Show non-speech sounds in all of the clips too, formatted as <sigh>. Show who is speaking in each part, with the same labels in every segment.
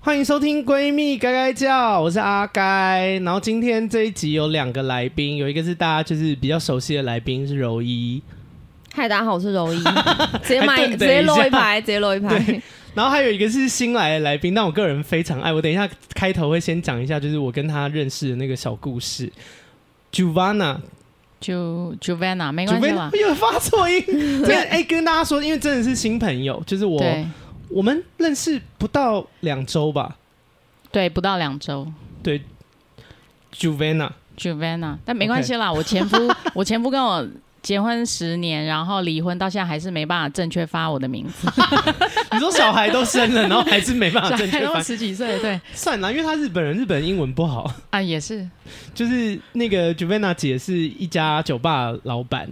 Speaker 1: 欢迎收听《闺蜜该该叫》，我是阿该。然后今天这一集有两个来宾，有一个是大家就是比较熟悉的来宾是柔一，
Speaker 2: 嗨，大家好，我是
Speaker 1: <laughs>
Speaker 2: 柔一，直接
Speaker 1: 还
Speaker 2: 买，
Speaker 1: 顿
Speaker 2: 直
Speaker 1: 等一下
Speaker 2: 接露一排，直接露一排。
Speaker 1: 然后还有一个是新来的来宾，但我个人非常爱。我等一下开头会先讲一下，就是我跟他认识的那个小故事。Juvana，
Speaker 3: 就 Juvana 没
Speaker 1: 主
Speaker 3: 关系
Speaker 1: 编
Speaker 3: 啦，
Speaker 1: 有发错音。对，哎、跟大家说，因为真的是新朋友，就是我
Speaker 3: 对
Speaker 1: 我们认识不到两周吧。
Speaker 3: 对，不到两周
Speaker 1: Juvana，
Speaker 3: Juvana，但没关系啦。我前夫，我前夫跟我结婚十年，然后离婚到现在还是没办法正确发我的名字，
Speaker 1: 你说小孩都生
Speaker 3: <laughs>
Speaker 1: 了，然后还是没办法啊正
Speaker 3: 还
Speaker 1: 确
Speaker 3: 都
Speaker 1: 翻，
Speaker 3: 十几岁，对
Speaker 1: 算了，因为他日本人，日本人英文不好。
Speaker 3: 啊，也是
Speaker 1: 就是那个 Juvana 姐是一家酒吧老板，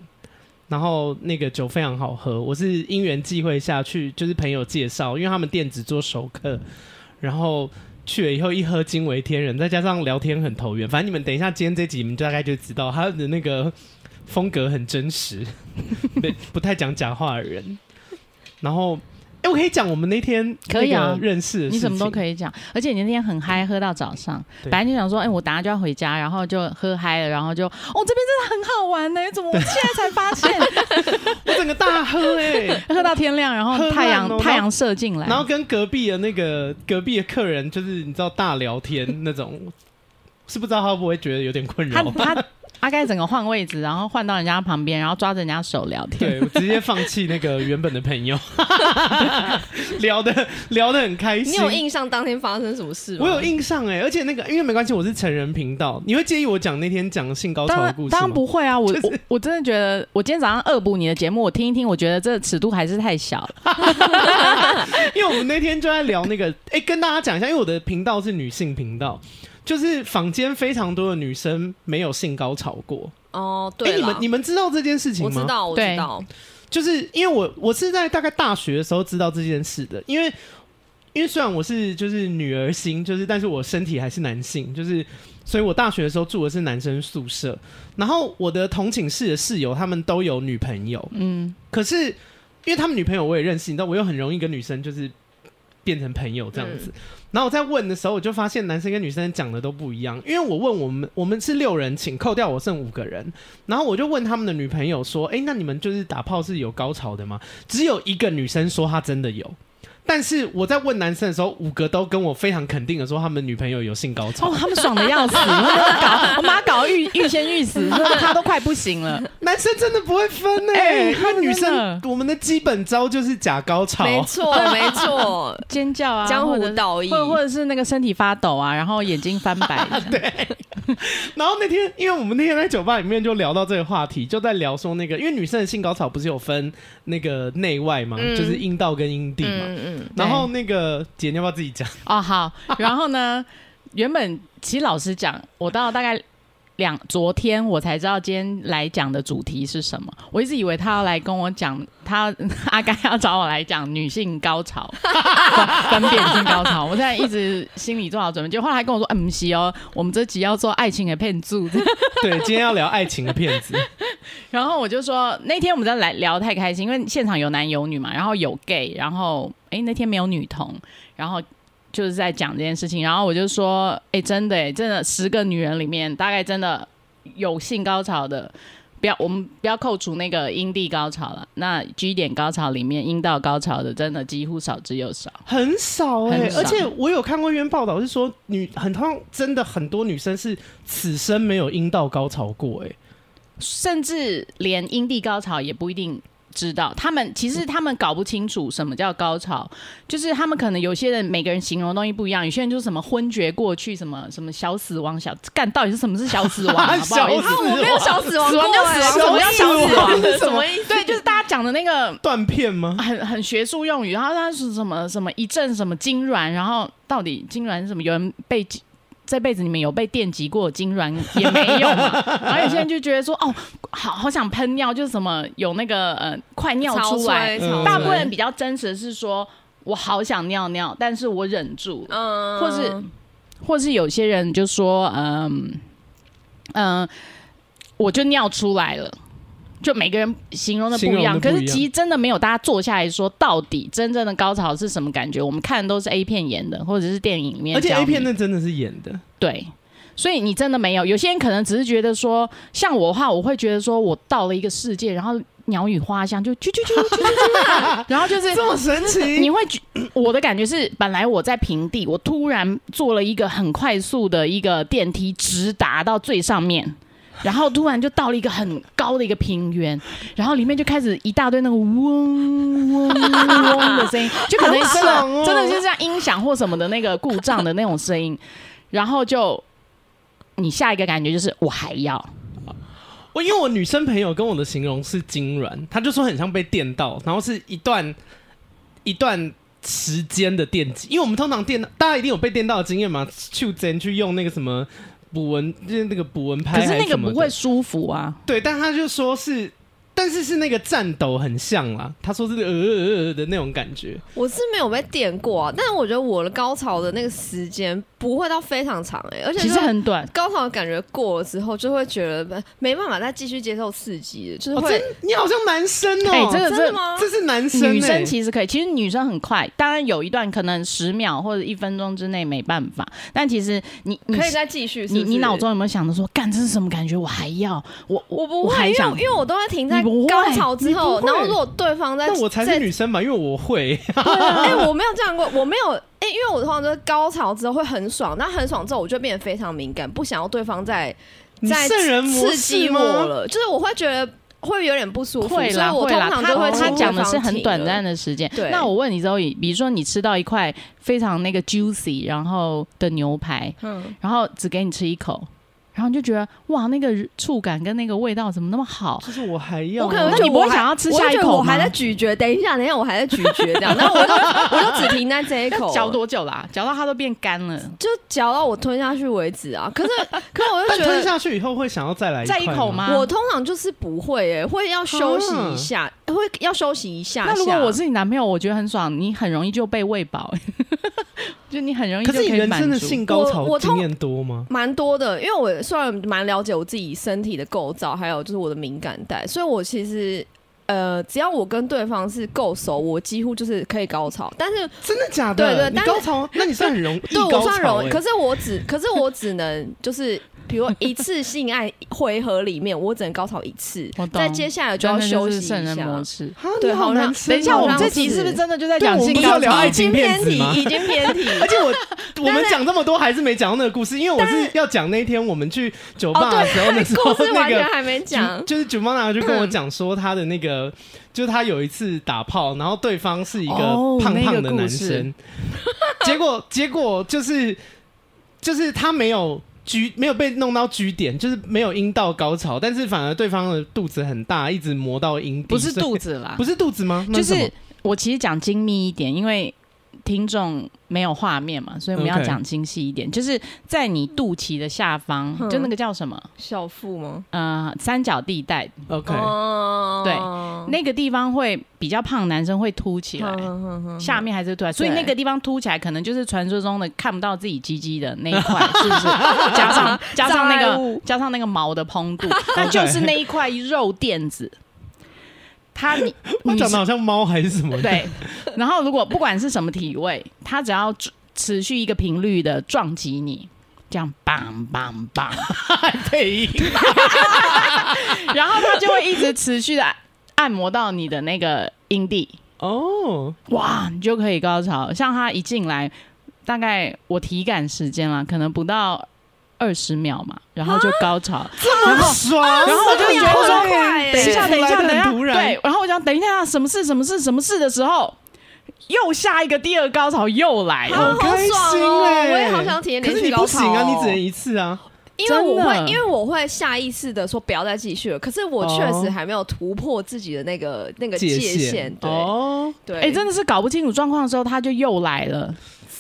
Speaker 1: 然后那个酒非常好喝。我是因缘际会下去，就是朋友介绍，因为他们店只做熟客，然后去了以后一喝惊为天人，再加上聊天很投缘。反正你们等一下今天这集，你们大概就知道他的那个风格很真实， <laughs> 对，不太讲假话的人。然后，哎、我可以讲我们那天
Speaker 3: 可以啊
Speaker 1: 那个认识的事情，
Speaker 3: 你什么都可以讲，而且你那天很嗨，喝到早上，
Speaker 1: 对
Speaker 3: 本来就想说，哎、我等下就要回家，然后就喝嗨了，然后就，哦，这边真的很好玩呢、怎么我现在才发现？
Speaker 1: <laughs> 我整个大喝哎、
Speaker 3: 喝到天亮，然
Speaker 1: 喝
Speaker 3: 后
Speaker 1: 烂
Speaker 3: 太
Speaker 1: 哦
Speaker 3: 阳太阳射进来，
Speaker 1: 然后跟隔壁的那个隔壁的客人，就是你知道大聊天那种， <laughs> 是不知道他会不会觉得有点困
Speaker 3: 他
Speaker 1: 扰？
Speaker 3: 他阿盖整个换位置，然后换到人家旁边，然后抓着人家手聊天。
Speaker 1: 对，我直接放弃那个原本的朋友， <laughs> 聊的聊的很开心。
Speaker 2: <laughs> 你有印象当天发生什么事吗？
Speaker 1: 我有印象哎、而且那个因为没关系，我是成人频道，你会介意我讲那天讲性高
Speaker 3: 当
Speaker 1: 潮的
Speaker 3: 然
Speaker 1: 故事吗？
Speaker 3: 当然不会啊！我、
Speaker 1: 就是
Speaker 3: 我我真的觉得，我今天早上恶补你的节目，我听一听，我觉得这尺度还是太小了。
Speaker 1: 因为我们那天就在聊那个，哎、跟大家讲一下，因为我的频道是女性频道，就是坊间非常多的女生没有性高潮过。
Speaker 2: 哦，
Speaker 1: 哎、
Speaker 2: 对
Speaker 1: 你
Speaker 2: 了
Speaker 1: 们，你们知道这件事情
Speaker 2: 我
Speaker 1: 吗？
Speaker 2: 知道，我知
Speaker 3: 对
Speaker 2: 道，
Speaker 1: 就是因为我我是在大概大学的时候知道这件事的，因为因为虽然我是就是女儿心，就是但是我身体还是男性，就是所以我大学的时候住的是男生宿舍，然后我的同寝室的室友他们都有女朋友，
Speaker 3: 嗯，
Speaker 1: 可是因为他们女朋友我也认识，你知道我又很容易跟女生就是变成朋友这样子。然后我在问的时候，我就发现男生跟女生讲的都不一样，因为我问我们我们是六人寝，扣掉我剩五个人，然后我就问他们的女朋友说：“哎，那你们就是打炮是有高潮的吗？”只有一个女生说她真的有。但是我在问男生的时候，五个都跟我非常肯定的说他们女朋友有性高潮
Speaker 3: 哦，。他们爽的要死，他们都搞我妈搞欲欲仙欲死，他都快不行了。
Speaker 1: 男生真的不会分呢、
Speaker 3: 哎
Speaker 1: 因
Speaker 3: 他
Speaker 1: 为
Speaker 3: 们
Speaker 1: 女
Speaker 3: 真的
Speaker 1: 生我们的基本招就是假高潮，
Speaker 2: 没
Speaker 1: <laughs>
Speaker 2: 错，没错，
Speaker 3: 尖叫 <laughs> 啊，
Speaker 2: 江
Speaker 3: 或
Speaker 2: 湖
Speaker 3: 者
Speaker 2: 道义，
Speaker 3: 或或者是那个身体发抖啊，然后眼睛翻 <laughs> 白。对，
Speaker 1: 然后那天，因为我们那天在酒吧里面就聊到这个话题，就在聊说那个，因为女生的性高潮不是有分那个内外嘛，
Speaker 2: 嗯
Speaker 1: 就是阴道跟阴蒂嘛。
Speaker 2: 嗯嗯，
Speaker 1: 然后那个姐，你要不要自己讲？ <laughs>
Speaker 3: 哦好，然后呢， <laughs> 原本其实老实讲，我到大概两昨天我才知道今天来讲的主题是什么。我一直以为他要来跟我讲，他阿甘要找我来讲女性高潮， <laughs> 分辨性高潮。我现在一直心里做好准备，结果后来他跟我说，嗯、不是哦，我们这集要做爱情的骗子。
Speaker 1: 对，今天要聊爱情的骗子。
Speaker 3: 然后我就说，那天我们在来聊太开心，因为现场有男有女嘛，然后有 gay，然后哎那天没有女童，然后就是在讲这件事情，然后我就说，哎真的哎真的十个女人里面，大概真的有性高潮的，不要我们不要扣除那个阴蒂高潮了，那 G 点高潮里面阴道高潮的真的几乎少之又少，
Speaker 1: 很少哎、
Speaker 3: 很少
Speaker 1: 而且我有看过一篇报道，是说女很通真的很多女生是此生没有阴道高潮过哎、
Speaker 3: 甚至连阴蒂高潮也不一定知道。他们其实他们搞不清楚什么叫高潮，就是他们可能有些人每个人形容的东西不一样，有些人就是什么昏厥过去，什么什么小死亡小干，到底是什么是小死亡、
Speaker 1: <laughs>
Speaker 3: 啊？不好意
Speaker 1: 小
Speaker 3: 思
Speaker 1: 死亡
Speaker 2: 嗯我没有小死亡过
Speaker 3: 死亡
Speaker 2: 欸，
Speaker 3: 就死
Speaker 2: 什么
Speaker 3: 亡什么
Speaker 1: 叫小死亡
Speaker 2: 意思什么意思？
Speaker 3: 对，就是大家讲的那个
Speaker 1: 断片吗？
Speaker 3: 很很学术用语，然后他是什么什么一阵什么痉挛，然后到底痉挛是什么？有人被击这辈子你们有被电击过痉挛也没有嘛？然后有些人就觉得说，哦，好好想喷尿，就是什么有那个呃快尿
Speaker 2: 草
Speaker 3: 出来。
Speaker 2: 率草
Speaker 1: 嗯
Speaker 3: 大
Speaker 2: 率
Speaker 3: 部分人比较真实的是说，我好想尿尿，但是我忍住了，
Speaker 2: 嗯，
Speaker 3: 或是或是有些人呃就说，嗯嗯、我就尿出来了。就每个人形容的不
Speaker 1: 形
Speaker 3: 一
Speaker 1: 容的
Speaker 3: 样，可
Speaker 1: 不
Speaker 3: 是
Speaker 1: 一样
Speaker 3: 其实真的没有大家坐下来说到底真正的高潮是什么感觉。我们看的都是 A 片演的，或者是电影里面
Speaker 1: 而
Speaker 3: 教
Speaker 1: 且
Speaker 3: 你，
Speaker 1: A 片那真的是演的，
Speaker 3: 对，所以你真的没有。有些人可能只是觉得说，像我的话，我会觉得说我到了一个世界，然后鸟语花香，就啾啾啾啾啾啾，然后就是
Speaker 1: 这么神奇，
Speaker 3: 你会觉，我的感觉是，本来我在平地，我突然做了一个很快速的一个电梯，直达到最上面。然后突然就到了一个很高的一个平原，然后里面就开始一大堆那个嗡嗡嗡的
Speaker 1: <laughs>
Speaker 3: 声音，就可能真的、
Speaker 1: 好爽哦
Speaker 3: 真的就是像音响或什么的那个故障的那种声音，然后就你下一个感觉就是我还要，
Speaker 1: 我因为我女生朋友跟我的形容是痉挛，她就说很像被电到，然后是一段一段时间的电击，因为我们通常电，大家一定有被电到的经验嘛，去针去用那个什么捕蚊，就是那个捕蚊拍还
Speaker 3: 可
Speaker 1: 什
Speaker 3: 是
Speaker 1: 么的，
Speaker 3: 那个不会舒服啊，
Speaker 1: 对，但她就说是。但是是那个战斗很像啦，她说是呃呃呃的那种感觉，
Speaker 2: 我是没有被电过啊，但是我觉得我的高潮的那个时间不会到非常长哎、而且
Speaker 3: 其
Speaker 2: 就
Speaker 3: 实
Speaker 2: 是
Speaker 3: 很短，
Speaker 2: 高潮的感觉过了之后，就会觉得呃没办法再继续接受刺激了，就是
Speaker 1: 哦、
Speaker 2: 会、
Speaker 1: 真你好像男生哦、
Speaker 3: 哎、这个
Speaker 2: 真
Speaker 3: 这
Speaker 2: 的吗？
Speaker 1: 这是男生、欸，
Speaker 3: 女生其实可以，其实女生很快，当然有一段可能十秒或者一分钟之内没办法，但其实你你
Speaker 2: 可以再继续是不
Speaker 3: 你
Speaker 2: 是
Speaker 3: 你脑中有没有想着说，干这是什么感觉？我还要我
Speaker 2: 我不
Speaker 3: 还
Speaker 2: 会，因
Speaker 3: 想
Speaker 2: 为因为我都会停在
Speaker 3: 你不会
Speaker 2: 高潮之后
Speaker 1: 你，不会
Speaker 2: 然后如果对方在
Speaker 1: 那我才
Speaker 2: 在
Speaker 1: 是女生吧，因为我会，
Speaker 2: 哎、我没有这样过，我没有哎、因为我通常就是高潮之后会很爽，那很爽之后我就变得非常敏感，不想要对方再
Speaker 1: <laughs> 你
Speaker 2: 再
Speaker 1: 圣人模
Speaker 2: 刺
Speaker 1: 式
Speaker 2: 激我
Speaker 1: 吗
Speaker 2: 了，就是我会觉得会有点不舒服，所
Speaker 3: 会
Speaker 2: 以
Speaker 3: 啦
Speaker 2: 我
Speaker 3: 会
Speaker 2: 通
Speaker 3: 啦，
Speaker 2: 常就会
Speaker 3: 他他
Speaker 2: 请
Speaker 3: 讲
Speaker 2: 对
Speaker 3: 的
Speaker 2: 方
Speaker 3: 是很
Speaker 2: 停
Speaker 3: 短
Speaker 2: 了
Speaker 3: 暂的时间。
Speaker 2: 对
Speaker 3: 那我问你周宇，比如说你吃到一块非常那个 juicy 然后的牛排，
Speaker 2: 嗯，
Speaker 3: 然后只给你吃一口，然后你就觉得哇，那个触感跟那个味道怎么那么好？
Speaker 1: 就是我还要
Speaker 2: 我
Speaker 1: 啊，
Speaker 2: 可能
Speaker 3: 那
Speaker 2: 就
Speaker 3: 你不会
Speaker 2: 我还
Speaker 3: 想要吃
Speaker 2: 我
Speaker 3: 下
Speaker 2: 会
Speaker 3: 一
Speaker 2: 觉得
Speaker 3: 口
Speaker 2: 我还
Speaker 3: 吗
Speaker 2: 在咀嚼，等一下，等一下，我还在咀嚼这样，然后我就我就只停在这一
Speaker 3: <laughs>
Speaker 2: 口，
Speaker 3: 嚼多久啦？嚼到它都变干了，
Speaker 2: 就嚼到我吞下去为止啊。 <laughs> 可是，可是我就
Speaker 1: 但
Speaker 2: 觉得
Speaker 1: 吞下去以后会想要再来
Speaker 3: 再一
Speaker 1: 块
Speaker 3: 口
Speaker 1: 吗？
Speaker 3: 吗？
Speaker 2: 我通常就是不会诶、会要休息一下，会要休息一下下。
Speaker 3: 那如果我是你男朋友，我觉得很爽，你很容易就被喂饱， <laughs> 就你很容易就
Speaker 1: 可是你
Speaker 3: 以
Speaker 1: 人
Speaker 3: 满
Speaker 1: 生的
Speaker 3: 足
Speaker 1: 性高
Speaker 2: 我
Speaker 1: 潮
Speaker 2: 我
Speaker 1: 经
Speaker 2: 通
Speaker 1: 验多吗？
Speaker 2: 蛮多的，因为我虽然蛮了解我自己身体的构造，还有就是我的敏感带，所以我其实呃，只要我跟对方是够熟，我几乎就是可以高潮。但是
Speaker 1: 真的假
Speaker 2: 对
Speaker 1: 的？
Speaker 2: 对
Speaker 1: 你
Speaker 2: 但是
Speaker 1: 高潮，那你算很容易
Speaker 2: 对我
Speaker 1: 高
Speaker 2: <laughs> 算
Speaker 1: 潮
Speaker 2: 容易，
Speaker 1: 欸
Speaker 2: 可是我只可是我只能就是。比如一次性爱回合里面，我只能高潮一次
Speaker 3: 我，懂
Speaker 2: 再接下来就
Speaker 3: 真
Speaker 2: 要
Speaker 3: 的
Speaker 2: 休
Speaker 3: 就
Speaker 2: 息
Speaker 3: 是
Speaker 2: 一
Speaker 3: 圣人模
Speaker 1: <laughs>
Speaker 2: 下。
Speaker 3: 式。
Speaker 1: 啊你
Speaker 2: 对
Speaker 1: 好
Speaker 2: 好
Speaker 1: 难
Speaker 2: 像
Speaker 1: 生哦。
Speaker 3: 等一下，我们
Speaker 2: 这
Speaker 3: 这集是不是真的就在讲
Speaker 1: 对我们
Speaker 3: 性
Speaker 1: 不是
Speaker 3: 高
Speaker 1: 要聊
Speaker 3: 潮
Speaker 1: 爱
Speaker 2: 已
Speaker 1: 情
Speaker 2: 经
Speaker 1: 骗
Speaker 2: 偏
Speaker 1: 子
Speaker 2: 题
Speaker 1: 吗，
Speaker 2: 已经
Speaker 1: <laughs>
Speaker 2: 偏题。
Speaker 1: 而且
Speaker 3: <laughs>
Speaker 1: 我我们讲这么多还是没讲到那个故事，因为我是要讲那天我们去酒吧
Speaker 2: 哦对
Speaker 1: 的时候，那时
Speaker 3: <laughs>
Speaker 1: 候
Speaker 2: 故事
Speaker 1: 那
Speaker 2: 完全
Speaker 1: 个。嗯
Speaker 2: 还没讲
Speaker 1: 就，就是酒吧娜就跟我讲说，他的那个就是他有一次打炮，然后对方是一
Speaker 3: 哦
Speaker 1: 个胖胖
Speaker 3: 那
Speaker 1: 的
Speaker 3: 个故
Speaker 1: 男
Speaker 3: 事
Speaker 1: 生， <laughs> 结果结果就是就是他没有居没有被弄到居点，就是没有阴道高潮，但是反而对方的肚子很大，一直磨到阴蒂，
Speaker 3: 不是
Speaker 1: 所以
Speaker 3: 肚子啦
Speaker 1: 不，是肚子吗？那
Speaker 3: 就
Speaker 1: 什
Speaker 3: 是
Speaker 1: 么
Speaker 3: 是我其实讲精密一点，因为听众没有画面嘛，所以我们要
Speaker 1: OK
Speaker 3: 讲精细一点，就是在你肚脐的下方，
Speaker 2: 嗯
Speaker 3: 就那个叫什么？
Speaker 2: 小腹吗？
Speaker 3: 呃，三角地带
Speaker 1: OK，
Speaker 2: 哦
Speaker 3: 对
Speaker 2: 那
Speaker 3: 那个地方会比较胖，男生会凸起来。
Speaker 2: 嗯
Speaker 3: 下面还是凸起来，所以
Speaker 2: 对
Speaker 3: 那个地方凸起来，可能就是传说中的看不到自己鸡鸡的那一
Speaker 2: <laughs>
Speaker 3: 块，是不是？加上加
Speaker 2: 障
Speaker 3: 上那
Speaker 2: 碍
Speaker 3: 个
Speaker 2: 物
Speaker 3: 加上那个毛的
Speaker 2: <laughs>
Speaker 3: 蓬度，那就是
Speaker 1: <laughs>
Speaker 3: 那一块肉垫子。它你
Speaker 1: 我
Speaker 3: 你
Speaker 1: 讲
Speaker 3: 是
Speaker 1: 的好像猫还是什
Speaker 3: <laughs>
Speaker 1: 么？，
Speaker 3: 对，然后如果不管是什么体位，它只要持持续一个频率的撞击你，这样棒棒棒，
Speaker 2: <laughs>
Speaker 1: 配音
Speaker 3: 然后它就会一直持续的按摩到你的那个阴蒂。
Speaker 1: 哦，
Speaker 3: 哇，你就可以高潮。像他一进来，大概我体感时间啦，可能不到二十秒嘛，然后就高
Speaker 1: <laughs>
Speaker 3: 潮。
Speaker 1: 这么爽，然后
Speaker 3: 我就觉得
Speaker 2: 啊
Speaker 3: 说
Speaker 1: 哎
Speaker 2: 快
Speaker 3: 等一下，
Speaker 1: 幸福
Speaker 3: 等一
Speaker 1: 来
Speaker 3: 下，
Speaker 1: 得
Speaker 3: 等一
Speaker 1: 很
Speaker 3: 下，
Speaker 1: 突然
Speaker 3: 对，然后我讲等一下，什么事，什么事，什么事的时候，又下一个第二高潮又来了。
Speaker 2: 啊好
Speaker 1: 开
Speaker 2: 爽
Speaker 1: 心
Speaker 2: 哦
Speaker 1: 欸
Speaker 2: 我也好想体验
Speaker 1: 可
Speaker 2: 连
Speaker 1: 是你
Speaker 2: 续
Speaker 1: 不
Speaker 2: 高
Speaker 1: 行
Speaker 2: 潮哦
Speaker 1: 啊，你只能一次啊。
Speaker 2: 因为我
Speaker 3: 真的
Speaker 2: 会，因为我会下意识的说不要再继续了。可是我确实还没有突破自己的那个那个界限，对
Speaker 1: 哦，
Speaker 2: 对，
Speaker 3: 哎、真的是搞不清楚状况的时候，他就又来了。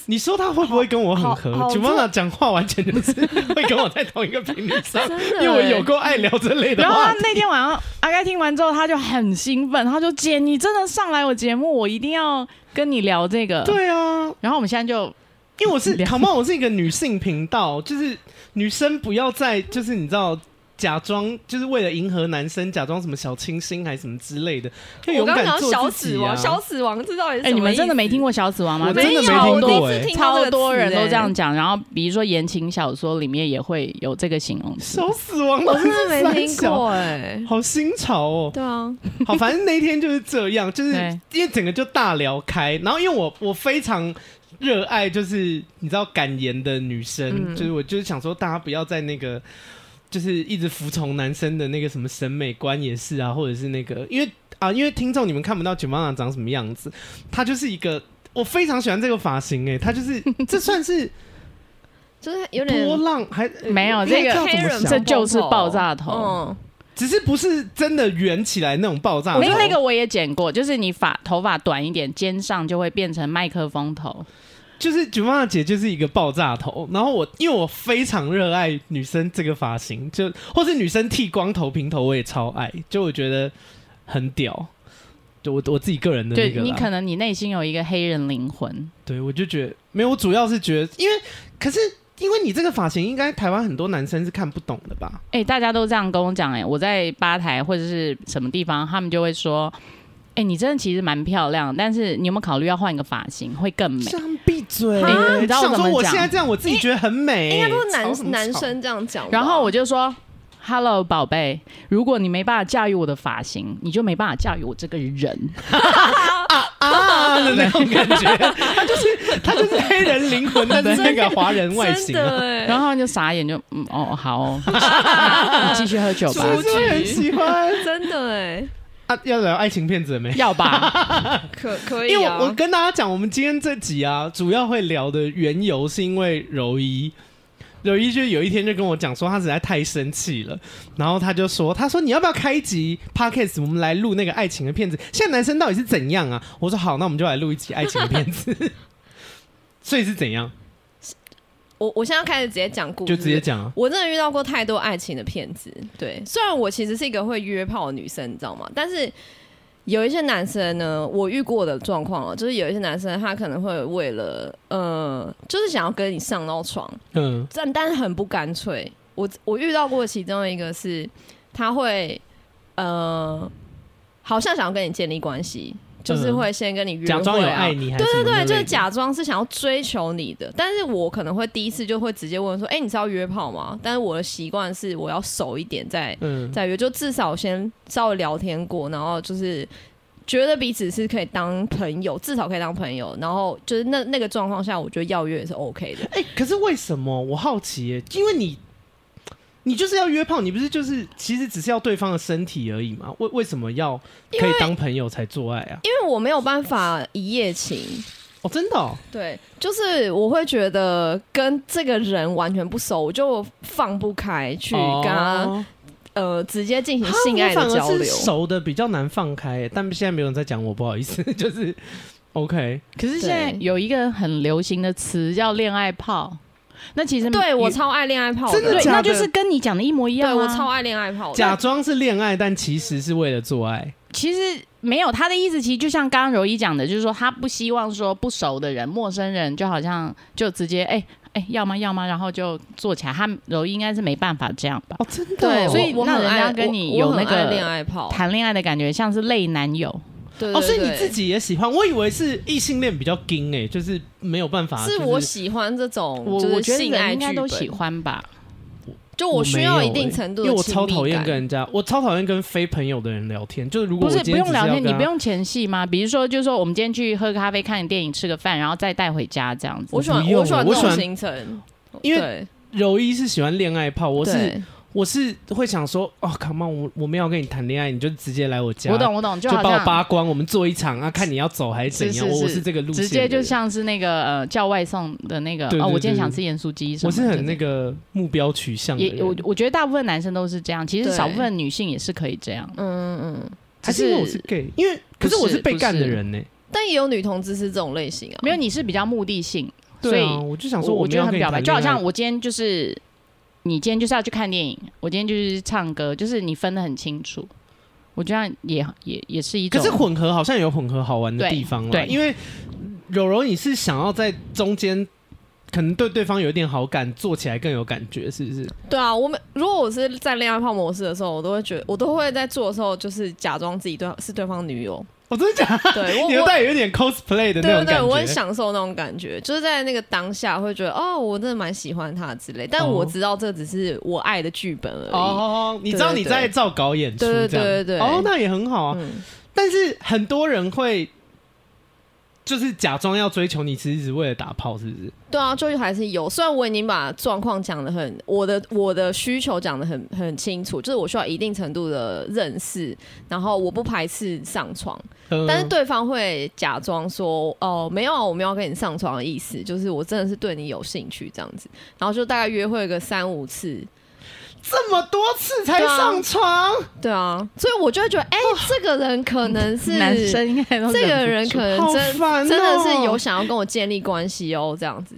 Speaker 1: 你说他会不会跟我很
Speaker 2: 好
Speaker 1: 合？
Speaker 2: 好
Speaker 1: 九妈妈讲话完全
Speaker 2: <laughs>
Speaker 1: 就是会跟我在同一个频率上，
Speaker 2: 真的
Speaker 1: 因为我有
Speaker 2: 欸
Speaker 1: 够爱聊这类的
Speaker 3: 然后
Speaker 1: 话
Speaker 3: 他
Speaker 1: 题。
Speaker 3: 那天晚上，阿该听完之后，他就很兴奋，他就姐，你真的上来我节目，我一定要跟你聊这个。。
Speaker 1: 对啊，
Speaker 3: 然后我们现在就
Speaker 1: 因
Speaker 2: <laughs>
Speaker 1: 为我是
Speaker 3: 聊
Speaker 1: 好吗？我是一个女性频道，就是女生不要再就是你知道假装就是为了迎合男生，假装什么小清新还是什么之类的，就
Speaker 2: 我
Speaker 1: 勇
Speaker 2: 刚刚
Speaker 1: 敢
Speaker 2: 讲
Speaker 1: 做
Speaker 2: 小
Speaker 1: 自己
Speaker 2: 死
Speaker 1: 啊
Speaker 2: 亡，小死亡这到底是什么
Speaker 3: 哎，你们真的没听
Speaker 2: 意
Speaker 3: 过小死亡吗？
Speaker 1: 我
Speaker 2: 思？
Speaker 1: 真的
Speaker 2: 没
Speaker 1: 没
Speaker 2: 有
Speaker 1: 听
Speaker 2: 我
Speaker 1: 过
Speaker 2: 第一
Speaker 1: 哎
Speaker 2: 次听到这
Speaker 3: 超
Speaker 2: 个
Speaker 3: 多
Speaker 2: 词
Speaker 3: 人都
Speaker 2: 哎
Speaker 3: 这样讲，然后比如说言情小说里面也会有这个形容词。
Speaker 1: 小死亡，
Speaker 2: 哎我
Speaker 1: 老师
Speaker 2: 真的没听
Speaker 1: 三小
Speaker 2: 过哎。
Speaker 1: 好新潮哦！
Speaker 2: 对啊，
Speaker 3: <laughs>
Speaker 1: 好，反正那一天就是这样，就是
Speaker 3: 对
Speaker 1: 因为整个就大聊开，然后因为我我非常热爱，就是你知道敢言的女生，
Speaker 2: 嗯
Speaker 1: 就是我就是想说大家不要在那个就是一直服从男生的那个什么审美观也是啊，或者是那个因为啊，因为听众你们看不到卷毛长长什么样子，他就是一个我非常喜欢这个发型诶、他就是
Speaker 3: <laughs>
Speaker 1: 这算是
Speaker 2: 就是有点
Speaker 1: 波浪还
Speaker 3: 没有
Speaker 1: 呃这
Speaker 3: 这个
Speaker 1: 要怎
Speaker 2: 黑
Speaker 1: 么
Speaker 2: 人
Speaker 1: 想
Speaker 3: 这就是
Speaker 2: 头
Speaker 3: 爆炸头
Speaker 2: 嗯，
Speaker 1: 只是不是真的圆起来那种爆炸头，
Speaker 3: 那那个我也剪过，就是你发头发短一点，肩上就会变成麦克风头。
Speaker 1: 就是九妈姐就是一个爆炸头，然后我因为我非常热爱女生这个发型，就或是女生剃光头、平头，我也超爱，就我觉得很屌。就我我自己个人的那
Speaker 3: 对
Speaker 1: 个啦，
Speaker 3: 你可能你内心有一个黑人灵魂，
Speaker 1: 对我就觉得没有，我主要是觉得，因为可是因为你这个发型，应该台湾很多男生是看不懂的吧？
Speaker 3: 哎、大家都这样跟我讲，哎，我在吧台或者是什么地方，他们就会说，哎、你真的其实蛮漂亮，但是你有没有考虑要换一个发型会更美？
Speaker 1: 像闭嘴！
Speaker 3: 啊你知道我
Speaker 1: 想
Speaker 3: 怎么
Speaker 1: 说我
Speaker 3: 讲
Speaker 1: 现在这样，我自己觉得很美、
Speaker 2: 应该都是
Speaker 1: 哎吵什么
Speaker 2: 男男
Speaker 1: 吵
Speaker 2: 生这样讲吧。
Speaker 3: 然后我就说，Hello，宝贝，如果你没办法驾驭我的发型，你就没办法驾驭我这个人。
Speaker 1: 啊的那种感
Speaker 3: <laughs>
Speaker 1: 觉，他就是他就是黑人灵魂的那个华人外
Speaker 2: 真
Speaker 1: 形、
Speaker 2: 的
Speaker 1: 啊。
Speaker 2: 哎，
Speaker 3: 然后他们就傻眼就，嗯哦好
Speaker 2: <laughs>
Speaker 3: 哦，你继续喝酒吧
Speaker 1: 是，不是很喜欢 <laughs>
Speaker 2: 真的哎，
Speaker 1: 啊？要聊爱情片子了没？
Speaker 3: <laughs> 要吧？
Speaker 2: 可可以
Speaker 1: 因为
Speaker 2: 啊
Speaker 1: 我我跟大家讲，我们今天这集啊，主要会聊的缘由是因为柔一，柔一就有一天就跟我讲说，他实在太生气了，然后他就说，他说你要不要开一集 podcast，我们来录那个爱情的片子？现在男生到底是怎样啊？我说好，那我们就来录一集爱情的片子。
Speaker 2: <laughs>
Speaker 1: 所以是怎样？
Speaker 2: 我我现在要开始直接讲故事，
Speaker 1: 就直接。讲啊。
Speaker 2: 我真的遇到过太多爱情的骗子，对。虽然我其实是一个会约炮的女生，你知道吗？但是有一些男生呢，我遇过的状况哦，就是有一些男生他可能会为了呃，就是想要跟你上到床，
Speaker 1: 嗯，
Speaker 2: 但但是很不干脆。我我遇到过其中一个是，他会呃，好像想要跟你建立关系，就是
Speaker 1: 嗯
Speaker 2: 会先跟你约会、啊，
Speaker 1: 假装有爱你还是
Speaker 2: 对
Speaker 1: 什么之类
Speaker 2: 对
Speaker 1: 的
Speaker 2: 对，就是假装是想要追求你的，但是我可能会第一次就会直接问说：“哎、你知道约炮吗？”但是我的习惯是我要熟一点再
Speaker 1: 嗯，
Speaker 2: 再约，就至少先稍微聊天过，然后就是觉得彼此是可以当朋友，至少可以当朋友，然后就是那那个状况下，我觉得要约也是 OK 的。
Speaker 1: 哎、可是为什么？我好奇耶，因为你，你就是要约炮，你不是就是其实只是要对方的身体而已嘛？为为什么要可以当朋友才做爱啊？
Speaker 2: 因为我没有办法一夜情，
Speaker 1: 哦，真的、哦，
Speaker 2: 对，就是我会觉得跟这个人完全不熟，我就放不开去跟他、
Speaker 1: 哦
Speaker 2: 呃直接进行
Speaker 1: 哈
Speaker 2: 性爱
Speaker 1: 我
Speaker 2: 的
Speaker 1: 反
Speaker 2: 交
Speaker 1: 而是
Speaker 2: 流。
Speaker 1: 熟的比较难放开耶，但现在没有人在讲我，不好意思， <laughs> 就是。OK，
Speaker 3: 可是现在有一个很流行的词叫恋爱炮，那其实
Speaker 2: 对我
Speaker 3: 与
Speaker 2: 超爱恋爱炮
Speaker 1: 真的
Speaker 3: 对，
Speaker 1: 假
Speaker 3: 那就是跟你讲的一模一样、
Speaker 2: 对
Speaker 3: 啊。
Speaker 2: 我超爱恋爱炮的。
Speaker 1: 假装是恋爱，但其实是为了做爱。
Speaker 3: 其实没有他的意思，其实就像刚刚柔一讲的，就是说他不希望说不熟的人、陌生人，就好像就直接哎哎、要吗要吗，然后就做起来。他柔一应该是没办法这样吧？
Speaker 1: 哦，真的、
Speaker 2: 对，
Speaker 1: 哦，
Speaker 3: 所以
Speaker 2: 我我
Speaker 3: 那
Speaker 2: 很
Speaker 3: 人家
Speaker 2: 爱
Speaker 3: 跟
Speaker 2: 我
Speaker 3: 你
Speaker 2: 我
Speaker 3: 有
Speaker 2: 很
Speaker 3: 那个
Speaker 2: 爱恋爱炮，
Speaker 3: 谈恋爱的感觉像是类男友，
Speaker 2: 对
Speaker 1: 哦，
Speaker 2: 对
Speaker 1: 所以你
Speaker 2: 对
Speaker 1: 自己也喜欢？我以为是异性恋比较硬哎，就是没有办法。
Speaker 2: 是
Speaker 1: 啊就
Speaker 2: 我喜欢这种，
Speaker 3: 我
Speaker 2: 就是
Speaker 3: 我觉得
Speaker 2: 性爱
Speaker 3: 人应该
Speaker 2: 剧
Speaker 3: 都
Speaker 2: 本
Speaker 3: 喜，欢吧。
Speaker 2: 就我需要
Speaker 1: 没有
Speaker 2: 一定程度
Speaker 1: 欸因
Speaker 2: 的
Speaker 1: 为我
Speaker 2: 亲
Speaker 1: 超讨
Speaker 2: 密
Speaker 1: 厌
Speaker 2: 感。
Speaker 1: 跟人家，我超讨厌跟非朋友的人聊天。就是如果
Speaker 3: 不
Speaker 1: 我
Speaker 3: 是
Speaker 1: 今
Speaker 3: 不
Speaker 1: 天只
Speaker 3: 用
Speaker 1: 是
Speaker 3: 聊
Speaker 1: 要
Speaker 3: 天，你
Speaker 1: 跟
Speaker 3: 不
Speaker 1: 他
Speaker 3: 用前戏吗？比如说，就是说我们今天去喝咖啡、看电影、吃个饭，然后再带回家这样子。
Speaker 2: 我喜欢
Speaker 1: 不用
Speaker 2: 喜欢
Speaker 1: 我
Speaker 2: 这
Speaker 1: 喜
Speaker 2: 种
Speaker 1: 欢
Speaker 2: 行程，
Speaker 1: 因为
Speaker 2: 对
Speaker 1: 柔一是喜欢恋爱炮，我是
Speaker 2: 对
Speaker 1: 我是会想说，哦，come on，我我没有跟你谈恋爱，你就直接来我家，
Speaker 3: 我懂，我懂，就
Speaker 1: 就
Speaker 3: 好
Speaker 1: 把我
Speaker 3: 像
Speaker 1: 扒光，我们做一场啊，看你要走还是怎样。
Speaker 3: 是是
Speaker 1: 我我
Speaker 3: 是
Speaker 1: 是这个路线的
Speaker 3: 直
Speaker 1: 人，
Speaker 3: 接就像是那个呃叫外送的那个
Speaker 1: 对对
Speaker 3: 哦，我今天
Speaker 1: 对
Speaker 3: 想
Speaker 1: 对
Speaker 3: 吃盐酥鸡什么
Speaker 1: 我
Speaker 3: 的。
Speaker 1: 是很那个目标取向的
Speaker 3: 也
Speaker 1: 人
Speaker 3: 我我觉得大部分男生都是这样，其实
Speaker 2: 对
Speaker 3: 少部分女性也是可以这样。
Speaker 2: 嗯嗯嗯，
Speaker 1: 还是因为我是
Speaker 3: 只是
Speaker 1: gay，因为可是我
Speaker 3: 不是
Speaker 1: 是被干
Speaker 3: 不
Speaker 1: 的
Speaker 3: 是
Speaker 1: 人呢。
Speaker 2: 但也有女同志是这种类型啊，
Speaker 3: 没有你是比较目的性，所
Speaker 1: 对
Speaker 3: 以
Speaker 1: 啊，我就想
Speaker 3: 我
Speaker 1: 说，
Speaker 3: 我
Speaker 1: 没
Speaker 3: 觉得
Speaker 1: 有
Speaker 3: 很
Speaker 1: 跟你
Speaker 3: 表白，
Speaker 1: 谈
Speaker 3: 就好
Speaker 1: 恋
Speaker 3: 像
Speaker 1: 爱
Speaker 3: 我今天就是你今天就是要去看电影，我今天就是唱歌，就是你分得很清楚。我觉得也也也是一种，
Speaker 1: 可是混合好像有混合好玩的
Speaker 3: 对
Speaker 1: 地方了，
Speaker 3: 对
Speaker 1: 因为柔柔你是想要在中间可能对对方有一点好感，做起来更有感觉，是不是？
Speaker 2: 对啊，我们如果我是在恋爱泡模式的时候，我都会觉得，我都会在做的时候，就是假装自己对是对方女
Speaker 1: <laughs>
Speaker 2: 友。
Speaker 1: 我真的假的？
Speaker 2: <laughs> 对我
Speaker 1: 你
Speaker 2: 我
Speaker 1: 又带有一点 cosplay 的那种
Speaker 2: 对对
Speaker 1: 感
Speaker 2: 对，
Speaker 1: 觉。
Speaker 2: 我很享受那种感觉，就是在那个当下会觉得，哦，我真的蛮喜欢他之类。但
Speaker 1: 哦
Speaker 2: 我知道这只是我爱的剧本而已。
Speaker 1: 哦，你知道
Speaker 2: 对对
Speaker 1: 你在
Speaker 2: 对
Speaker 1: 照稿演出
Speaker 2: 对对
Speaker 1: 这样，
Speaker 2: 对对对
Speaker 1: 哦，那也很好啊。
Speaker 2: 嗯，
Speaker 1: 但是很多人会就是假装要追求你，其实只是为了打炮，是不是？
Speaker 2: 对啊，就还是有。虽然我已经把状况讲的很，我的我的需求讲的很很清楚，就是我需要一定程度的认识，然后我不排斥上床。
Speaker 1: 嗯
Speaker 2: 但是对方会假装说：“哦，没有啊，我没有要跟你上床的意思，就是我真的是对你有兴趣这样子。”然后就大概约会个三五次，
Speaker 1: 这么多次才
Speaker 2: 对啊
Speaker 1: 上床，
Speaker 2: 对啊，所以我就会觉得，哎、这个人可能是
Speaker 3: 男生应该都
Speaker 2: 这
Speaker 3: 忍
Speaker 2: 个
Speaker 3: 不
Speaker 2: 人
Speaker 3: 住
Speaker 2: 可能
Speaker 1: 好
Speaker 2: 真、
Speaker 1: 烦哦
Speaker 2: 真的是有想要跟我建立关系哦，这样子，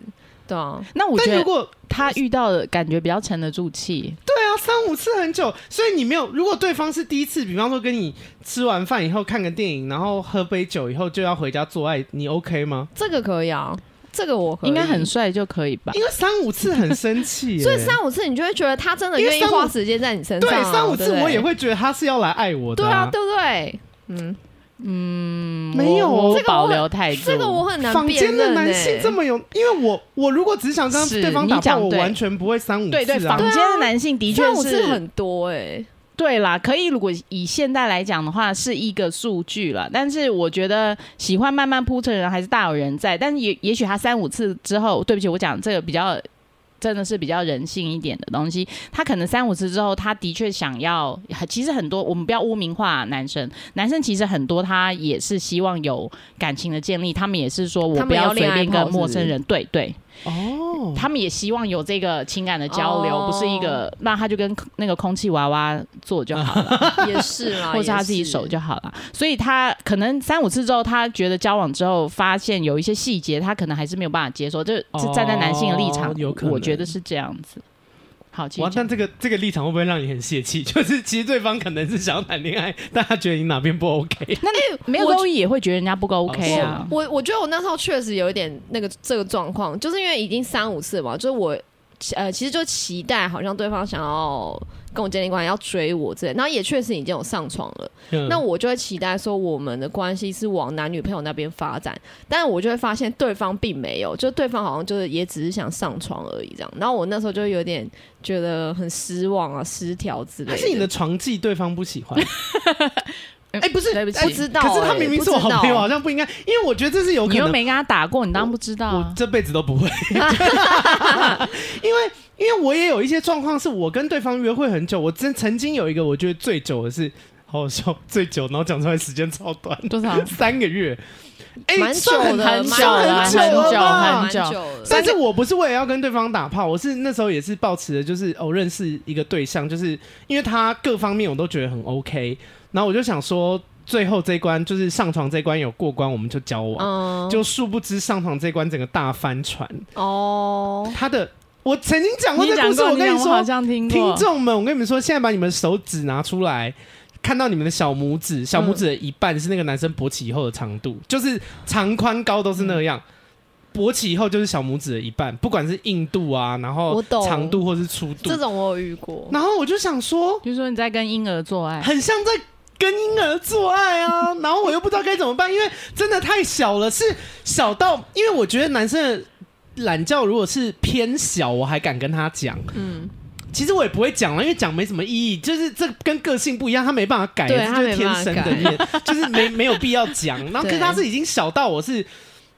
Speaker 2: 对啊，
Speaker 3: 那我觉
Speaker 1: 但如
Speaker 3: 得
Speaker 1: 果
Speaker 3: 他遇到的感觉比较沉得住气，
Speaker 1: 对啊，三五次很久，所以你没有。如果对方是第一次，比方说跟你吃完饭以后看个电影，然后喝杯酒以后就要回家做爱，你 OK 吗？
Speaker 2: 这个可以啊，这个我可以
Speaker 3: 应该很。帅就可以吧？
Speaker 1: 因为三五次很生气、耶
Speaker 2: 所以三五次你就会觉得他真的
Speaker 1: 因为
Speaker 2: 愿意
Speaker 1: 三五
Speaker 2: 花时间在你身上、
Speaker 1: 对
Speaker 2: 啊，
Speaker 1: 三五
Speaker 2: 对
Speaker 1: 次
Speaker 2: 不对
Speaker 1: 我也会觉得他是要来爱我的、
Speaker 2: 对啊，对不对？嗯，
Speaker 3: 嗯
Speaker 1: 没有
Speaker 3: 我我
Speaker 2: 这个我
Speaker 3: 保留
Speaker 1: 哎
Speaker 3: 态度。
Speaker 2: 这个我很难
Speaker 1: 坊
Speaker 2: 辨
Speaker 1: 间
Speaker 2: 认、
Speaker 1: 的
Speaker 2: 欸。
Speaker 1: 男性这么有，因为我我如果只想跟
Speaker 3: 是
Speaker 1: 对方打
Speaker 3: 你讲
Speaker 1: 炮，我
Speaker 3: 对
Speaker 1: 完全不会三五次、啊。
Speaker 3: 对对，坊间的男性的确
Speaker 2: 三五次
Speaker 3: 是
Speaker 2: 很多哎、
Speaker 3: 对啦，可以。如果以现代来讲的话，是一个数据了。但是我觉得喜欢慢慢铺陈的人还是大有人在。但也也许他三五次之后，对不起，我讲这个比较真的是比较人性一点的东西。他可能三五次之后，他的确想要，呃其实很多我们不要污名化男生，男生其实很多他也是希望有感情的建立，他们也是说我
Speaker 2: 他
Speaker 3: 不
Speaker 2: 们要
Speaker 3: 随便
Speaker 2: 恋爱泡
Speaker 3: 跟陌
Speaker 2: 是不
Speaker 3: 生
Speaker 2: 是
Speaker 3: 人，对对，
Speaker 1: 哦，
Speaker 3: 他们也希望有这个情感的交流，
Speaker 2: 哦
Speaker 3: 不是一个那他就跟那个空气娃娃做就好了。 <laughs>
Speaker 2: 也是啦，
Speaker 3: 或是他
Speaker 2: 啊也
Speaker 3: 自己手就好了。所以他可能三五次之后，他觉得交往之后发现有一些细节，他可能还是没有办法接受。就是
Speaker 1: 哦
Speaker 3: 站在男性的立场，
Speaker 1: 有可能
Speaker 3: 我觉得是这样子。好，其
Speaker 1: 哇
Speaker 3: 实，
Speaker 1: 但这个这个立场会不会让你很泄气？ <laughs> 就是其实对方可能是想要谈恋爱，但他觉得你哪边不 OK。
Speaker 3: 没有
Speaker 2: 我
Speaker 3: 勾引也会觉得人家
Speaker 1: 哦
Speaker 3: 不够 OK 啊。
Speaker 2: 我我觉得我那时候确实有一点那个这个状况，就是因为已经三五次嘛，就是我呃其实就期待好像对方想要跟我建立关系，要追我之类，然后也确实已经有上床了，
Speaker 1: 嗯
Speaker 2: 那我就会期待说我们的关系是往男女朋友那边发展，但我就会发现对方并没有，就对方好像就是也只是想上床而已这样，然后我那时候就有点觉得很失望啊、失调之类
Speaker 1: 还是你的
Speaker 2: 的。
Speaker 1: 床技对方不
Speaker 2: <laughs>
Speaker 1: 喜欢？
Speaker 3: 哎、
Speaker 1: 不是
Speaker 3: 对不
Speaker 2: 不
Speaker 3: 起，
Speaker 2: 知道、
Speaker 1: 可是他
Speaker 2: 欸
Speaker 1: 明明
Speaker 2: 不
Speaker 1: 是我
Speaker 2: 知
Speaker 1: 好
Speaker 2: 道
Speaker 1: 朋友，啊好像不应该，因为我觉得这是有可
Speaker 3: 你又
Speaker 1: 能。
Speaker 3: 没跟他打过，你当然不知道、
Speaker 1: 我
Speaker 3: 啊。
Speaker 1: 这辈子都不会， <laughs> 因为因为我也有一些状况，是我跟对方约会很久，我真曾经有一个我觉得最久的是，好好笑，最久，然后讲出来时间超短，
Speaker 3: 多少
Speaker 1: 三个月，哎、
Speaker 2: 啊蛮久
Speaker 1: 算很
Speaker 2: 的，
Speaker 3: 很
Speaker 2: 蛮
Speaker 3: 久了
Speaker 2: 蛮
Speaker 1: 很久了吧
Speaker 2: 蛮
Speaker 3: 很久
Speaker 2: 久了
Speaker 1: 但是我不是为了要跟对方打炮，我是那时候也是抱持的，就是哦认识一个对象，就是因为他各方面我都觉得很 OK，然后我就想说最后这一关就是上床这一关有过关，我们就交往。
Speaker 2: 嗯，
Speaker 1: 就殊不知上床这一关整个大翻船，
Speaker 2: 哦，
Speaker 1: 他的我曾经讲过
Speaker 3: 你
Speaker 1: 这
Speaker 3: 讲
Speaker 1: 故事，
Speaker 3: 过，
Speaker 1: 我跟
Speaker 3: 讲
Speaker 1: 你
Speaker 3: 我好
Speaker 1: 说，
Speaker 3: 像听
Speaker 1: 听
Speaker 3: 过。
Speaker 1: 众们，我跟你们说，现在把你们手指拿出来。看到你们的小拇指，小拇指的一半是那个男生勃起以后的长度，
Speaker 3: 嗯
Speaker 1: 就是长宽高都是那样。勃起以后就是小拇指的一半，不管是硬度啊，然后
Speaker 2: 我懂
Speaker 1: 长度或是粗度
Speaker 2: 这。种我有遇过，
Speaker 1: 然后我就想说，
Speaker 3: 就是说你在跟婴儿做
Speaker 1: <laughs>
Speaker 3: 爱，
Speaker 1: 很像在跟婴儿做爱
Speaker 2: <laughs>
Speaker 1: 啊，然后我又不知道该怎么办，因为真的太小了，是小到，因为我觉得男生的懒觉如果是偏小，我还敢跟他讲，
Speaker 2: 嗯，
Speaker 1: 其实我也不会讲了，因为讲没什么意义，就是这跟个性不一样，他没办法改，
Speaker 2: 对
Speaker 1: 这
Speaker 2: 他
Speaker 1: 就是
Speaker 2: 没
Speaker 1: 天
Speaker 2: 办法
Speaker 1: 生的，你也 <laughs> 就是没没有必要讲。然
Speaker 2: <laughs>
Speaker 1: 后可是
Speaker 2: 对
Speaker 1: 他是已经小到我是。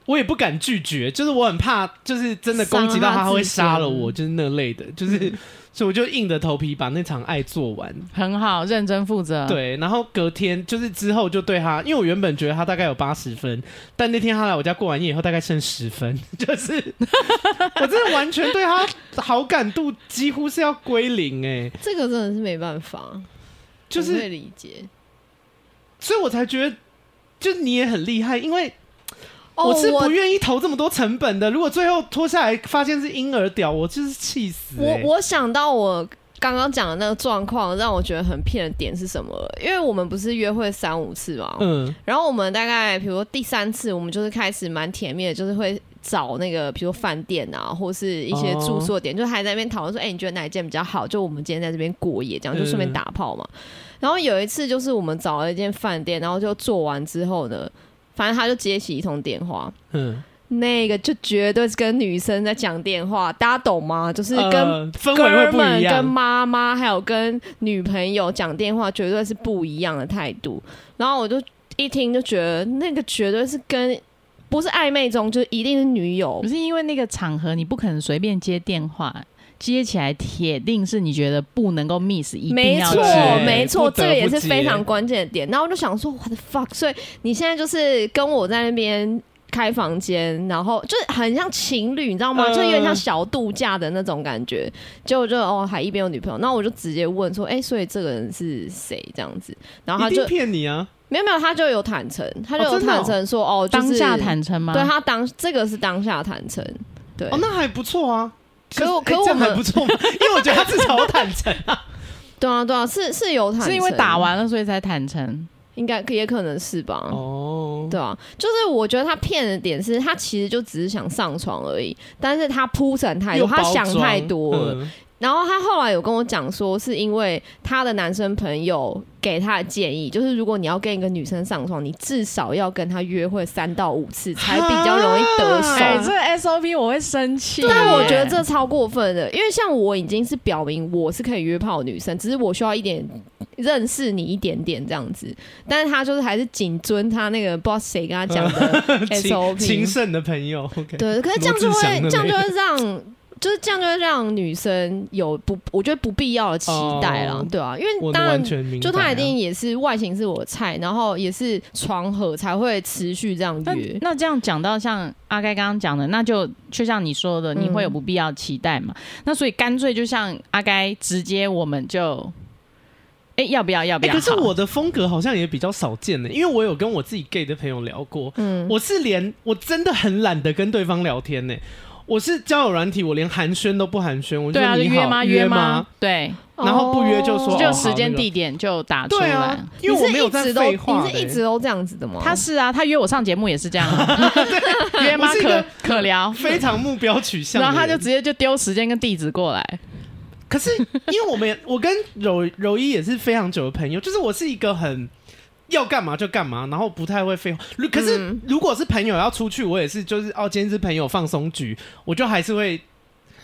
Speaker 1: 我也不敢拒绝，就是我很怕，就是真的攻击到
Speaker 3: 伤了他
Speaker 1: 他会
Speaker 3: 自
Speaker 1: 杀
Speaker 3: 尊
Speaker 1: 了我，就是那类的，就是，
Speaker 2: 嗯
Speaker 1: 所以我就硬着头皮把那场爱做完。
Speaker 3: 很好，认真负
Speaker 2: 啊
Speaker 3: 责。，
Speaker 1: 对，然后隔天就是之后就对他，因为我原本觉得他大概有八十分，但那天他来我家过完夜以后，大概剩十分， <laughs> 就是
Speaker 2: <laughs>
Speaker 1: 我真的完全对他好感度几乎是要归零哎、
Speaker 2: 这个真的是没办法，
Speaker 1: 就
Speaker 2: 我会
Speaker 1: 是
Speaker 2: 理解。
Speaker 1: 所以我才觉得，就你也很厉害，因为
Speaker 2: 哦，
Speaker 1: 是不
Speaker 2: 我
Speaker 1: 愿意投这么多成本的。如果最后拖下来发现是婴儿屌，我就是气死、
Speaker 2: 我
Speaker 1: 欸。
Speaker 2: 我想到我刚刚讲的那个状况，让我觉得很骗的点是什么了？因为我们不是约会三五次嘛，
Speaker 1: 嗯，
Speaker 2: 然后我们大概比如说第三次，我们就是开始蛮甜蜜的，就是会找那个，比如说饭店啊，或是一些住宿的点，就还在那边讨论说，哎、你觉得哪一间比较好？就我们今天在这边过夜，这样就顺便打炮嘛。然后有一次就是我们找了一间饭店，然后就做完之后呢，反正他就接起一通电话，
Speaker 1: 嗯，
Speaker 2: 那个就绝对是跟女生在讲电话，大家懂吗？就是跟、
Speaker 1: 呃氛围会
Speaker 2: 哥
Speaker 1: 不
Speaker 2: 们
Speaker 1: 一
Speaker 2: 跟
Speaker 1: 样，
Speaker 2: 妈妈还有跟女朋友讲电话，绝对是不一样的态度。然后我就一听就觉得那个绝对是跟不是暧昧中，就是一定是女友
Speaker 3: 不。是因为那个场合，你不可能随便接电话，接起来铁定是你觉得不能够 miss，一定
Speaker 2: 没
Speaker 3: 要
Speaker 2: 错
Speaker 1: 接，
Speaker 3: 接。
Speaker 2: 没
Speaker 1: 不
Speaker 2: 错，
Speaker 1: 得不
Speaker 2: 这个也是
Speaker 1: 接
Speaker 2: 非常关键的点。然后我就想说，我的 fuck，所以你现在就是跟我在那边开房间，然后就是很像情侣，你知道吗？
Speaker 1: 嗯
Speaker 2: 就有点像小度假的那种感觉。结果就哦，还一边有女朋友，那我就直接问说，哎、所以这个人是谁？这样子，然后他
Speaker 1: 一
Speaker 2: 就
Speaker 1: 定骗你啊！
Speaker 2: 没有没有，他就有坦诚，他就
Speaker 1: 哦
Speaker 2: 有
Speaker 1: 真的哦
Speaker 2: 坦诚说哦，就
Speaker 3: 当
Speaker 2: 是
Speaker 3: 下坦诚吗？
Speaker 2: 对他当这个是当下坦诚，对。
Speaker 1: 哦，那还不错啊。
Speaker 2: 可我
Speaker 1: 就
Speaker 2: 可
Speaker 1: 哎
Speaker 2: 我
Speaker 1: 这样
Speaker 2: 们
Speaker 1: 还不错嘛， <laughs> 因为我觉得他至少有坦诚啊。
Speaker 2: 对啊，对啊，是是有坦诚，
Speaker 3: 是因为打，完了所以才坦诚。
Speaker 2: 应该也可能是吧。
Speaker 1: 哦，
Speaker 2: 对啊，就是我觉得他骗的点是他其实就只是想上床而已，但是他铺陈太多，
Speaker 1: 又
Speaker 2: 他
Speaker 1: 包
Speaker 2: 想
Speaker 1: 装
Speaker 2: 太多了。
Speaker 1: 嗯
Speaker 2: 然后他后来有跟我讲说，是因为他的男生朋友给他的建议，就是如果你要跟一个女生上床，你至少要跟她约会三到五次，才比较容易得手。
Speaker 1: 哎
Speaker 3: 这 SOP 我会生气
Speaker 2: 但我觉得这超过分的，因为像我已经是表明我是可以约炮的女生，只是我需要一点认识你一点点这样子。但是他就是还是谨遵他那个不知道谁跟他讲
Speaker 1: <laughs>
Speaker 2: 的
Speaker 1: 情
Speaker 2: SOP，
Speaker 1: 情圣的朋友，OK，
Speaker 2: 对，可是这样就
Speaker 1: 罗志
Speaker 2: 会
Speaker 1: 祥的
Speaker 2: 这样
Speaker 1: 那
Speaker 2: 就
Speaker 1: 个
Speaker 2: 会让就是这样就会让女生有不我觉得不必要的期待啦，
Speaker 1: 哦
Speaker 2: 对啊，因为
Speaker 1: 我
Speaker 2: 当
Speaker 1: 能
Speaker 2: 然
Speaker 1: 完全明白啊。
Speaker 2: 就他一定也是外形是我的菜，然后也是床合才会持续这样
Speaker 3: 那
Speaker 2: 约。
Speaker 3: 那这样讲到像阿该刚刚讲的，那就就像你说的，
Speaker 2: 嗯
Speaker 3: 你会有不必要期待嘛？那所以干脆就像阿该直接我们就，哎、要不要要
Speaker 1: 哎、
Speaker 3: 不要、
Speaker 1: 可是
Speaker 3: 好
Speaker 1: 我的风格好像也比较少见的，因为我有跟我自己 gay 的朋友聊过，
Speaker 2: 嗯，
Speaker 1: 我是连我真的很懒得跟对方聊天呢、我是交友软体，我连寒暄都不寒暄，我就
Speaker 3: 对啊，
Speaker 1: 说
Speaker 3: 就
Speaker 1: 你好
Speaker 3: 约吗
Speaker 1: 约
Speaker 3: 吗？？对，
Speaker 1: 然后不约就说哦
Speaker 3: 就
Speaker 1: 好
Speaker 3: 时
Speaker 1: 那
Speaker 3: 间
Speaker 1: 个
Speaker 3: 地点就打出
Speaker 1: 对
Speaker 3: 来。
Speaker 1: 啊，因
Speaker 2: 你
Speaker 1: 为我
Speaker 2: 是
Speaker 1: 没有
Speaker 2: 一
Speaker 1: 在
Speaker 2: 直都
Speaker 1: 废话的
Speaker 2: 你
Speaker 1: 欸、
Speaker 2: 是一直都这样子的吗？
Speaker 3: 他是啊，他约我上节目也是这
Speaker 1: <laughs>
Speaker 3: 样啊，约吗
Speaker 1: 我？是一
Speaker 3: 可
Speaker 1: 个
Speaker 3: 可聊，
Speaker 1: 非常目标取向的
Speaker 3: 哦然
Speaker 1: 人，
Speaker 3: 后他就直接就丢时间跟地址过来。
Speaker 1: 可是因为我们也我跟柔柔一也是非常久的朋友，就是我是一个很要干嘛就干嘛，然后不太会废话。如可是
Speaker 2: 嗯
Speaker 1: 如果是朋友要出去，我也是就是哦，今天是朋友放松局，我就还是会，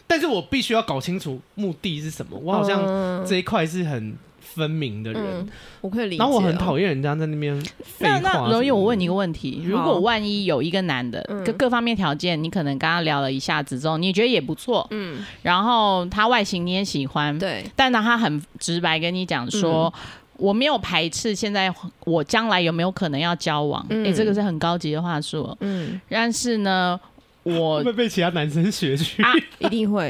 Speaker 1: 但是我必须要搞清楚目的是什么。我好像
Speaker 2: 嗯
Speaker 1: 这一块是很分明的人，
Speaker 2: 嗯，我可以理解啊。
Speaker 1: 然后我很讨厌人家在那边废
Speaker 3: 那
Speaker 1: 话。
Speaker 3: 那容易，我问你一个问题：如
Speaker 2: 好
Speaker 3: 果万一有一个男的，
Speaker 2: 嗯
Speaker 3: 各各方面条件，你可能跟他聊了一下子之后，你觉得也不错，
Speaker 2: 嗯，
Speaker 3: 然后他外形你也喜欢，
Speaker 2: 对，嗯
Speaker 3: 但呢，他很直白跟你讲说。我没有排斥，现在我将来有没有可能要交往？哎、
Speaker 2: 嗯
Speaker 3: 这个是很高级的话术哦。
Speaker 2: 嗯，
Speaker 3: 但是呢，我
Speaker 1: 会不会被其他男生学去？
Speaker 3: 啊
Speaker 2: 一定会， <laughs>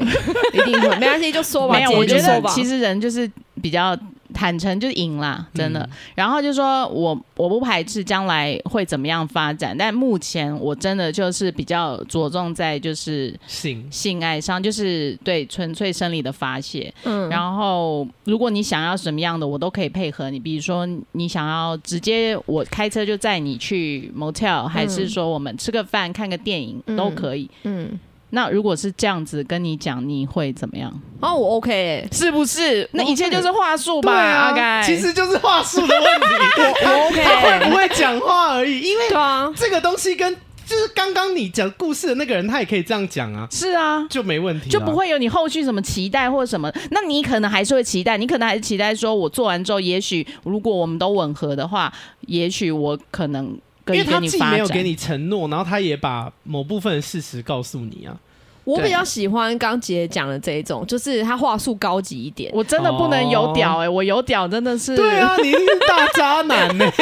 Speaker 2: 一定会，没关系，就说吧，
Speaker 3: 没有，
Speaker 2: 姐
Speaker 3: 我
Speaker 2: 姐
Speaker 3: 觉
Speaker 2: 就说
Speaker 3: 得
Speaker 2: 吧。
Speaker 3: 其实人就是比较坦诚，就赢啦，真的。
Speaker 1: 嗯
Speaker 3: 然后就说我我不排斥将来会怎么样发展，但目前我真的就是比较着重在就是
Speaker 1: 信
Speaker 3: 性爱上，就是对纯粹生理的发泄。
Speaker 2: 嗯，
Speaker 3: 然后如果你想要什么样的，我都可以配合你。比如说你想要直接我开车就载你去 motel，还是说我们吃个饭看个电影
Speaker 2: 嗯
Speaker 3: 都可以。
Speaker 2: 嗯，
Speaker 3: 那如果是这样子跟你讲，你会怎么样？
Speaker 2: 然后我 OK，欸
Speaker 3: 是不是？那一切就是话术吧，
Speaker 1: 对
Speaker 3: 阿
Speaker 1: 啊，
Speaker 3: 该。
Speaker 1: 其实就是话术的问
Speaker 2: <laughs>
Speaker 1: 题。
Speaker 3: 我
Speaker 1: 他会
Speaker 3: OK，
Speaker 1: 不会讲话而已，因为
Speaker 2: 对啊，
Speaker 1: 这个东西跟就是刚刚你讲故事的那个人，他也可以这样讲啊，
Speaker 3: 是啊。
Speaker 1: 就没问题，
Speaker 3: 就不。会有你后续什么期待或什么，那你可能还是会期待，你可能还是期待说，我做完之后，也许如果我们都吻合的话，也许我可能可
Speaker 1: 因
Speaker 3: 以
Speaker 1: 为他
Speaker 3: 跟你
Speaker 1: 既
Speaker 3: 发
Speaker 1: 没有
Speaker 3: 展。
Speaker 1: 给你承诺，然后他也把某部分的事实告诉你啊。
Speaker 2: 我
Speaker 3: 对
Speaker 2: 比较喜欢刚姐讲的这一种，就是他话术高级一点。
Speaker 3: 我真的不能有屌哎、我有屌真的是
Speaker 1: 哦对，啊，你一定是大渣男欸呢、
Speaker 3: <laughs>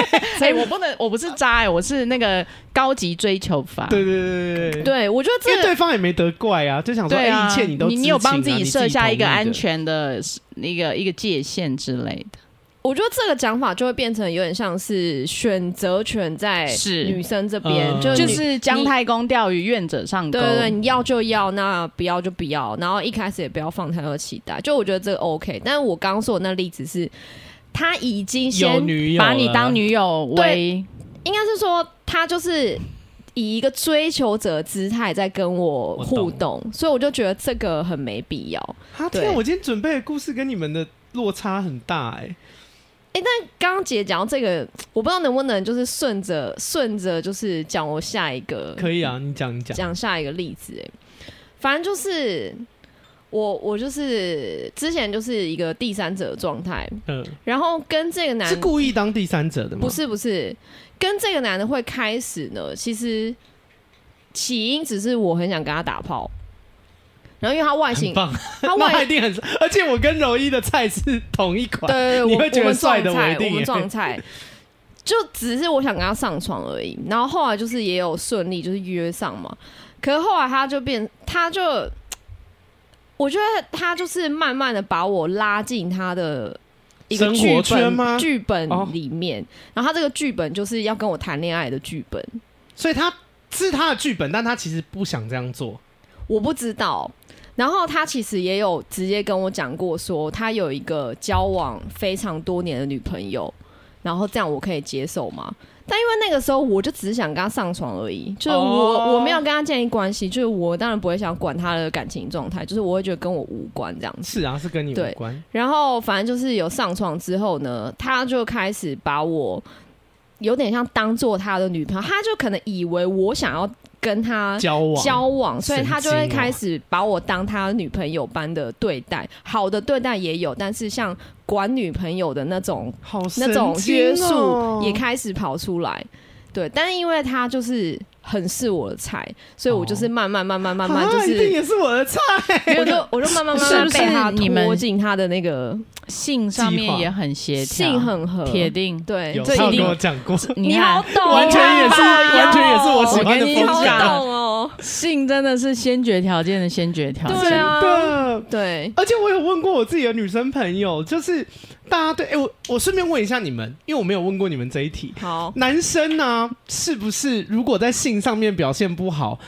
Speaker 3: 哎、我不能，我不是渣哎、我是那个高级追求法。
Speaker 1: 对啊对对对对。
Speaker 2: 对，我觉得
Speaker 1: 因为
Speaker 2: 这
Speaker 1: 对方也没得怪啊，就想说，哎、
Speaker 3: 对啊，
Speaker 1: 一切你都
Speaker 3: 你
Speaker 1: 知情
Speaker 3: 有
Speaker 1: 啊
Speaker 3: 帮
Speaker 1: 自
Speaker 3: 己设下一个
Speaker 1: 同意的
Speaker 3: 安全的那个一个界限之类的。
Speaker 2: 我觉得这个讲法就会变成有点像是选择权在
Speaker 3: 是
Speaker 2: 女生这边，
Speaker 1: 嗯
Speaker 2: 就
Speaker 3: 就
Speaker 2: 女
Speaker 3: 是姜太公钓鱼，愿者上钩。
Speaker 2: 对对对，你要就要，那不要就不要，然后一开始也不要放太多期待。就我觉得这个 OK，但是我刚刚说的那例子是，他已经
Speaker 1: 有
Speaker 2: 先
Speaker 1: 女友啊
Speaker 3: 把你当
Speaker 1: 了
Speaker 3: 女友为
Speaker 2: 应该是说他就是以一个追求者的姿态在跟我
Speaker 4: 我
Speaker 2: 互
Speaker 4: 懂
Speaker 2: 动，所以我就觉得这个很没必要。
Speaker 1: 啊，
Speaker 2: 对
Speaker 1: 天啊，我今天准备的故事跟你们的落差很大哎、
Speaker 2: 刚刚姐讲到这个，我不知道能不能就是顺着顺着就是讲我下一个
Speaker 3: 嗯
Speaker 1: 可以啊，你讲你讲，
Speaker 2: 讲下一个例子、欸，反正就是我我就是之前就是一个第三者的状态，
Speaker 1: 嗯、
Speaker 2: 然后跟这个男
Speaker 1: 是故意当第三者的吗？
Speaker 2: 不，是不是跟这个男的会开始呢，其实起因只是我很想跟他打炮，然后因为他外
Speaker 1: 很
Speaker 2: 形
Speaker 3: <laughs>
Speaker 1: 棒，<laughs> 那
Speaker 2: 他
Speaker 1: 他
Speaker 2: 外
Speaker 1: 一定很，而且我跟柔一的菜是同一款，
Speaker 2: 对对对，
Speaker 1: 你
Speaker 2: 我
Speaker 1: 会觉得
Speaker 2: 我们
Speaker 1: 帅
Speaker 2: 撞
Speaker 1: 的我一
Speaker 2: 菜，
Speaker 1: 定
Speaker 2: 我们
Speaker 1: 也
Speaker 2: 撞菜，就只是我想跟他上床而已。然后后来就是也有顺利，就是约上嘛。可是后来他就变，他就，我觉得他就是慢慢的把我拉进他的一个
Speaker 1: 生
Speaker 2: 剧
Speaker 1: 活
Speaker 2: 本
Speaker 1: 圈吗
Speaker 2: 剧本
Speaker 1: 哦
Speaker 2: 里面，然后他这个剧本就是要跟我谈恋爱的剧本。
Speaker 1: 所以他是他的剧本，但他其实不想这样做。
Speaker 2: 我不知道。然后他其实也有直接跟我讲过说他有一个交往非常多年的女朋友，然后这样我可以接受吗？但因为那个时候我就只是想跟他上床而已，就是我、
Speaker 1: 哦
Speaker 2: 我没有跟他建立关系，就是我当然不会想管他的感情状态，就是我会觉得跟我无关这样子。
Speaker 1: 是啊，是跟你无
Speaker 2: 对
Speaker 1: 关。
Speaker 2: 然后反正就是有上床之后呢，他就开始把我有点像当做他的女朋友，他就可能以为我想要跟他
Speaker 1: 交往，
Speaker 2: 交往，所以他就会
Speaker 1: 神经哦
Speaker 2: 开始把我当他女朋友般的对待，好的对待也有，但是像管女朋友的那种、
Speaker 1: 好神
Speaker 2: 那种
Speaker 1: 经
Speaker 2: 约
Speaker 1: 哦
Speaker 2: 束也开始跑出来。对，但是因为他就是很是我的菜，所以我就是慢慢慢慢慢慢就
Speaker 1: 哦啊一定
Speaker 2: 是，
Speaker 1: 也是我的菜。
Speaker 2: 我就我就慢慢慢
Speaker 3: 是
Speaker 2: 慢
Speaker 3: 不是
Speaker 2: 被他
Speaker 3: 你们
Speaker 2: 拖进他的那个
Speaker 3: 性上
Speaker 1: 计划
Speaker 3: 面也很协调，
Speaker 2: 性很合，
Speaker 3: 铁定。
Speaker 2: 对，
Speaker 1: 有
Speaker 2: 这
Speaker 1: 他有跟
Speaker 2: 一定
Speaker 1: 我讲过，
Speaker 2: 你
Speaker 3: 看
Speaker 2: 好懂哦，
Speaker 1: 完全也
Speaker 3: <laughs>
Speaker 1: 是
Speaker 2: 爸
Speaker 1: 完全也是我喜欢的
Speaker 3: 我跟
Speaker 2: 你
Speaker 1: 风
Speaker 2: 好
Speaker 1: 格。
Speaker 2: 懂哦，
Speaker 3: 性真的是先决条件的先决条
Speaker 2: 对
Speaker 3: 件，
Speaker 2: 啊
Speaker 1: 真的
Speaker 2: 对，
Speaker 1: 而且我有问过我自己的女生朋友，就是大家对，哎、我我顺便问一下你们，因为我没有问过你们这一题，
Speaker 2: 好，
Speaker 1: 男生呢、是不是如果在性上面表现不好，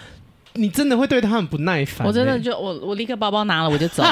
Speaker 1: 你真的会对他很不耐烦、
Speaker 3: 我真的
Speaker 1: 欸
Speaker 3: 就我我立刻包包拿了我就
Speaker 1: <laughs>
Speaker 3: 走，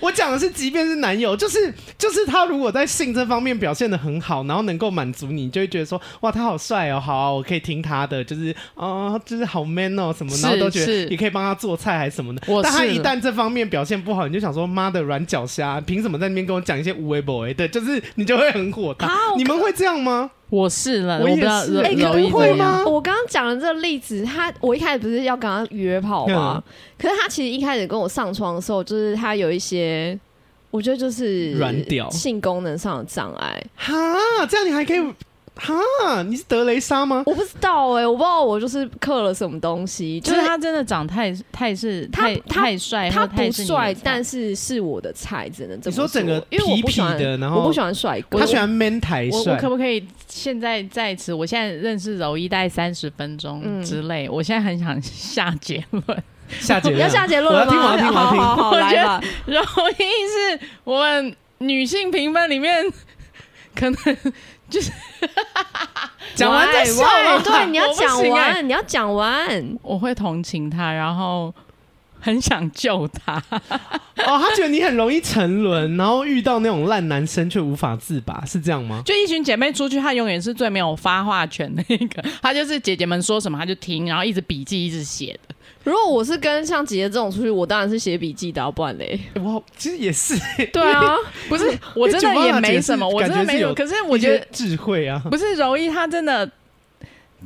Speaker 1: 我讲的是，即便是男友，就是就是他如果在性这方面表现的很好，然后能够满足你，你就会觉得说，哇，他好帅哦，好啊、我可以听他的，就是啊、就是好 man 哦什么，
Speaker 3: 是
Speaker 1: 然后都觉得
Speaker 3: 是
Speaker 1: 你可以帮他做菜还是什么的。
Speaker 3: 我
Speaker 1: 但他
Speaker 3: 是
Speaker 1: 一旦这方面表现不好，你就想说，妈的软脚虾，凭什么在那边跟我讲一些无为 boy 的？就是你就会很火大。你们会这样吗？
Speaker 3: 我是了，
Speaker 1: 我
Speaker 3: 我
Speaker 1: 也
Speaker 3: 不知道
Speaker 1: 是哎可
Speaker 3: 柔柔一
Speaker 1: 能会
Speaker 3: 怎样
Speaker 1: 吗
Speaker 2: 我刚刚讲的这个例子，他我一开始不是要跟他约炮吗？
Speaker 1: 嗯
Speaker 2: 可是他其实一开始跟我上床的时候，就是他有一些，我觉得就是
Speaker 1: 软屌
Speaker 2: 性功能上的障碍，
Speaker 1: 哈，这样你还可以？哈，你是德雷莎吗？
Speaker 2: 我不知道哎、我不知道我就是克了什么东西，
Speaker 3: 就
Speaker 2: 就是是
Speaker 3: 他真的长太太是
Speaker 2: 他
Speaker 3: 太
Speaker 2: 他
Speaker 3: 太帅，
Speaker 2: 他
Speaker 3: 或
Speaker 2: 不
Speaker 3: 太是你的
Speaker 2: 帅，
Speaker 3: 菜
Speaker 2: 但是是我的菜，只能这
Speaker 1: 你
Speaker 2: 么
Speaker 1: 说整个
Speaker 2: 因为我
Speaker 1: 痞
Speaker 2: 不喜
Speaker 1: 痞
Speaker 2: 欢，
Speaker 1: 的，然后
Speaker 2: 我不喜欢帅哥，
Speaker 1: 他喜欢 man 台
Speaker 3: 我我
Speaker 1: 帅
Speaker 3: 可。不可以现在在此？我现在认识柔一大概三十分钟
Speaker 2: 嗯
Speaker 3: 之类，我现在很想下结论。
Speaker 1: 下结
Speaker 2: 你
Speaker 1: 论，
Speaker 2: <laughs> 要下结论
Speaker 1: 我要
Speaker 2: 了
Speaker 1: 听，我要？听，我要
Speaker 2: 吗好
Speaker 1: 听。
Speaker 2: 好好，
Speaker 3: 我觉
Speaker 2: 来
Speaker 3: 得
Speaker 2: 吧，
Speaker 3: 柔一是我们女性评分里面可能
Speaker 1: 讲完再笑
Speaker 2: 喂
Speaker 1: 吧
Speaker 2: 喂
Speaker 1: <laughs>
Speaker 2: 对，你要
Speaker 3: 我不行
Speaker 2: 讲
Speaker 3: 欸
Speaker 2: 完，你要讲完。
Speaker 3: 我会同情他，然后很想救他。
Speaker 1: 哦，他觉得你很容易沉沦，然后遇到那种烂男生却无法自拔，是这样吗？
Speaker 3: 就一群姐妹出去，她永远是最没有发话权的那个。她就是姐姐们说什么，她就听，然后一直笔记，一直写的。
Speaker 2: 如果我是跟像姐姐这种出去，我当然是写笔记的啊，不然嘞。
Speaker 1: 欸我其实也是，
Speaker 3: <laughs> 对啊，不是，我真的
Speaker 1: 因为
Speaker 3: 也
Speaker 1: Giovanna
Speaker 3: 没什么，
Speaker 1: 姐是
Speaker 3: 我真的
Speaker 1: 感觉是
Speaker 3: 没
Speaker 1: 有
Speaker 3: 有。可是我觉
Speaker 1: 一
Speaker 3: 得
Speaker 1: 些智慧啊，
Speaker 3: 不是柔一，她真的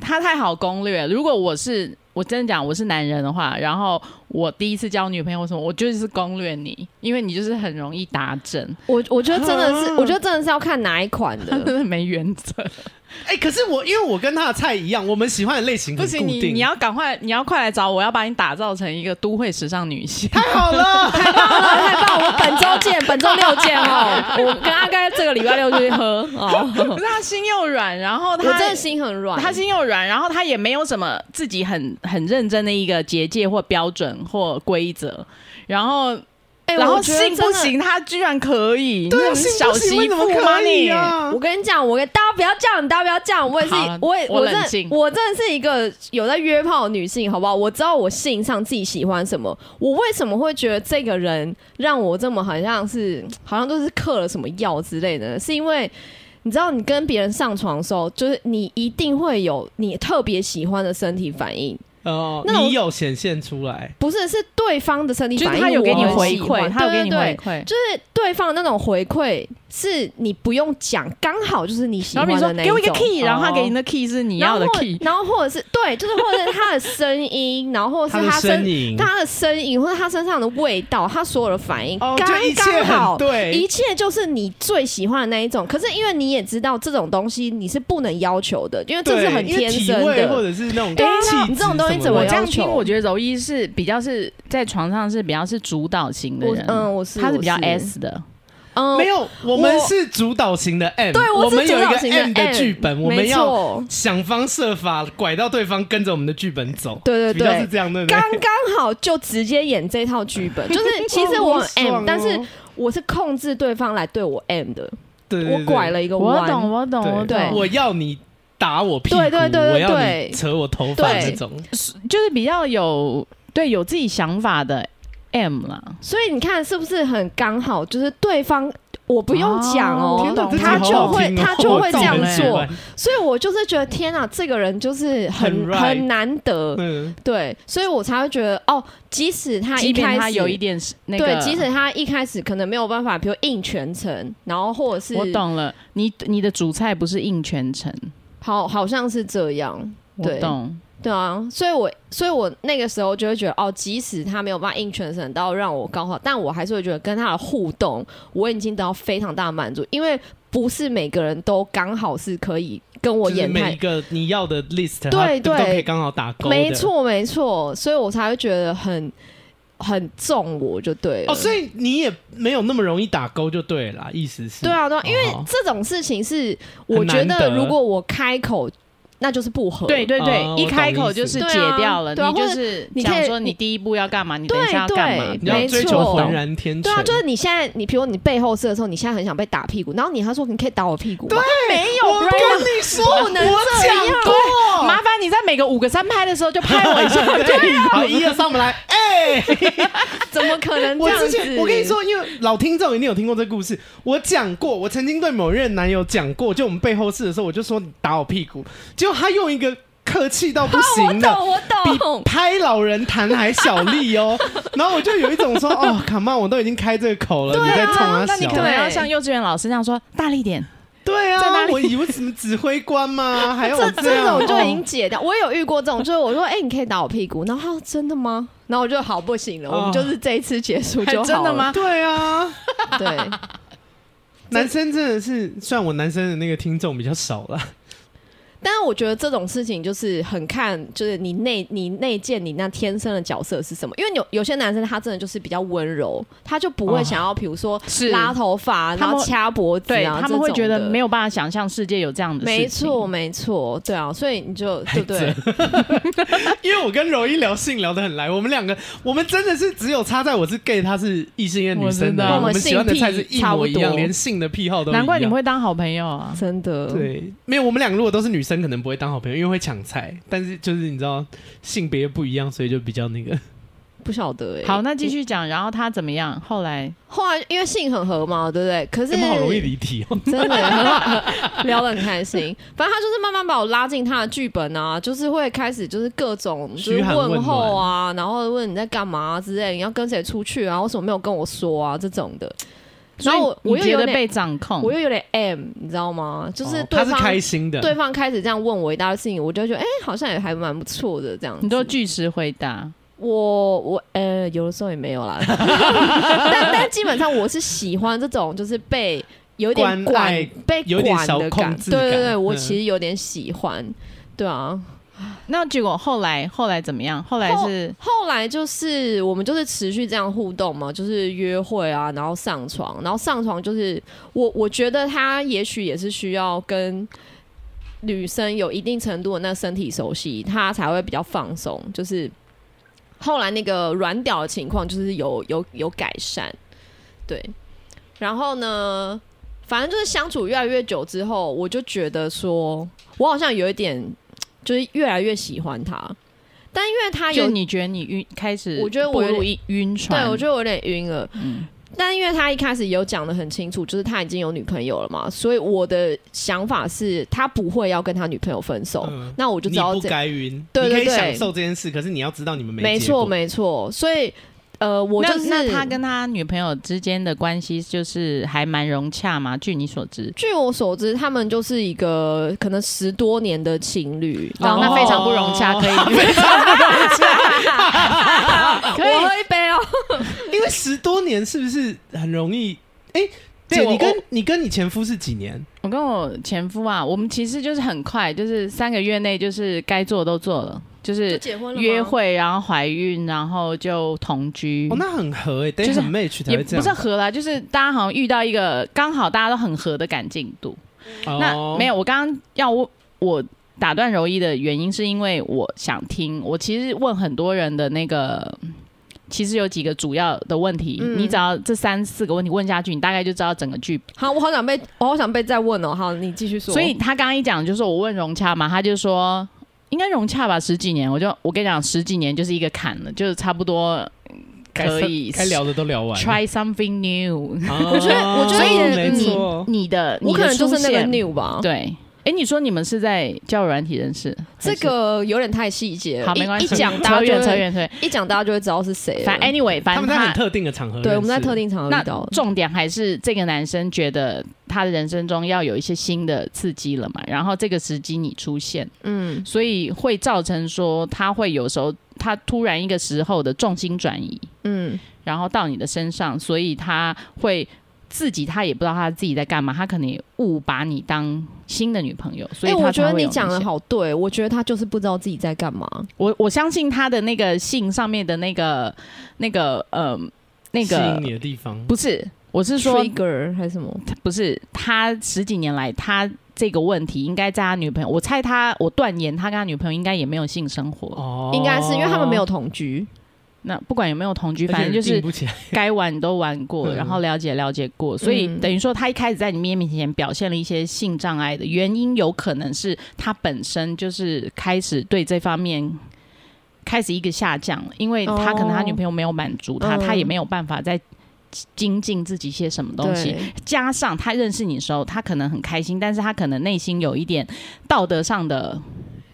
Speaker 3: 她太好攻略了。如果我是我真的讲我是男人的话，然后我第一次交女朋友或什么，我就是攻略你，因为你就是很容易打针，
Speaker 2: <laughs> 我我觉得真的是，
Speaker 1: 啊
Speaker 2: 我觉得真的是要看哪一款
Speaker 3: 她真 <laughs>
Speaker 2: 的。
Speaker 3: 的没原则。
Speaker 1: 哎、可是我因为我跟他的菜一样，我们喜欢的类型很
Speaker 3: 不
Speaker 1: 固
Speaker 3: 行，
Speaker 1: 定。
Speaker 3: 你你要赶快，你要快来找我，要把你打造成一个都会时尚女性。
Speaker 1: 太好
Speaker 2: <laughs>
Speaker 1: 了，
Speaker 2: 太棒了，太棒了！我们本周见，本周六见
Speaker 3: <laughs>
Speaker 2: 哦。我跟阿该这个礼拜六就去喝哦。
Speaker 3: 不是 <laughs> 他心又软，然后
Speaker 2: 我
Speaker 3: <laughs> 他
Speaker 2: 真的心很软，
Speaker 3: 他心又软，然后他也没有什么自己很很认真的一个结界或标准或规则，然后、
Speaker 2: 哎，
Speaker 3: 然后
Speaker 2: 我觉得
Speaker 3: 性不
Speaker 2: 真的。
Speaker 3: 行，他居然可以，
Speaker 1: 对啊，
Speaker 3: 你
Speaker 1: 幸福
Speaker 3: 小
Speaker 1: 喜欢
Speaker 3: 媳
Speaker 1: 怎么
Speaker 3: 妇吗
Speaker 1: 可以
Speaker 3: 你？
Speaker 1: 啊
Speaker 2: 我？跟你讲，我跟大家不要这样，大家不要这样。我也是
Speaker 3: 好了，
Speaker 2: 我也
Speaker 3: 我
Speaker 2: 我真
Speaker 3: 冷静
Speaker 2: 的我真的是一个有在约炮的女性，好不好？我知道我性上自己喜欢什么，我为什么会觉得这个人让我这么好像是好像都是嗑了什么药之类的呢？是因为你知道你跟别人上床的时候，就是你一定会有你特别喜欢的身体反应，
Speaker 1: 哦，
Speaker 2: 那我
Speaker 1: 你有显现出来，
Speaker 2: 不是是对方的身体
Speaker 3: 就
Speaker 2: 反
Speaker 3: 是
Speaker 2: 应，
Speaker 3: 他有给你
Speaker 2: 我很
Speaker 3: 回
Speaker 2: 喜欢
Speaker 3: 馈，他有给你
Speaker 2: 对对
Speaker 3: 回
Speaker 2: 对
Speaker 3: 馈。
Speaker 2: 就是对方的那种回馈，是你不用讲，刚好就是你喜
Speaker 3: 然
Speaker 2: 欢
Speaker 3: 后你
Speaker 2: 的
Speaker 3: 说
Speaker 2: 那
Speaker 3: 给我一个
Speaker 2: 种
Speaker 3: key，然后他
Speaker 1: 哦
Speaker 3: 给你的 key 是你
Speaker 2: 然
Speaker 3: 要
Speaker 2: 后
Speaker 3: 的
Speaker 2: 或
Speaker 3: key，
Speaker 2: 然后或者是对，就是或者是他的声音，然后或
Speaker 1: 他
Speaker 2: 者是
Speaker 1: 的
Speaker 2: 他
Speaker 1: 身
Speaker 2: 身
Speaker 1: 影，
Speaker 2: 他的身影，或者他身上的味道，他所有的反应，
Speaker 1: 哦，
Speaker 2: 刚
Speaker 1: 就一切
Speaker 2: 刚
Speaker 1: 很
Speaker 2: 好。一
Speaker 1: 对，
Speaker 2: 切就是你最喜欢的那一种，可是因为你也知道这种东西你是不能要求的，因为这
Speaker 1: 对
Speaker 2: 是很
Speaker 1: 因为
Speaker 2: 天
Speaker 1: 体
Speaker 2: 生
Speaker 1: 味或
Speaker 2: 的。
Speaker 1: 者是那种
Speaker 2: 对啊
Speaker 1: 气
Speaker 2: 你
Speaker 1: 质
Speaker 2: 这种东西
Speaker 1: 什
Speaker 2: 怎
Speaker 1: 么
Speaker 2: 么
Speaker 3: 我
Speaker 1: 的
Speaker 3: 这样
Speaker 2: 要求
Speaker 3: 听，我觉得柔一是比较是在床上是比较是主导型的
Speaker 2: 我
Speaker 3: 人，
Speaker 2: 嗯，我是
Speaker 3: 他是比较
Speaker 2: 我
Speaker 3: S 的，
Speaker 2: 嗯，
Speaker 1: 没有，我们是主导型的 M，
Speaker 2: 对，
Speaker 1: 我
Speaker 2: 是
Speaker 1: 们
Speaker 2: 主
Speaker 1: 有一
Speaker 2: 导
Speaker 1: 个
Speaker 2: 型
Speaker 1: M 的
Speaker 2: M，
Speaker 1: 剧本，我们
Speaker 2: 没
Speaker 1: 要
Speaker 2: 错
Speaker 1: 想方设法拐到对方跟着我们的剧本走，
Speaker 2: 对对
Speaker 1: 比较是
Speaker 2: 对，
Speaker 1: 这样对不对
Speaker 2: 刚？刚好就直接演这套剧本，就是其实我
Speaker 1: <laughs> 好
Speaker 2: 很
Speaker 1: 爽
Speaker 2: M，、
Speaker 1: 哦
Speaker 2: 但是我是控制对方来对我 M 的，
Speaker 1: 对对
Speaker 2: 我
Speaker 1: 对
Speaker 2: 拐了一个
Speaker 3: 我
Speaker 2: 弯。
Speaker 3: 懂，我懂，我
Speaker 1: 对
Speaker 2: 对
Speaker 3: 懂，
Speaker 1: 我要你打我屁股，
Speaker 2: 对对对对
Speaker 1: 我要你
Speaker 2: 对
Speaker 1: 扯我头发
Speaker 2: 对
Speaker 1: 那种，
Speaker 3: 就是比较有对有自己想法的 M 啦。
Speaker 2: 所以你看是不是很刚好？就是对方我不用讲
Speaker 3: 哦
Speaker 2: 哦
Speaker 1: 天，哪
Speaker 3: 懂
Speaker 1: 这集
Speaker 2: 他就
Speaker 1: 好好
Speaker 2: 会
Speaker 1: 听哦
Speaker 2: 他就会这样
Speaker 1: 我自己很喜欢
Speaker 2: 所以我就是觉得天啊，这个人就是
Speaker 1: 很
Speaker 2: 很
Speaker 1: right
Speaker 2: 很难得，
Speaker 1: 嗯，
Speaker 2: 对，所以我才会觉得哦，即使他一
Speaker 3: 即便
Speaker 2: 开
Speaker 3: 他
Speaker 2: 始
Speaker 3: 有一点是那个，
Speaker 2: 对，即使他一开始可能没有办法，比如硬全程，然后或者是
Speaker 3: 我懂了，你你的主菜不是硬全程，
Speaker 2: 好好像是这样，
Speaker 3: 我
Speaker 2: 对
Speaker 3: 懂。
Speaker 2: 对啊，所以我所以我那个时候就会觉得，哦，即使他没有办法硬全身到让我高好，但我还是会觉得跟他的互动，我已经得到非常大的满足，因为不是每个人都刚好是可以跟我
Speaker 1: 就是
Speaker 2: 演
Speaker 1: 每一
Speaker 2: 派。
Speaker 1: 个你要的 list，它
Speaker 2: 对
Speaker 1: 都
Speaker 2: 对
Speaker 1: 都可以刚好打勾，
Speaker 2: 没。错，没错，所以我才会觉得很很重，我就对了。
Speaker 1: 哦，所以你也没有那么容易打勾就对了啦，意思是？
Speaker 2: 对啊，对啊，因为
Speaker 1: 哦
Speaker 2: 这种事情是
Speaker 1: 很
Speaker 2: 我觉
Speaker 1: 难得
Speaker 2: 得，如果我开口，那就是不合。
Speaker 3: 对对对
Speaker 1: 哦，
Speaker 3: 一
Speaker 1: 我
Speaker 3: 开
Speaker 1: 懂
Speaker 3: 口
Speaker 1: 意思
Speaker 3: 就是
Speaker 2: 对
Speaker 3: 解
Speaker 2: 啊
Speaker 3: 掉了，
Speaker 2: 对啊
Speaker 3: 你就是
Speaker 2: 你可以
Speaker 3: 讲说
Speaker 2: 你
Speaker 3: 你第一步要干嘛，你等一下要干嘛
Speaker 2: 对，
Speaker 1: 你要
Speaker 2: 没
Speaker 1: 追求
Speaker 2: 错
Speaker 1: 浑然天成。
Speaker 2: 对啊，就是你现在，你比如你背后射的时候，你现在很想被打屁股，然后你还说你可以打我屁股
Speaker 1: 啊
Speaker 2: 吗，没有
Speaker 1: 我跟
Speaker 2: Brian，
Speaker 1: 你说，
Speaker 2: 不能
Speaker 1: 我
Speaker 2: 这
Speaker 1: 讲
Speaker 2: 样
Speaker 1: 过，
Speaker 3: 麻烦你在每个五个三拍的时候就拍我 <laughs> 一下。
Speaker 2: <laughs>
Speaker 1: 对啊， <laughs> 好，一二三，我们来。哎，
Speaker 2: 怎么可能这
Speaker 1: 我
Speaker 2: 样
Speaker 1: 之
Speaker 2: 子？
Speaker 1: 前我跟你，说，因为老听众一定有听过这故事，我讲过，我曾经对某任男友讲过，就我们背后事的时候，我就说你打我屁股，结果他用一个客气到不
Speaker 2: 哦我
Speaker 1: 行的。
Speaker 2: 懂，我
Speaker 1: 比
Speaker 2: 懂。
Speaker 1: 拍老人弹还小力哦，然后我就有一种说，哦，卡曼，我都已经开这个口了，
Speaker 2: 对
Speaker 1: 你
Speaker 2: 啊
Speaker 1: 在冲他
Speaker 3: 那你可
Speaker 1: 小
Speaker 3: 能
Speaker 1: 啊，
Speaker 3: 要像幼稚园老师那样说大力一点，
Speaker 1: 对
Speaker 3: 在哪
Speaker 1: 啊，
Speaker 3: 里
Speaker 1: 我以为什么指挥官
Speaker 2: <laughs>
Speaker 1: 吗？还要我
Speaker 2: 这这
Speaker 1: 样
Speaker 2: 种就已
Speaker 3: 哦
Speaker 2: 经解掉，我也有遇过这种，就是我说，哎、你可以打我屁股，然后他说真的吗？然后我就好不行了，
Speaker 1: 哦
Speaker 2: 我们就是这一次结束
Speaker 3: 还
Speaker 2: 就好了。
Speaker 3: 真的？吗？
Speaker 1: 对啊，
Speaker 2: 对，
Speaker 3: <laughs>
Speaker 1: 男生真的是，虽然我男生的那个听众比较少了，
Speaker 2: 但是我觉得这种事情就是很看，就是你内你内建你那天生的角色是什么，因为有有些男生他真的就是比较温柔，他就不会想要，比如说
Speaker 3: 哦是
Speaker 2: 拉头发，
Speaker 3: 他
Speaker 2: 然
Speaker 3: 们
Speaker 2: 后掐脖子
Speaker 3: 对
Speaker 2: 啊，
Speaker 3: 他们会觉得没
Speaker 2: 有。
Speaker 3: 有办法想象世界有这样的事情。
Speaker 2: 没错，，没错，对啊，所以你就对不对
Speaker 1: 真？因为我跟柔一聊性聊得很来，我们两个我们真的是只有差在我是 gay，他是异性恋女生的啊、
Speaker 3: 我知道
Speaker 1: 我们喜欢的菜是一模一
Speaker 2: 我们性癖差不
Speaker 1: 样，
Speaker 2: 多
Speaker 1: 连性的癖好都一样
Speaker 3: 难怪你们。会当好朋友啊！
Speaker 2: 真的，
Speaker 1: 对，没有我们两个如果都是女生，可能不会当好朋友，因为会抢菜。但是就是你知道性别不一样，所以就比较那个。
Speaker 2: 不晓得哎。
Speaker 3: 好，那继续讲，然后他怎么样？后来
Speaker 2: 后来因为性很合嘛，对不对？可是
Speaker 1: 我
Speaker 3: 欸
Speaker 1: 们好容
Speaker 3: <laughs>
Speaker 1: 易离题哦。
Speaker 2: <laughs> 真的很好聊得很开心。反正他就是慢慢把我拉进他的剧本啊，就是会开始就是各种就是
Speaker 1: 嘘寒问
Speaker 2: 问候啊，然后问你在干嘛、之类，你要跟谁出去啊，为什么没有跟我说啊这种的。然后我
Speaker 3: 所以
Speaker 2: 我
Speaker 3: 你
Speaker 2: 又
Speaker 3: 觉
Speaker 2: 有
Speaker 3: 得
Speaker 2: 点
Speaker 3: 被掌控，
Speaker 2: 我又有点 M，你知道吗？就是
Speaker 1: 哦
Speaker 2: 对
Speaker 1: 他是
Speaker 2: 方、
Speaker 1: 开心的，
Speaker 2: 对方开始这样问我一大堆事情，我就觉得哎、好像也还蛮不错的这样子。
Speaker 3: 你都据实回答。
Speaker 2: 我我呃，有的时候也没
Speaker 1: <laughs>
Speaker 2: 有啦，但但基本上我是喜欢这种就是被有点
Speaker 1: 关爱
Speaker 2: 管被
Speaker 1: 有点
Speaker 2: 管
Speaker 1: 小
Speaker 2: 的
Speaker 1: 控
Speaker 2: 感，
Speaker 1: 制
Speaker 2: 对对
Speaker 1: 感
Speaker 2: 对，我
Speaker 1: 嗯
Speaker 2: 其实有点喜欢，对啊。
Speaker 3: 那结果后来后来怎么样？后来是
Speaker 2: 后来就是我们就是持续这样互动嘛，就是约会啊，然后上床，然后上床就是我我觉得他也许也是需要跟女生有一定程度的那身体熟悉，他才会比较放松。就是后来那个软屌的情况就是有有有改善，对。然后呢，反正就是相处越来越久之后，我就觉得说我好像有一点就是越来越喜欢他。但因为他有
Speaker 3: 就你觉得你晕开始，
Speaker 2: 我觉得我有点
Speaker 3: 晕晕船，
Speaker 2: 对，我觉得我有点晕了。
Speaker 3: 嗯
Speaker 2: 但因为他一开始有讲的很清楚，就是他已经有女朋友了嘛，所以我的想法是他不会要跟他女朋友分手，
Speaker 1: 嗯
Speaker 2: 那我就知
Speaker 1: 你
Speaker 2: 道
Speaker 1: 不
Speaker 2: 这
Speaker 1: 该晕，
Speaker 2: 对对
Speaker 1: 你可以
Speaker 2: 对
Speaker 1: 享受这件事，可是你要知道你们没
Speaker 2: 没
Speaker 1: 结果
Speaker 2: 错没错，所以呃，我
Speaker 3: 那
Speaker 2: 就是
Speaker 3: 那他跟他女朋友之间的关系就是还蛮融洽嘛？据你所知，
Speaker 2: 据我所知，他们就是一个可能十多年的情侣，然
Speaker 3: 哦
Speaker 2: 后，
Speaker 3: 那 <laughs> 非常不融洽，
Speaker 2: <laughs>
Speaker 3: 可以可以
Speaker 2: 我喝一杯
Speaker 3: <laughs>
Speaker 2: 哦。
Speaker 1: 因为十多年是不是很容易？哎、
Speaker 3: 对
Speaker 1: 姐，
Speaker 3: 我
Speaker 1: 你
Speaker 3: 我
Speaker 1: 跟你跟你前夫是几年？
Speaker 3: 我跟我前夫啊，我们其实就是很快，就是三个月内，就是该做的都做了，就是
Speaker 2: 结婚
Speaker 3: 约会，然后怀孕，然后就同居。
Speaker 1: 哦，那很合哎、欸，得
Speaker 3: 嗯就是
Speaker 1: 很 match 才
Speaker 3: 也
Speaker 1: 会这样。
Speaker 3: 不是合啦，就是大家好像遇到一个刚好大家都很合的赶进度。
Speaker 1: 哦
Speaker 3: 那没有，我刚刚要我我打断柔一的原因，是因为我想听。我其实问很多人的那个，其实有几个主要的问题，
Speaker 2: 嗯
Speaker 3: 你只要这三四个问题问下去，你大概就知道整个剧本。
Speaker 2: 好，我好想被，我好想被再问哦。好，你继续说。
Speaker 3: 所以他刚刚一讲，就是我问融洽嘛，他就说应该融洽吧，十几年。我就我跟你讲，十几年就是一个坎了，就是差不多
Speaker 1: 该
Speaker 3: 可以
Speaker 1: 该聊的都聊完了。
Speaker 3: try something new。
Speaker 1: 我
Speaker 2: 觉得我觉得也
Speaker 1: 没
Speaker 2: 嗯
Speaker 1: 错。
Speaker 3: 你的，
Speaker 2: 我
Speaker 3: 你的
Speaker 2: 可能就是那
Speaker 3: 出
Speaker 2: 个
Speaker 3: 现
Speaker 2: new 吧。
Speaker 3: 对。哎，你说你们是在交友软体认识？
Speaker 2: 这个有点太细节了，
Speaker 3: 好，没关系，
Speaker 2: 一一讲大
Speaker 3: 扯
Speaker 2: 家就
Speaker 3: 远扯
Speaker 2: 会
Speaker 3: 远扯远。
Speaker 2: 一讲大家就会知道是谁了。
Speaker 3: 反正 anyway，反
Speaker 1: 他
Speaker 3: 正
Speaker 1: 们在很
Speaker 3: 他
Speaker 1: 特定的场合认识，
Speaker 2: 对，我们在特定场合
Speaker 3: 那
Speaker 2: 呃遇到了。
Speaker 3: 重点还是这个男生觉得他的人生中要有一些新的刺激了嘛，然后这个时机你出现，
Speaker 2: 嗯，
Speaker 3: 所以会造成说他会有时候他突然一个时候的重心转移，
Speaker 2: 嗯，
Speaker 3: 然后到你的身上，所以他会。自己他也不知道他自己在干嘛，他可能也误把你当新的女朋友，所以
Speaker 2: 哎，
Speaker 3: 他
Speaker 2: 我觉
Speaker 3: 才
Speaker 2: 得
Speaker 3: 会有
Speaker 2: 你
Speaker 3: 那
Speaker 2: 讲的
Speaker 3: 些，
Speaker 2: 好对，我觉得他就是不知道自己在干嘛。
Speaker 3: 我我相信他的那个信上面的那个那个呃那
Speaker 1: 吸
Speaker 3: 个
Speaker 1: 引你的地方。
Speaker 3: 不是，我是说
Speaker 2: trigger 还是什么？
Speaker 3: 不是他十几年来他这个问题，应该在他女朋友，我猜他，我断言他跟他女朋友应该也没有性生活。
Speaker 1: 哦
Speaker 2: 应该是因为他们没有同居。
Speaker 3: 那不管有没有同居，
Speaker 1: 而且
Speaker 3: 反正就
Speaker 1: 定
Speaker 3: 是
Speaker 1: 不起来。
Speaker 3: <laughs> 该玩都玩过，
Speaker 1: 嗯
Speaker 3: 然后了解了解过，所以
Speaker 2: 嗯
Speaker 3: 等于说他一开始在你面面前表现了一些性障碍的原因，有可能是他本身就是开始对这方面。开始一个下降了，因为他可能他
Speaker 2: 哦
Speaker 3: 女朋友没有满足他，
Speaker 2: 嗯
Speaker 3: 他也没有办法再精进自己一些什么东西，
Speaker 2: 对，
Speaker 3: 加上他认识你的时候，他可能很开心，但是他可能内心有一点道德上的，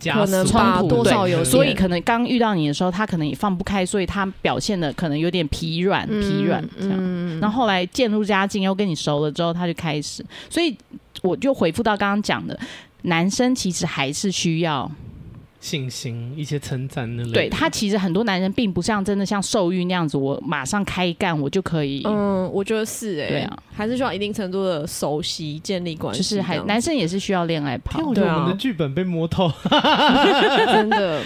Speaker 1: 加速啊
Speaker 2: 能
Speaker 3: 冲吧突多
Speaker 2: 少有对
Speaker 3: 所以可能刚遇到你的时候，他可能也放不开，所以他表现的可能有点疲软、疲软这样。
Speaker 2: 嗯
Speaker 3: 然后后来渐入佳境，又跟你熟了之后，他就开始，所以我就回复到刚刚讲的，男生其实还是需要，
Speaker 1: 信心、一些称赞那类的。
Speaker 3: 对他其实很多男人并不像真的像兽欲那样子，我马上开干我就可以，
Speaker 2: 嗯，我觉得是哎、
Speaker 3: 对啊
Speaker 2: 还是需要一定程度的熟悉、建立关
Speaker 3: 就
Speaker 2: 系这
Speaker 3: 是
Speaker 2: 样子，
Speaker 3: 还男生也是需要恋爱泡
Speaker 1: 天，，我觉得
Speaker 2: 对啊
Speaker 1: 我们的剧本被摸透。
Speaker 2: <laughs> 真的。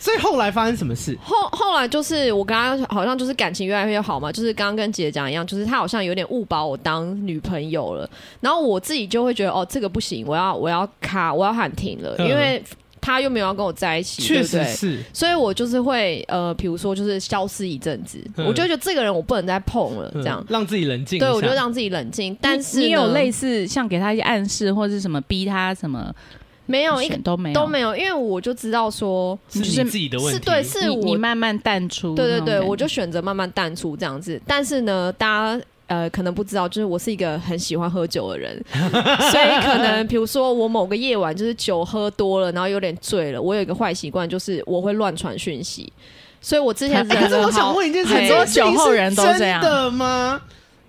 Speaker 1: 所以后来发生什么事？
Speaker 2: 后后来就是我跟他好像就是感情越来越好嘛，就是刚刚跟姐讲一样，就是他好像有点误把我当女朋友了，然后我自己就会觉得哦，这个不行，我要我要卡，我要喊停了，
Speaker 1: 嗯
Speaker 2: 因为他又没有要跟我在一起，
Speaker 1: 确
Speaker 2: 对
Speaker 1: 实
Speaker 2: 不对？
Speaker 1: 是，
Speaker 2: 所以我就是会呃，比如说就是消失一阵子，
Speaker 1: 嗯
Speaker 2: 我就觉得这个人我不能再碰了，这样
Speaker 1: 嗯，让自己冷静一下。
Speaker 2: 对我就让自己冷静。但是
Speaker 3: 你你有
Speaker 2: 呢
Speaker 3: 类似像给他一些暗示或者是什么逼他什么，
Speaker 2: 没有一个
Speaker 3: 选都没有
Speaker 2: 都没有，因为我就知道说
Speaker 1: 是
Speaker 3: 就是
Speaker 1: 你自己的问
Speaker 2: 是
Speaker 1: 题。
Speaker 2: 对，是
Speaker 3: 你你
Speaker 2: 我
Speaker 3: 慢慢淡出那
Speaker 2: 对对
Speaker 3: 种感觉。
Speaker 2: 对，我就选择慢慢淡出这样子。但是呢，大家。呃，可能不知道，就是我是一个很喜欢喝酒
Speaker 1: <laughs>
Speaker 2: 的人，所以可能比如说我某个夜晚就是酒喝多了，然后有点醉了，我有一个坏习惯，就是我会乱传讯息，所以我之前
Speaker 3: 哎
Speaker 1: 哎可
Speaker 2: 忍
Speaker 1: 是
Speaker 2: 了
Speaker 1: 我想
Speaker 2: 嗯好
Speaker 1: 问一件事，
Speaker 3: 很多酒后人都这
Speaker 1: 这件事情
Speaker 3: 样
Speaker 1: 是真的吗？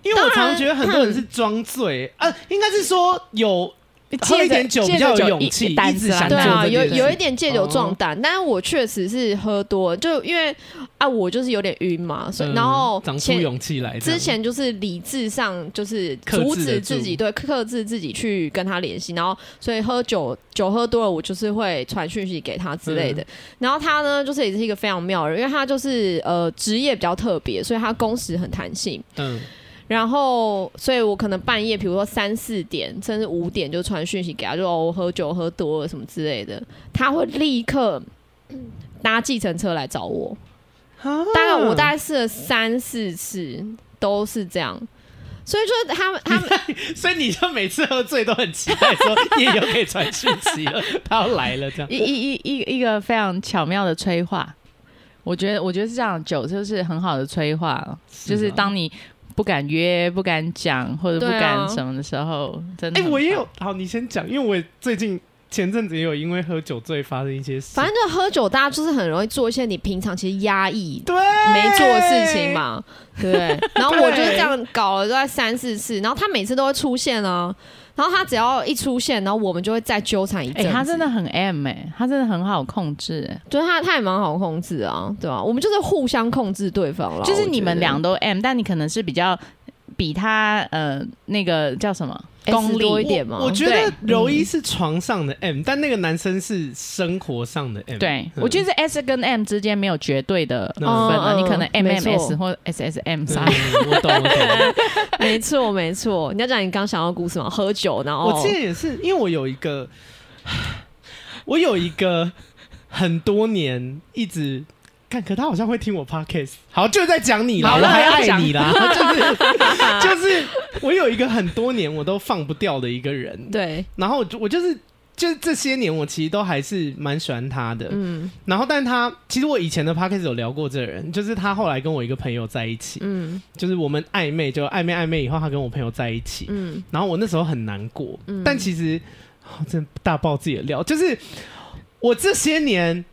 Speaker 1: 因为我常觉得很多人是装醉，呃，应该是说有喝一点酒比较有勇气，
Speaker 3: 借着酒一
Speaker 1: 一直想做
Speaker 2: 对啊，
Speaker 1: 这
Speaker 2: 有
Speaker 1: 件事
Speaker 2: 有一点
Speaker 1: 哦
Speaker 2: 借酒壮胆，但是我确实是喝多了，就因为啊，我就是有点晕嘛，所以、
Speaker 1: 嗯
Speaker 2: 然后
Speaker 1: 长出
Speaker 2: 前
Speaker 1: 勇气来哎这
Speaker 2: 之
Speaker 1: 样。
Speaker 2: 前就是理智上就是
Speaker 1: 克制
Speaker 2: 阻
Speaker 1: 得
Speaker 2: 止
Speaker 1: 住
Speaker 2: 自己对克制自己去跟他联系，然后所以喝酒酒喝多了，我就是会传讯息给他之
Speaker 1: 嗯
Speaker 2: 类的。然后他呢，就是也是一个非常妙的人，因为他就是呃职业比较特别，所以他工时很弹性。
Speaker 1: 嗯，
Speaker 2: 然后，所以我可能半夜，比如说三四点，甚至五点就传讯息给他，就哦我喝酒喝多了什么之类的，他会立刻嗯搭计程车来找我。大概我
Speaker 1: 啊
Speaker 3: 嗯
Speaker 2: 大概试了三四次，都是这样。所以就是他们，他们
Speaker 1: 所以你就每次喝醉都很期待说 <laughs> 夜游可以传讯息了，他要来了
Speaker 2: <laughs>
Speaker 1: 这样。
Speaker 3: 一一一一一个非常巧妙的催化。我觉得，我觉得是这样，酒就是很好的催化，就是当你不敢约、不敢讲或者不
Speaker 2: 对啊
Speaker 3: 敢什么的时候，真的
Speaker 1: 哎、
Speaker 2: 嗯
Speaker 3: 很
Speaker 1: 我也
Speaker 3: 烦
Speaker 1: 有，好，你先讲，因为我也最近前阵子也有因为喝酒醉发生一些事，
Speaker 2: 反正就喝酒，大家就是很容易做一些你平常其实压抑
Speaker 1: 对
Speaker 2: 没做的事情，嘛，对不对？
Speaker 3: <laughs>
Speaker 2: 然后我就是
Speaker 1: 对
Speaker 2: 这样搞了大概三四次，然后他每次都会出现啊，然后他只要一出现，然后我们就会再纠缠一
Speaker 3: 哎、
Speaker 2: 阵子。
Speaker 3: 他真的很 M 哎、他真的很好控制、哎
Speaker 2: 对他，他也蛮好控制啊，对啊，我们就是互相控制对方了，
Speaker 3: 就是
Speaker 2: 我
Speaker 3: 你
Speaker 2: 觉
Speaker 3: 们
Speaker 2: 得
Speaker 3: 俩都 M，但你可能是比较比他呃那个叫什么
Speaker 2: S
Speaker 3: 功
Speaker 2: 多一
Speaker 3: 力
Speaker 2: 点嘛
Speaker 1: 我我觉得
Speaker 3: 对
Speaker 1: 柔一是床上的 M，、但那个男生是生活上的 M。
Speaker 3: 对，
Speaker 1: 嗯
Speaker 3: 我觉得 S 跟 M 之间没有绝对的分
Speaker 1: 嗯
Speaker 3: 啊，你可能
Speaker 2: 嗯
Speaker 3: M
Speaker 2: 没
Speaker 3: M
Speaker 2: 错
Speaker 3: S 或 S S M
Speaker 1: 嗯
Speaker 3: 啥。 <laughs>
Speaker 1: 我懂，我懂。
Speaker 2: 没错没错。你要讲你刚想到的故事吗？喝酒，然后
Speaker 3: 哦
Speaker 1: 我之前也是，因为我有一个，我有一个很多年一直。看，可他好像会听我 podcast。好，就在讲你啦，
Speaker 3: 好
Speaker 1: 我
Speaker 3: 了
Speaker 1: 还
Speaker 3: 要
Speaker 1: 爱
Speaker 3: 讲
Speaker 1: 你
Speaker 3: <laughs>
Speaker 1: 啦，就是就是，我有一个很多年我都放不掉的一个人，
Speaker 2: 对，
Speaker 1: 然后我就我就是就是这些年，我其实都还是蛮喜欢他的。
Speaker 2: 嗯
Speaker 1: 然后，但他其实我以前的 podcast 有聊过这个人，就是他后来跟我一个朋友在一起，
Speaker 2: 嗯
Speaker 1: 就是我们暧昧，就暧昧暧昧以后，他跟我朋友在一起。
Speaker 2: 嗯，
Speaker 1: 然后我那时候很难过，但其实、哦真的大爆自己的料，就是我这些年。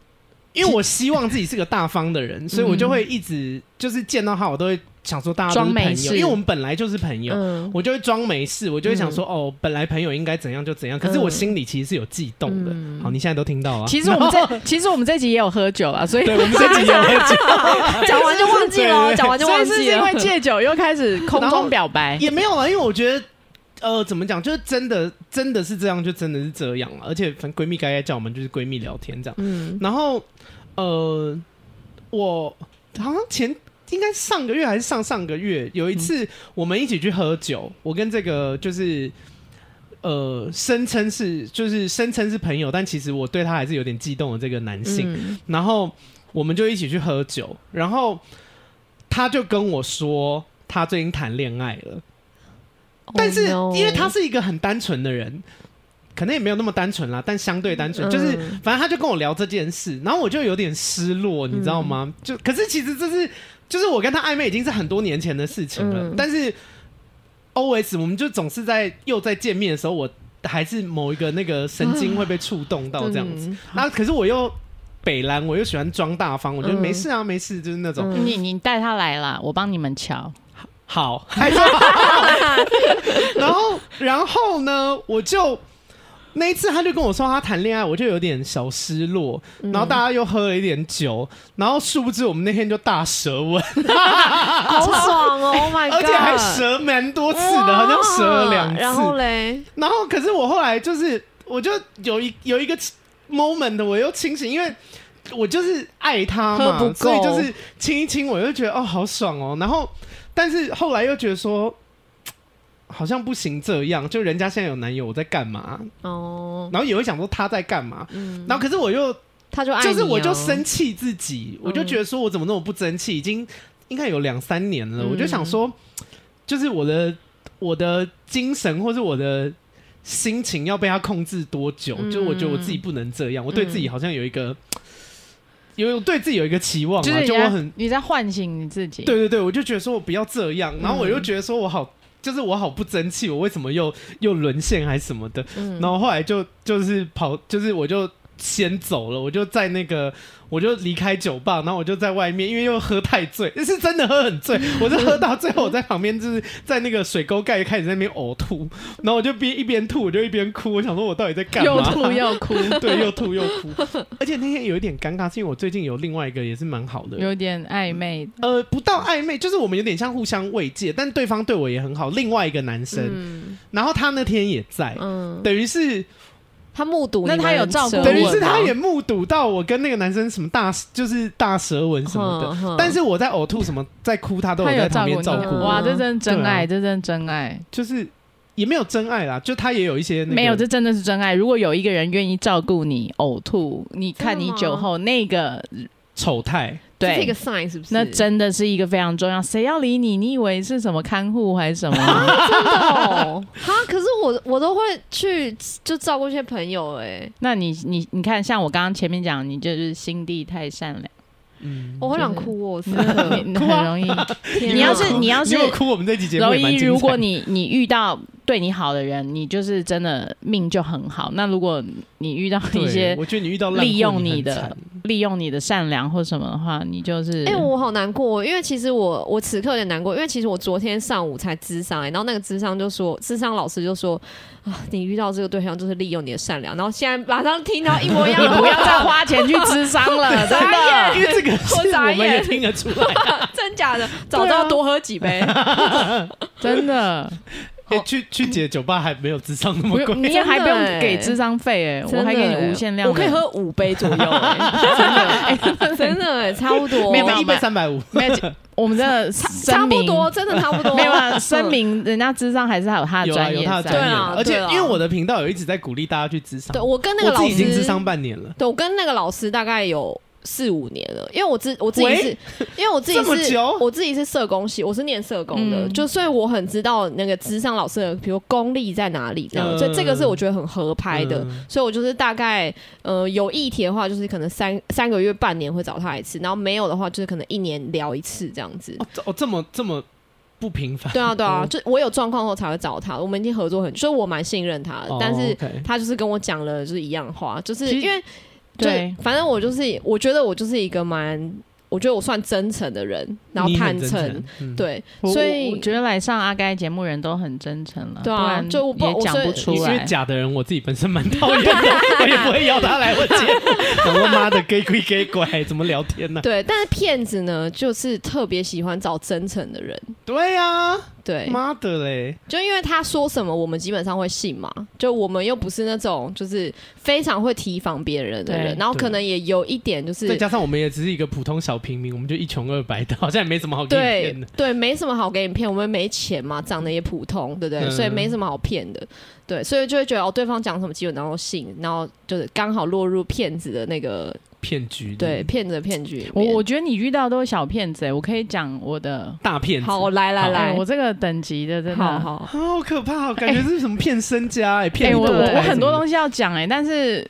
Speaker 1: 因为我希望自己是个大方的人，所以我就会一直就是见到他，我都会想说大家都是
Speaker 3: 装没
Speaker 1: 朋友，
Speaker 3: 事
Speaker 1: 因为我们本来就是朋友，
Speaker 2: 嗯
Speaker 1: 我就会装没事，我就会想
Speaker 3: 嗯
Speaker 1: 说、哦，本来朋友应该怎样就怎样，可是我心里其实是有悸动的。好，你现在都听到了。
Speaker 3: 嗯
Speaker 1: 啊
Speaker 3: 其实我们这 <laughs> 其实我们这集也有喝酒啊， <laughs> 所以
Speaker 1: 对我们这集有喝酒，
Speaker 2: 讲完就忘记了，讲完就
Speaker 3: <laughs> 所
Speaker 2: 忘
Speaker 3: 以是
Speaker 2: 记
Speaker 3: 因
Speaker 2: 了
Speaker 3: 为。戒酒又开始空
Speaker 1: 然后
Speaker 3: 中表白，
Speaker 1: 也没有啊，因为我觉得。呃，怎么讲？就是真的，真的是这样，就真的是这样了。啊而且，反正闺蜜该该叫我们就是闺蜜聊天这样。
Speaker 2: 嗯
Speaker 1: 然后，呃，我好像前应该上个月还是上上个月，有一次我们一起去喝酒，我跟这个就是呃，声称是就是声称是朋友，但其实我对他还是有点悸动的这个男性。
Speaker 2: 嗯
Speaker 1: 然后我们就一起去喝酒，然后他就跟我说他最近谈恋爱了，但是
Speaker 2: Oh no
Speaker 1: 因为他是一个很单纯的人，可能也没有那么单纯啦，但相对单纯，
Speaker 2: 嗯
Speaker 1: 就是反正他就跟我聊这件事，然后我就有点失落，你知道
Speaker 2: 嗯
Speaker 1: 吗？就可是其实这是就是我跟他暧昧已经是很多年前的事情了，
Speaker 2: 嗯
Speaker 1: 但是 always 我们就总是在又在见面的时候，我还是某一个那个神经会被触动到这样子，
Speaker 2: 嗯
Speaker 1: 那、可是我又。北兰，我又喜欢装大方，我觉得没事啊，没事，就是那种、
Speaker 2: <laughs> 嗯
Speaker 3: 你你带他来啦，我帮你们瞧。
Speaker 1: 好，还是好 <laughs> 然后，然后呢，我就那一次他就跟我说他谈恋爱，我就有点小失落。然后大家又喝了一点酒，然后殊不知我们那天就大舌吻，
Speaker 2: 好爽
Speaker 3: <laughs>
Speaker 2: 哦！Oh my god！
Speaker 1: 而且还舌蛮多次的，好像舌了两次。
Speaker 2: 然后嘞，
Speaker 1: 然后可是我后来就是，我就有一有一个 moment 我又清醒，因为我就是爱他
Speaker 2: 喝不
Speaker 1: 嘛，
Speaker 2: 够
Speaker 1: 所以就是亲一亲，我就觉得哦好爽哦。然后但是后来又觉得说。好像不行这样，就人家现在有男友，我在干嘛？
Speaker 2: 哦，
Speaker 1: 然后也会想说他在干嘛，
Speaker 2: 嗯
Speaker 1: 然后可是我又
Speaker 2: 他就爱你
Speaker 1: 就
Speaker 2: 哦嗯
Speaker 1: 是我就生气自己，我就觉得说我怎么那么不争气，已经应该有两三年了，
Speaker 2: 嗯
Speaker 1: 我就想说，就是我的我的精神或是我的心情要被他控制多久？
Speaker 2: 嗯
Speaker 1: 就我觉得我自己不能这样，我对自己好像有一个有对自己有一个期望
Speaker 3: 就是
Speaker 1: 啊，
Speaker 3: 你
Speaker 1: 就
Speaker 3: 在
Speaker 1: 我很
Speaker 3: 你在唤醒你自己。
Speaker 1: 对对对，我就觉得说我不要这样，然后我
Speaker 2: 嗯
Speaker 1: 又觉得说我好。就是我好不争气，我为什么又又沦陷还是什么的？
Speaker 2: 嗯
Speaker 1: 然后后来就就是跑，就是我就先走了，我就在那个，我就离开酒吧，然后我就在外面，因为又喝太醉， <laughs> 是真的喝很醉，我就喝到最后，我在旁边就是在那个水沟盖开始在那边呕吐，然后我就边一边吐，我就一边哭，我想说我到底在干嘛？
Speaker 3: 又吐又
Speaker 1: <laughs>
Speaker 3: 哭，
Speaker 1: 对，又吐又哭，而且那天有一点尴尬，是因为我最近有另外一个也是蛮好的人，
Speaker 3: 有点暧昧。
Speaker 1: 呃，不到暧昧，就是我们有点像互相慰藉，但对方对我也很好。另外一个男生，
Speaker 2: 嗯
Speaker 1: 然后他那天也在，
Speaker 2: 嗯，
Speaker 1: 等于是
Speaker 2: 他目睹你
Speaker 3: 那
Speaker 2: 们
Speaker 3: 他有照顾
Speaker 2: 舌
Speaker 3: 我
Speaker 2: 吻
Speaker 1: 等于是
Speaker 2: 吗
Speaker 1: 他也目睹到我跟那个男生什么大，就是大舌吻什么
Speaker 2: 哼
Speaker 3: 嗯
Speaker 1: 的。
Speaker 2: 哼
Speaker 1: 但是我在呕吐什么，在哭，他都
Speaker 3: 他
Speaker 1: 在
Speaker 3: 有
Speaker 1: 旁边
Speaker 3: 顾
Speaker 1: 照
Speaker 3: 你
Speaker 1: 顾
Speaker 2: 嗯
Speaker 1: 我，
Speaker 3: 哇，这真真
Speaker 1: 对啊
Speaker 3: 爱，这真真爱。
Speaker 1: 就是也没有真爱啦，就他也有一些、那个、
Speaker 3: 没有，这真的是真爱。如果有一个人愿意照顾你呕吐，你看你酒后那个
Speaker 1: 丑态。
Speaker 2: 这是一个
Speaker 3: 对，
Speaker 2: sign 是不是？
Speaker 3: 那真的是一个非常重要。谁要理你？你以为是什么看护还是什么？ <laughs>
Speaker 2: 真的哦，哈！可是我我都会去就照顾一些朋友哎、
Speaker 3: 那你你你看，像我刚刚前面讲，你就是心地太善良，
Speaker 1: 嗯，
Speaker 2: 我好想哭哦，
Speaker 3: 你
Speaker 2: 此刻 <laughs>
Speaker 3: 很你很容易，
Speaker 2: 天啊
Speaker 3: 你要是你要是
Speaker 1: 如果哭，我们这期节目
Speaker 3: 柔
Speaker 1: 也蛮
Speaker 3: 一，
Speaker 1: 精彩
Speaker 3: 如果你你遇到对你好的人，你就是真的命就很好。那如果你遇到
Speaker 1: 对
Speaker 3: 一些
Speaker 1: 我觉得你遇到烂
Speaker 3: 利用
Speaker 1: 货
Speaker 3: 你
Speaker 1: 很
Speaker 3: 的
Speaker 1: 惨
Speaker 3: 利用你的善良或什么的话，你就是
Speaker 2: 哎、我好难过，因为其实我我此刻有点难过，因为其实我昨天上午才智商、哎，然后那个智商就说，智商老师就说啊，你遇到这个对象就是利用你的善良，然后现在马上听到一模一样
Speaker 3: 你 <laughs>
Speaker 2: 的话，
Speaker 3: 不要再花钱去智商了，真 <laughs>
Speaker 2: 傻
Speaker 3: 的
Speaker 1: 因。为这个
Speaker 2: 我
Speaker 1: 是
Speaker 2: 眨
Speaker 1: 我们也
Speaker 2: 眼
Speaker 1: 听得出
Speaker 3: <laughs>
Speaker 1: 来。
Speaker 2: <laughs> 真假
Speaker 3: 啊
Speaker 2: 的，早知道多喝几杯。
Speaker 3: 真的，
Speaker 1: 哎去去姐酒吧还没有智商那么贵
Speaker 3: 不用，，你也还不
Speaker 2: 真的欸
Speaker 3: 用给智商费哎，
Speaker 2: 真的哎
Speaker 3: <laughs> 我还给你无限量
Speaker 2: 我
Speaker 3: 的，
Speaker 2: 可以喝五杯
Speaker 3: <laughs>
Speaker 2: 左右、哎真的， <laughs> 真的、哎，差不多，
Speaker 3: 没
Speaker 1: 我们
Speaker 3: 有没有
Speaker 1: 一杯三百五，
Speaker 3: 没有，我们真的
Speaker 2: 差
Speaker 3: 声
Speaker 2: 不
Speaker 3: 明
Speaker 2: 多，真的差不多，
Speaker 3: 没有啊，声明人家智商还是还有他的
Speaker 1: 有啊
Speaker 3: 专
Speaker 1: 有
Speaker 3: 业
Speaker 1: 他的
Speaker 3: 在
Speaker 1: 专业
Speaker 2: 对
Speaker 1: 嘛
Speaker 2: 啊，
Speaker 1: 而且
Speaker 2: 对啊
Speaker 1: 因为我的频道有一直在鼓励大家去智商
Speaker 2: 对，我跟那个
Speaker 1: 我
Speaker 2: 老
Speaker 1: 自
Speaker 2: 师
Speaker 1: 己已经智商半年了，
Speaker 2: 对，我跟那个老师大概有四五年了，因为我自我自己是，因为我自己
Speaker 1: 这么
Speaker 2: 是
Speaker 1: 久，
Speaker 2: 我自己是社工系，我是念社工的，
Speaker 3: 嗯
Speaker 2: 就所以我很知道那个职场老师的，比如功力在哪里这样，
Speaker 1: 嗯
Speaker 2: 所以这个是我觉得很合拍的。
Speaker 1: 嗯
Speaker 2: 所以我就是大概，呃，有议题的话，就是可能三三个月、半年会找他一次，然后没有的话，就是可能一年聊一次这样子。
Speaker 1: 哦这哦这么这么不平凡。
Speaker 2: 对啊，对啊，就我有状况后才会找他，我们已经合作很久，所以我蛮信任他的。
Speaker 1: 哦，
Speaker 2: 但是
Speaker 1: OK
Speaker 2: 他就是跟我讲了就是一样话，就是
Speaker 3: 其实
Speaker 2: 因为就
Speaker 3: 对
Speaker 2: 反正我就是我觉得我就是一个蛮，我觉得我算真诚的人，然后
Speaker 1: 你
Speaker 2: 坦
Speaker 1: 很真诚，嗯，
Speaker 2: 对，
Speaker 3: 我
Speaker 2: 所
Speaker 3: 我我
Speaker 2: 以
Speaker 3: 觉得来上阿该节目人都很真诚了，
Speaker 2: 对啊
Speaker 3: 不然
Speaker 2: 就我不
Speaker 3: 也讲
Speaker 2: 我所以
Speaker 3: 不
Speaker 1: 因
Speaker 3: 出
Speaker 1: 为
Speaker 3: 来。
Speaker 1: 假的人我自己本身蛮讨厌
Speaker 2: <laughs>
Speaker 1: 的，我也不会邀他来我节目。想说妈的，gay 鬼 gay 拐，怎么聊天呢？
Speaker 2: 对，但是骗子呢，就是特别喜欢找真诚的人，
Speaker 1: 对呀，
Speaker 2: 对，
Speaker 1: 妈的嘞，
Speaker 2: 就因为他说什么，我们基本上会信嘛，就我们又不是那种就是非常会提防别人的人，
Speaker 3: 对
Speaker 2: 然后
Speaker 1: 对
Speaker 2: 可能也有一点就是
Speaker 1: 再加上我们也只是一个普通小平民，我们就一穷二白的，好像也没什么好给你
Speaker 2: 对
Speaker 1: 骗的。
Speaker 2: 对，没什么好给你骗，我们没钱嘛，长得也普通，对不对？
Speaker 1: 嗯
Speaker 2: 所以没什么好骗的，对，所以就会觉得哦，对方讲什么基本上都信，然后就是刚好落入骗子的那个
Speaker 1: 骗局的
Speaker 2: 对骗子的骗局里
Speaker 3: 我
Speaker 2: 面。
Speaker 3: 我觉得你遇到都是小骗子欸、我可以讲我的，
Speaker 1: 大骗子，
Speaker 2: 好来来
Speaker 1: 好
Speaker 2: 来
Speaker 3: 哎，我这个等级的真的
Speaker 2: 好好
Speaker 1: 好可怕，哦，感
Speaker 2: 哎
Speaker 1: 觉是什么骗身家哎，骗
Speaker 3: 哎、
Speaker 1: 你
Speaker 3: 我
Speaker 1: 堕胎
Speaker 3: 我很多
Speaker 1: 什么
Speaker 3: 东西要讲哎、但是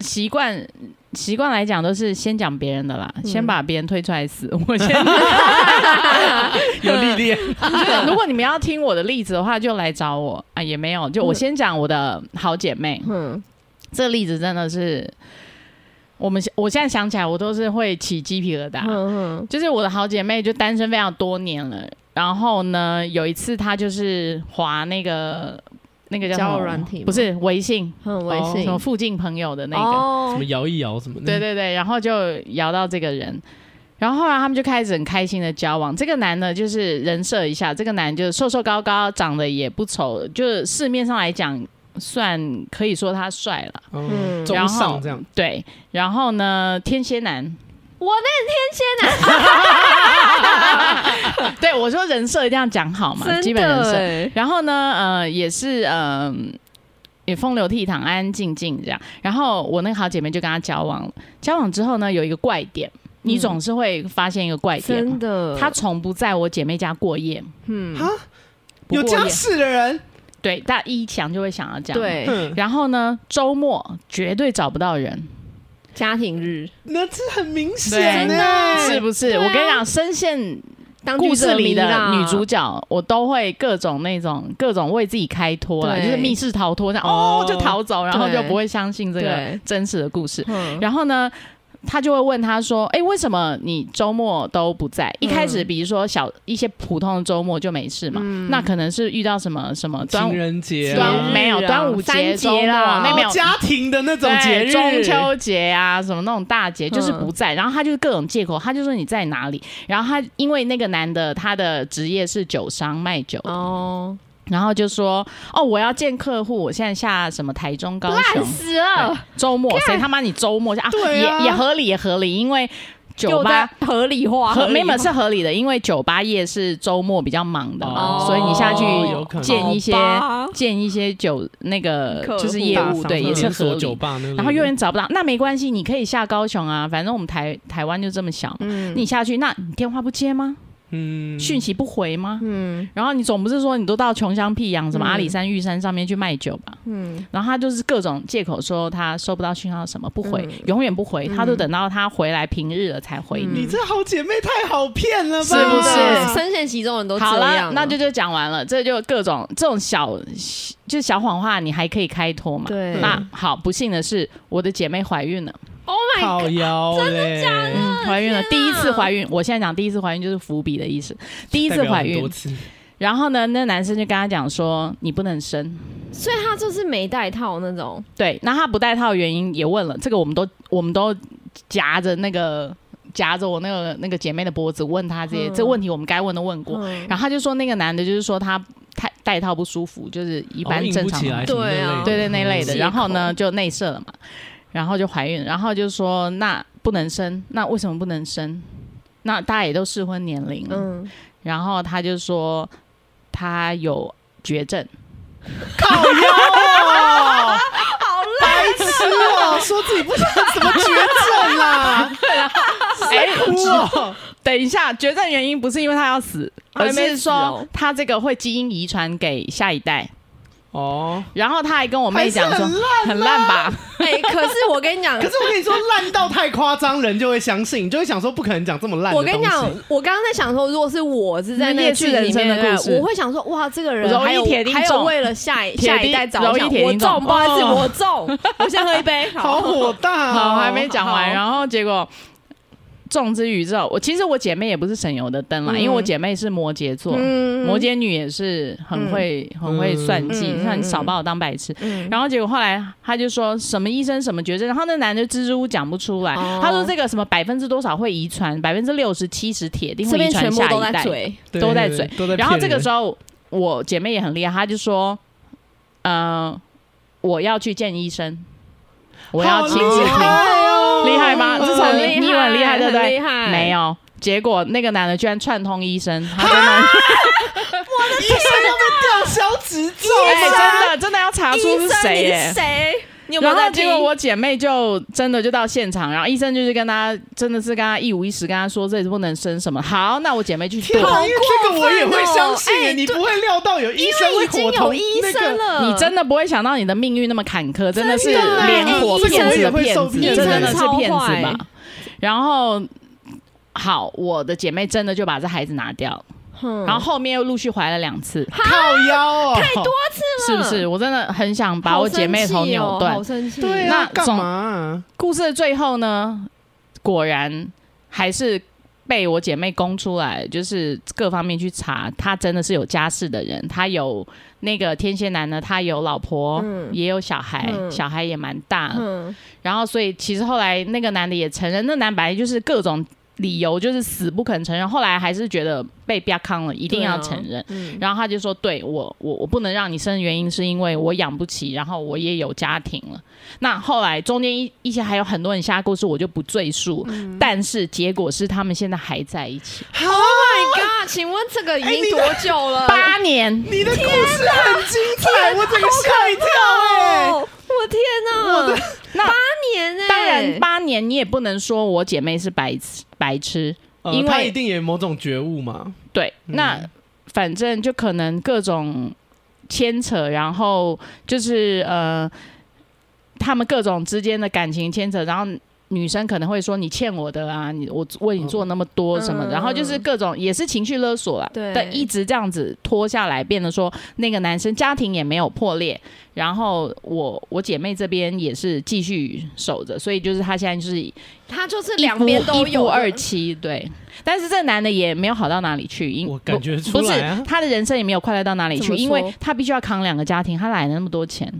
Speaker 3: 习惯习惯来讲都是先讲别人的啦，
Speaker 2: 嗯
Speaker 3: 先把别人推出
Speaker 2: <laughs>
Speaker 3: 来死。我先，
Speaker 1: 的有历练，
Speaker 3: 就是如果你们要听我的例子的话，就来找我啊，也没有，就我先讲我的好姐妹。
Speaker 2: 嗯，
Speaker 3: 这个例子真的是，我们我现在想起来，我都是会起鸡皮疙瘩。
Speaker 2: 嗯
Speaker 3: 就是我的好姐妹，就单身非常多年了。然后呢，有一次她就是滑那个那个叫什么
Speaker 2: 交友软体吗
Speaker 3: 不是微信，哦
Speaker 2: 很微信
Speaker 3: 什么附近朋友的那个。
Speaker 1: 什
Speaker 2: 哦
Speaker 1: 么，摇一摇什么的，
Speaker 3: 对对对，然后就摇到这个人，然后后来他们就开始很开心的交往。这个男的，就是人设一下，这个男就是瘦瘦高高，长得也不丑，就是市面上来讲算可以说他帅了。
Speaker 1: 嗯，
Speaker 2: 嗯
Speaker 1: 中
Speaker 3: 然后
Speaker 1: 上这样，
Speaker 3: 对，然后呢，天蝎男，
Speaker 2: 我
Speaker 3: 对我说人设一定要讲好嘛，
Speaker 2: 那
Speaker 3: 基
Speaker 2: 真
Speaker 3: 本人
Speaker 2: 的
Speaker 3: 设。
Speaker 2: 欸
Speaker 3: 然后呢，呃，也是嗯、也风流倜傥、安安静静这样。然后我那个好姐妹就跟他交往了，交往之后呢，有一个怪点，你
Speaker 2: 嗯
Speaker 3: 总是会发现一个怪点嘛
Speaker 2: 真。的，
Speaker 3: 他从不在我姐妹家过夜，
Speaker 2: 嗯
Speaker 1: 啊
Speaker 3: 不
Speaker 1: 有
Speaker 3: 过
Speaker 1: 家
Speaker 3: 夜，
Speaker 1: 室的人，
Speaker 3: 对，大家一想就会想要这样。，
Speaker 2: 对
Speaker 1: 哼
Speaker 3: 然后呢，周末绝对找不到人，
Speaker 2: 家庭日
Speaker 1: 那这很明
Speaker 3: 对
Speaker 1: 显呢
Speaker 2: 真的，
Speaker 3: 是不是？
Speaker 2: 啊对啊
Speaker 3: 我跟你讲，深陷
Speaker 2: 当
Speaker 3: 故
Speaker 2: 局
Speaker 3: 事
Speaker 2: 者
Speaker 3: 里
Speaker 2: 迷
Speaker 3: 的
Speaker 2: 啦
Speaker 3: 女主角，我都会各种那种各种为自己开脱了，
Speaker 2: 对
Speaker 3: 就是密室逃脱，这样哦
Speaker 1: 哦
Speaker 3: 就逃走，然后
Speaker 2: 对
Speaker 3: 就不会相信这个
Speaker 2: 对
Speaker 3: 真实的故事。
Speaker 2: 嗯
Speaker 3: 然后呢，他就会问他说：“哎、为什么你周末都不在？一开始
Speaker 2: 嗯
Speaker 3: 比如说小一些普通的周末就没事嘛，那可能是遇到什么什么端
Speaker 1: 嗯
Speaker 3: 午
Speaker 1: 情人节啊
Speaker 3: 端午没有
Speaker 2: 节日啊
Speaker 3: 端午节
Speaker 2: 三
Speaker 3: 周末
Speaker 2: 节啦
Speaker 3: 那没有
Speaker 1: 哦。家庭的那种
Speaker 3: 对
Speaker 1: 节日，嗯
Speaker 3: 中秋节啊，什么那种大节，就是不在。然后他就是各种借口，他就说你在哪里。然后他因为那个男的，他的职业是酒商卖酒，
Speaker 2: 哦，
Speaker 3: 然后就说哦，我要见客户，我现在下什么台中、高雄
Speaker 2: 烂，死了
Speaker 3: 对，周末谁他妈你周末下啊？
Speaker 1: 对啊
Speaker 3: 也也合理，也合理，因为酒
Speaker 2: 又在
Speaker 3: 吧。
Speaker 2: 合理化，合
Speaker 3: 合没
Speaker 2: 理
Speaker 3: 有
Speaker 2: 化
Speaker 3: 是合理的，因为酒吧夜是周末比较忙的嘛，
Speaker 2: 哦
Speaker 3: 所以你下去
Speaker 1: 有可能
Speaker 3: 见一些
Speaker 2: 好吧
Speaker 3: 见一些酒那个
Speaker 2: 客户
Speaker 3: 就是业务，
Speaker 1: 大
Speaker 3: 对，
Speaker 1: 商
Speaker 3: 也是
Speaker 1: 连
Speaker 3: 合
Speaker 1: 锁
Speaker 3: 理
Speaker 1: 酒吧那类的，
Speaker 3: 然后又有人找不到，那没关系，你可以下高雄啊，反正我们台台湾就这么小。
Speaker 2: 嗯
Speaker 3: 你下去，那你电话不接吗？
Speaker 1: 嗯
Speaker 3: 讯息不回吗？
Speaker 2: 嗯
Speaker 3: 然后你总不是说你都到穷乡僻壤、什么
Speaker 2: 嗯
Speaker 3: 阿里山、玉山上面去卖酒吧？
Speaker 2: 嗯，
Speaker 3: 然后他就是各种借口说他收不到讯号什么不回，
Speaker 2: 嗯
Speaker 3: 永远不回，他都等到他回来平日了才回你。
Speaker 1: 你这好姐妹太好骗了吧？
Speaker 3: 嗯是不是
Speaker 2: 深陷其中的人都这
Speaker 3: 好
Speaker 2: 样
Speaker 3: 了
Speaker 2: 啊，，
Speaker 3: 那就就讲完了，这就各种这种小就小谎话，你还可以开脱嘛？
Speaker 2: 对
Speaker 3: 那好，不幸的是我的姐妹怀孕了，
Speaker 2: Oh my
Speaker 1: 靠
Speaker 2: god！
Speaker 1: 腰嘞，真的假
Speaker 3: 嗯怀孕了，第一次怀孕，我现在讲第一次怀孕就是伏笔的意思，第一次怀孕
Speaker 1: 多，次，
Speaker 3: 然后呢，那男生就跟他讲说你不能生，
Speaker 2: 所以他就是没戴套那种，
Speaker 3: 对，那他不戴套的原因也问了，这个我们都我们都夹着那个夹着我那个那个姐妹的脖子问他这些、
Speaker 2: 嗯
Speaker 3: 这问题，我们该问的问过，
Speaker 2: 嗯
Speaker 3: 然后他就说那个男的就是说他太戴套不舒服，就是一般
Speaker 1: 哦硬
Speaker 3: 正
Speaker 1: 不
Speaker 3: 常
Speaker 1: 起
Speaker 3: 的
Speaker 1: 来，
Speaker 2: 对啊
Speaker 3: 对对那类的，
Speaker 2: 嗯
Speaker 3: 然后呢
Speaker 2: 借
Speaker 3: 就内射了嘛，然后就怀孕，然后就说那不能生，那为什么不能生？那大家也都适婚年龄，了，
Speaker 2: 嗯，
Speaker 3: 然后他就说他有
Speaker 2: <laughs>
Speaker 3: 绝症，
Speaker 1: 靠腰哦，白痴哦，说自己不想怎么绝症啦，
Speaker 3: 哎
Speaker 1: <laughs> 哭哦，
Speaker 3: 等一下，决战原因不是因为他要死，
Speaker 2: 还
Speaker 3: 而
Speaker 2: 没死哦
Speaker 3: 是说他这个会基因遗传给下一代。
Speaker 1: 哦，
Speaker 3: 然后他还跟我妹讲说
Speaker 1: 还是很，
Speaker 2: 啊
Speaker 3: 很烂吧？
Speaker 2: 哎， <laughs> 可是我跟你讲
Speaker 1: 可，
Speaker 3: <laughs>
Speaker 1: 是我跟你说，烂到太夸张，人就会相信，就会想说不可能讲这么烂。
Speaker 2: 我跟你讲，，我刚刚在想说，如果是我是在那
Speaker 3: 夜
Speaker 2: 个
Speaker 3: 市
Speaker 2: 剧里
Speaker 3: 人生
Speaker 2: 面
Speaker 3: 的故事
Speaker 2: 对我会想说，哇，这个人
Speaker 3: 容易
Speaker 2: 还有
Speaker 3: 铁定
Speaker 2: 还有
Speaker 3: 中
Speaker 2: 为了下一
Speaker 3: 铁
Speaker 2: 下
Speaker 3: 定
Speaker 2: 一代着
Speaker 3: 容
Speaker 2: 想
Speaker 3: 易，铁
Speaker 2: 我
Speaker 3: 定中
Speaker 2: 中，不好意思，
Speaker 1: 哦
Speaker 2: 我中，我先喝一杯，
Speaker 3: <laughs>
Speaker 1: 好火大哦，
Speaker 3: 好，还没讲完。啊
Speaker 1: 后
Speaker 3: 然后结果众之于之后，我其实我姐妹也不是省油的灯啦，
Speaker 2: 嗯
Speaker 3: 因为我姐妹是摩羯座，
Speaker 2: 嗯
Speaker 3: 摩羯女也是很会很会算计，
Speaker 2: 嗯
Speaker 3: 她很少把我当白痴。
Speaker 2: 嗯
Speaker 3: 然后结果后来他就说什么医生什么绝症，然后那男的蜘蛛讲不出来，
Speaker 2: 哦
Speaker 3: 他说这个什么百分之多少会遗传，百分之六十七十铁定
Speaker 2: 这
Speaker 3: 会遗
Speaker 2: 边全
Speaker 3: 传
Speaker 2: 部
Speaker 3: 下
Speaker 2: 都
Speaker 3: 一
Speaker 2: 在
Speaker 3: 代，
Speaker 2: 嘴，
Speaker 3: 都在嘴
Speaker 1: 都在骗人。
Speaker 3: 然后这个时候我姐妹也很厉害，她就说，呃，我要去见医生，我要亲
Speaker 1: 好
Speaker 3: 自
Speaker 1: 厉
Speaker 3: 听，
Speaker 1: 害哦，
Speaker 3: 厉害吗？
Speaker 1: 嗯
Speaker 3: 啊至少你你很厉害，对不
Speaker 2: 很
Speaker 3: 对
Speaker 2: 厉？害，
Speaker 3: 没有，结果那个男的居然串通医生，他真的。
Speaker 1: 医生都被吊销执照
Speaker 3: 哎、
Speaker 1: 了。
Speaker 3: 真的真的要查出
Speaker 2: 医
Speaker 3: 是
Speaker 2: 生
Speaker 3: 谁
Speaker 2: 你
Speaker 3: 耶、
Speaker 2: 是谁？你有没
Speaker 3: 然
Speaker 2: 有
Speaker 3: 后
Speaker 2: 在
Speaker 3: 结
Speaker 2: 听？
Speaker 3: 果我姐妹就真的就到现场，然后医生就是跟她真的是跟她一五一十跟她说这里是不能生什么。好，哦那我姐妹去
Speaker 1: 天
Speaker 3: 做。
Speaker 1: 啊，因为这个我也会相信
Speaker 2: 哎
Speaker 1: 耶，你不会料到有医生
Speaker 2: 因
Speaker 1: 会
Speaker 2: 为已经
Speaker 1: 伙同
Speaker 2: 有医
Speaker 1: 那
Speaker 2: 生
Speaker 1: 个。
Speaker 2: 了，
Speaker 3: 你真的不会想到你的命运那么坎坷，真的是
Speaker 1: 呃真的
Speaker 3: 连活
Speaker 2: 哎医
Speaker 3: 骗子
Speaker 2: 生
Speaker 3: 的
Speaker 1: 也会
Speaker 3: 骗
Speaker 1: 受
Speaker 3: 子，
Speaker 1: 骗
Speaker 3: 这真的是骗
Speaker 2: 医生
Speaker 3: 子
Speaker 2: 超
Speaker 3: 吧
Speaker 2: 坏？
Speaker 3: 然后好，我的姐妹真的就把这孩子拿掉了，
Speaker 2: 嗯，
Speaker 3: 然后后面又陆续怀了两次，
Speaker 1: 靠腰哦，太多
Speaker 3: 是不是？我真的很想把
Speaker 1: 哦
Speaker 3: 我姐妹头扭断
Speaker 2: 好。生气哦，好生
Speaker 1: 对
Speaker 2: 气。
Speaker 1: 啊，
Speaker 3: 那
Speaker 1: 干
Speaker 3: 总
Speaker 1: 嘛啊？
Speaker 3: 故事的最后呢，果然还是被我姐妹供出来，就是各方面去查，他真的是有家室的人，他有那个天蝎男呢，他有老婆，
Speaker 2: 嗯
Speaker 3: 也有小孩，
Speaker 2: 嗯
Speaker 3: 小孩也蛮大，
Speaker 2: 嗯，
Speaker 3: 然后所以其实后来那个男的也承认，那男本来就是各种理由，就是死不肯承认，后来还是觉得被逼康了，一
Speaker 2: 一
Speaker 3: 定要承认。
Speaker 2: 嗯，
Speaker 3: 然后他就说：“对我，我我不能让你生的原因是因为我养不起，然后我也有家庭了。那后来中间一一些还有很多人瞎故事，我就不赘述。但是结果是他们现在还在一起，
Speaker 2: Oh my god！请问这个已
Speaker 1: 哎你
Speaker 2: 经多久了？
Speaker 3: <laughs> 八年。
Speaker 1: 你的故事很精彩，我整个吓一跳哎！
Speaker 2: 哦，我天哪！
Speaker 3: 那
Speaker 2: 八年哎，
Speaker 3: 当然，八年你也不能说我姐妹是白痴白痴，
Speaker 1: 呃
Speaker 3: 因为
Speaker 1: 他一定有某种觉悟嘛。
Speaker 3: 对，
Speaker 2: 嗯
Speaker 3: 那反正就可能各种牵扯，然后就是呃，他们各种之间的感情牵扯，然后。女生可能会说你欠我的啊，你我为你做那么多什么的，
Speaker 2: 嗯
Speaker 3: 然后就是各种也是情绪勒索啦，
Speaker 2: 对
Speaker 3: 但一直这样子拖下来，变得说那个男生家庭也没有破裂，然后我我姐妹这边也是继续守着，所以就是他现在就是
Speaker 2: 他就是
Speaker 3: 一
Speaker 2: 两
Speaker 3: 夫
Speaker 2: 边都
Speaker 3: 一夫
Speaker 2: 有
Speaker 3: 二妻，对。但是这男的也没有好到哪里去，因
Speaker 1: 我感觉
Speaker 3: 不
Speaker 1: 出
Speaker 3: 不是
Speaker 1: 来啊
Speaker 3: 他的人生也没有快乐到哪里
Speaker 2: 怎
Speaker 3: 去，
Speaker 2: 么说
Speaker 3: 因为他必须要扛两个家庭，他哪来那么多钱？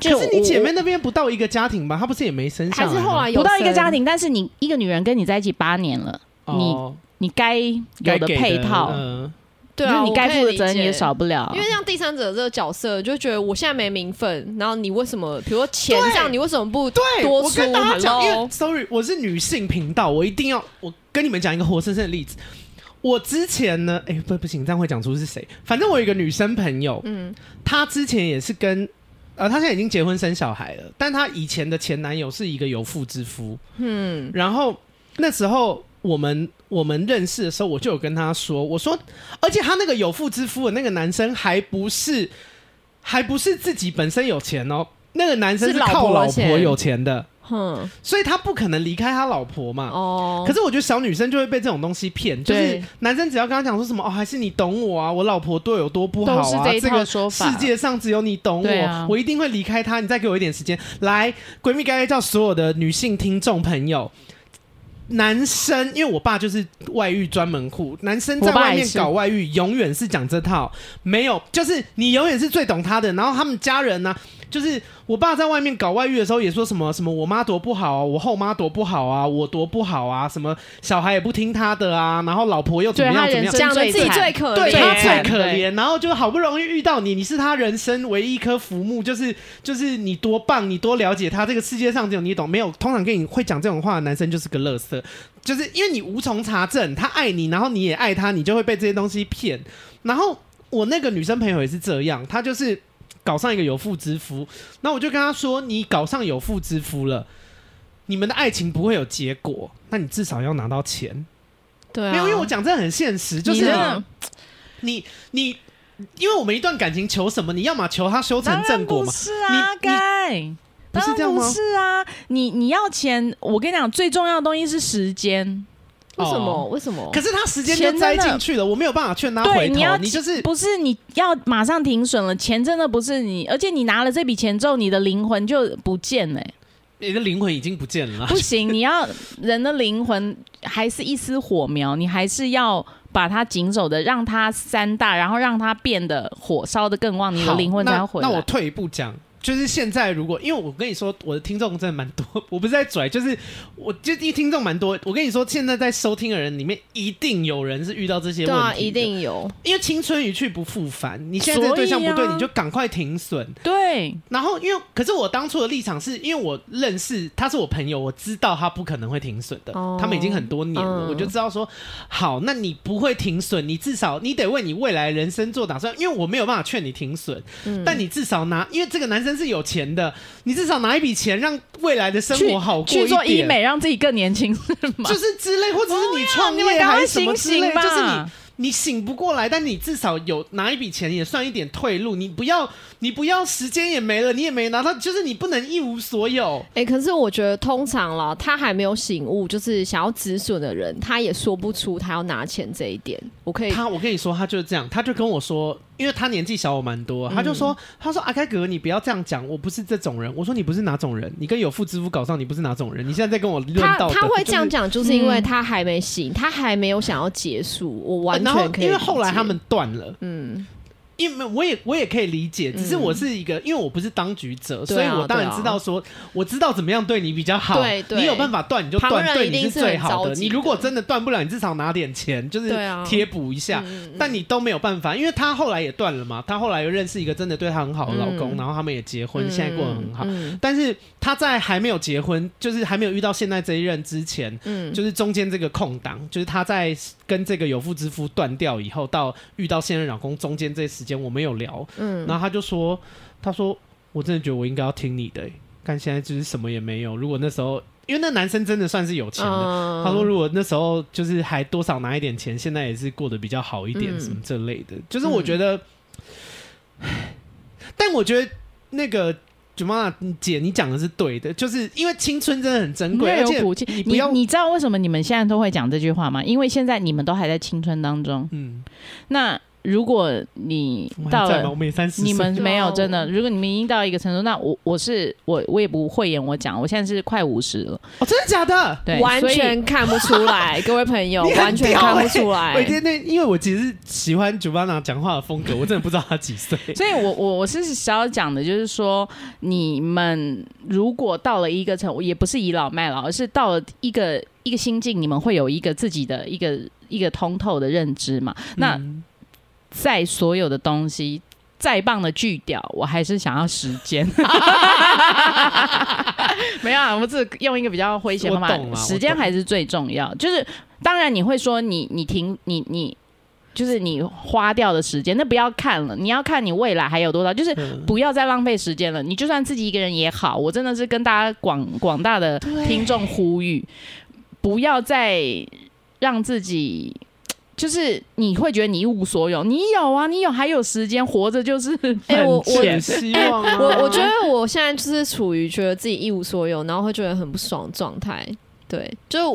Speaker 1: 可是你
Speaker 3: 我
Speaker 1: 姐妹那边不到一个家庭吧？她不是也没生下
Speaker 2: 还
Speaker 1: 来吗？
Speaker 2: 是后来哎有
Speaker 3: 不到一个
Speaker 2: 生
Speaker 3: 家，庭，但是你一个女人跟你在一起八年了，
Speaker 1: 哦
Speaker 3: 你该有
Speaker 1: 该给
Speaker 3: 配套，
Speaker 1: 嗯
Speaker 2: 对
Speaker 3: 就是
Speaker 2: 啊，
Speaker 3: 你该负的责任也
Speaker 2: 我
Speaker 3: 少不了
Speaker 2: 可以理解。。因为像第三者这个角色，就觉得我现在没名分，然后你为什么，比如说钱
Speaker 1: 对
Speaker 2: 上，你为什么不
Speaker 1: 对，
Speaker 2: 多
Speaker 1: 我
Speaker 2: 出
Speaker 1: 跟大家讲，因为
Speaker 2: hello？
Speaker 1: sorry，我是女性频道，我一定要我跟你们讲一个活生生的例子。我之前呢，哎、不不行，这样会讲出是谁。反正我有一个女生朋友，
Speaker 2: 嗯，
Speaker 1: 她之前也是跟，呃，她现在已经结婚生小孩了，但她以前的前男友是一个有妇之夫，嗯，然后那时候我们我们认识的时候，我就有跟她说，我说，而且她那个有妇之夫的那个男生还不是。还不是自己本身有钱哦，那个男生
Speaker 2: 是
Speaker 1: 是
Speaker 2: 老
Speaker 1: 靠
Speaker 2: 婆
Speaker 1: 老婆
Speaker 2: 钱
Speaker 1: 有钱的，
Speaker 2: 哼，
Speaker 1: 所以他不可能离开他老婆嘛。
Speaker 2: 哦，
Speaker 1: 可是我觉得小女生就会被这种东西骗，就是
Speaker 3: 对
Speaker 1: 男生只要跟她讲说什么哦，还是你懂我啊，我老婆对我有多不好
Speaker 3: 都是
Speaker 1: 啊，
Speaker 3: 这一
Speaker 1: 个
Speaker 3: 套说法
Speaker 1: 世界上只有你懂
Speaker 3: 对
Speaker 1: 我，
Speaker 3: 啊
Speaker 1: 我一定会离开她。你再给我一点时间，来，闺蜜该该叫所有的女性听众朋友。男生，因为我爸就是外遇专门户，男生在
Speaker 3: 我爸
Speaker 1: 外
Speaker 3: 也
Speaker 1: 面
Speaker 3: 是
Speaker 1: 搞外遇，永远是讲这套，没有，就是你永远是最懂他的。然后他们家人呢、就是我爸在外面搞外遇的时候，也说什么什么我妈多不好啊，我后妈多不好啊，我多不好啊，什么小孩也不听他的啊，然后老婆又怎么
Speaker 3: 对他
Speaker 1: 样怎
Speaker 3: 人
Speaker 1: 么
Speaker 3: 生
Speaker 1: 样。
Speaker 2: 讲的自己
Speaker 3: 最
Speaker 2: 最
Speaker 3: 惨
Speaker 2: 可
Speaker 1: 对他
Speaker 2: 怜，
Speaker 3: 最
Speaker 1: 最
Speaker 3: 惨
Speaker 1: 可
Speaker 3: 对
Speaker 1: 怜，然后就好不容易遇到你，你是他人生唯一一颗浮木，就是就是你多棒，你多了解他，这个世界上只有你懂。没有，通常跟你会讲这种话的男生就是个垃圾，就是因为你无从查证，他爱你，然后你也爱他，你就会被这些东西骗。然后我那个女生朋友也是这样，她就是搞上一个有妇之夫，那我就跟她说，你搞上有妇之夫了。你们的爱情不会有结果，那你至少要拿到钱。
Speaker 2: 对啊，
Speaker 1: 没有，因为我讲这很现实，就是
Speaker 3: 你真
Speaker 2: 呢
Speaker 3: 的
Speaker 1: 你你，因为我们一段感情求什么？你要么求他修成
Speaker 3: 当然
Speaker 1: 正果
Speaker 3: 不
Speaker 1: 嘛，
Speaker 3: 是啊，
Speaker 1: 你
Speaker 3: 该
Speaker 1: 不是
Speaker 3: 当
Speaker 1: 这
Speaker 3: 然
Speaker 1: 样
Speaker 3: 不
Speaker 1: 吗
Speaker 3: 是啊，你你要钱，我跟你讲，最重要的东西是时间，
Speaker 2: 为什么？
Speaker 1: 哦
Speaker 2: 为什么？
Speaker 1: 可是他时间就
Speaker 3: 钱
Speaker 1: 栽
Speaker 3: 真的
Speaker 1: 进去了，我没有办法劝他
Speaker 3: 对
Speaker 1: 回头。
Speaker 3: 你要
Speaker 1: 就是
Speaker 3: 不是你要马上停损了，钱真的不是你，而且你拿了这笔钱之后，你的灵魂就不见了欸、
Speaker 1: 你的灵魂已经不见了
Speaker 3: <laughs> 不。行，你要人的灵魂还是一丝火苗，你还是要把它紧守的，让它三大，然后让它变得火烧的更旺，你的
Speaker 1: 好
Speaker 3: 灵魂才会回
Speaker 1: 那。
Speaker 3: 来。
Speaker 1: 那我退一步讲。就是现在，如果因为我跟你说，我的听众真的蛮多，我不是在拽，就是我就一听众蛮多。我跟你说，现在在收听的人里面，一定有人是遇到这些
Speaker 2: 对
Speaker 1: 问题
Speaker 2: 啊，
Speaker 1: 的
Speaker 2: 一，定有。
Speaker 1: 因为青春一去不复返。你现在这个对象不
Speaker 3: 所
Speaker 1: 对，
Speaker 3: 以啊
Speaker 1: 你就赶快停损。
Speaker 3: 对
Speaker 1: 然后，因为可是我当初的立场是因为我认识他是我朋友，我知道他不可能会停损的，
Speaker 2: 哦
Speaker 1: 他们已经很多年了，
Speaker 2: 嗯
Speaker 1: 我就知道说，好，那你不会停损，你至少你得为你未来人生做打算，因为我没有办法劝你停损，
Speaker 2: 嗯
Speaker 1: 但你至少拿，因为这个男生是有钱的，你至少拿一笔钱让未来的生
Speaker 3: 去
Speaker 1: 活好过
Speaker 3: 去做
Speaker 1: 一
Speaker 3: 医
Speaker 1: 点，
Speaker 3: 美，哦让自己更年轻是吗
Speaker 1: 就？是之类，或者 <laughs> 是你创
Speaker 3: 你们
Speaker 1: 业
Speaker 3: 赶
Speaker 1: 还
Speaker 3: 快
Speaker 1: 是什么
Speaker 3: 醒
Speaker 1: 之类，
Speaker 3: 醒吧！
Speaker 1: 就是你你醒不过来，但你至少有拿一笔钱，也算一点退路。你不要，你不要时间也没了，你也没拿到，就是你不能一无所有。
Speaker 2: 哎、可是我觉得通常啦，他还没有醒悟，就是想要止损的人，他也说不出他要拿钱这一点。我可以，
Speaker 1: 他，我跟你说，他就是这样，他就跟我说，因为他年纪小我蛮多，他就
Speaker 2: 嗯
Speaker 1: 说，他说阿开哥，你不要这样讲，我不是这种人。我说你不是哪种人，你跟有妇之夫搞上，你不是哪种人。你现在在跟我论
Speaker 2: 他
Speaker 1: 道德，
Speaker 2: 他会这样
Speaker 1: 就是
Speaker 2: 讲，就是因为
Speaker 3: 嗯
Speaker 2: 他还没醒，他还没有想要结束。我
Speaker 1: 呃
Speaker 2: 完
Speaker 1: 然后
Speaker 2: 全可以、
Speaker 1: 因为后来他，们断了。
Speaker 2: 嗯，
Speaker 1: 因为我也我也可以理解，只是我是一个，因为我不是当局
Speaker 2: 嗯
Speaker 1: 者，所以我当然知道说，我知道怎么样对你比较好。
Speaker 2: 啊对对
Speaker 1: 你有办法断你就
Speaker 2: 旁
Speaker 1: 断，
Speaker 2: 人
Speaker 1: 对
Speaker 2: 一
Speaker 1: 你
Speaker 2: 定
Speaker 1: 是
Speaker 2: 是
Speaker 1: 最
Speaker 2: 很
Speaker 1: 好
Speaker 2: 着急
Speaker 1: 你
Speaker 2: 的
Speaker 1: 如果真的断不了，你至少拿点钱，就是
Speaker 2: 对啊嗯
Speaker 1: 贴补一下。但你都没有办法，因为她后来也断了嘛，她后来又认识一个真的对她很好的老公，
Speaker 2: 嗯
Speaker 1: 然后他们也结婚，
Speaker 2: 嗯
Speaker 1: 现在过得很好。
Speaker 2: 嗯
Speaker 1: 但是她在还没有结婚，就是还没有遇到现在这一任之前，
Speaker 2: 嗯，
Speaker 1: 就是中间这个空档，就是她在跟这个有妇之夫断掉以后，到遇到现任老公中间这时间，我们有聊，
Speaker 2: 嗯
Speaker 1: 然后她就说，她说我真的觉得我应该要听你的、欸，但现在就是什么也没有。如果那时候，因为那男生真的算是有钱
Speaker 3: 哦
Speaker 1: 的，
Speaker 2: 嗯
Speaker 1: 他说：“如果那时候就是还多少拿一点钱，现在也是过得比较好一点，
Speaker 2: 嗯
Speaker 1: 什么这类的。就是
Speaker 3: 嗯
Speaker 1: 我觉得，唉但我觉得那个九妈姐你讲的是对的，就是因为青春真的很珍
Speaker 3: 你
Speaker 1: 贵，而
Speaker 3: 要
Speaker 1: 且
Speaker 3: 有骨气。
Speaker 1: 你不
Speaker 3: 你
Speaker 1: 要
Speaker 3: 你知道为什么你们现在都会讲这句话吗？因为现在你们都还在青春当中。
Speaker 1: 嗯，那
Speaker 3: 那如果你
Speaker 1: 我们还
Speaker 3: 到
Speaker 1: 在吗？
Speaker 3: 了
Speaker 1: 我们也三十，
Speaker 3: 你们
Speaker 2: 岁
Speaker 3: 没有
Speaker 2: 哇
Speaker 3: 真
Speaker 2: 我
Speaker 3: 的，如果你们已经到一个程度，那我我是我我也不讳言我讲，我现在是快五十了，
Speaker 1: 哦，真的假的？
Speaker 3: 对，
Speaker 2: 完
Speaker 3: 所以
Speaker 2: 全看不出来，各位朋友，
Speaker 1: <laughs> 你很
Speaker 2: 完全
Speaker 1: 屌
Speaker 2: 看不
Speaker 1: 欸
Speaker 2: 出来
Speaker 1: 我。天天，因为我其实喜欢 Giovanna 讲话的风格，我真的不知道她几
Speaker 2: <laughs>
Speaker 1: 岁。
Speaker 3: 所以我我我是想要讲的，就是说，你们如果到了一个程，也不是倚老卖老，而是到了一个一个心境，你们会有一个自己的一个一个通透的认知嘛？那
Speaker 1: 嗯
Speaker 3: 在所有的东西。再棒的巨屌，我还是想要时间。
Speaker 1: <laughs>
Speaker 3: 没有啊，我只用一个比较诙谐的
Speaker 1: 我
Speaker 3: 方
Speaker 1: 懂
Speaker 3: 法，
Speaker 1: 啊
Speaker 3: 时间
Speaker 1: 我懂
Speaker 3: 还是最重要。就是当然你会说你你停你你，就是你花掉的时间，那不要看了，你要看你未来还有多少，就是
Speaker 1: 嗯
Speaker 3: 不要再浪费时间了。你就算自己一个人也好，我真的是跟大家广广大的
Speaker 1: 啊
Speaker 3: 听众呼吁，不要再让自己就是你会觉得你一无所有，你有啊，你有还有时间活着就是
Speaker 2: 哎、我
Speaker 1: 很
Speaker 2: 我
Speaker 1: 浅希望啊、
Speaker 2: <laughs> 我我觉得我现在就是处于觉得自己一无所有，然后会觉得很不爽的状态。对，就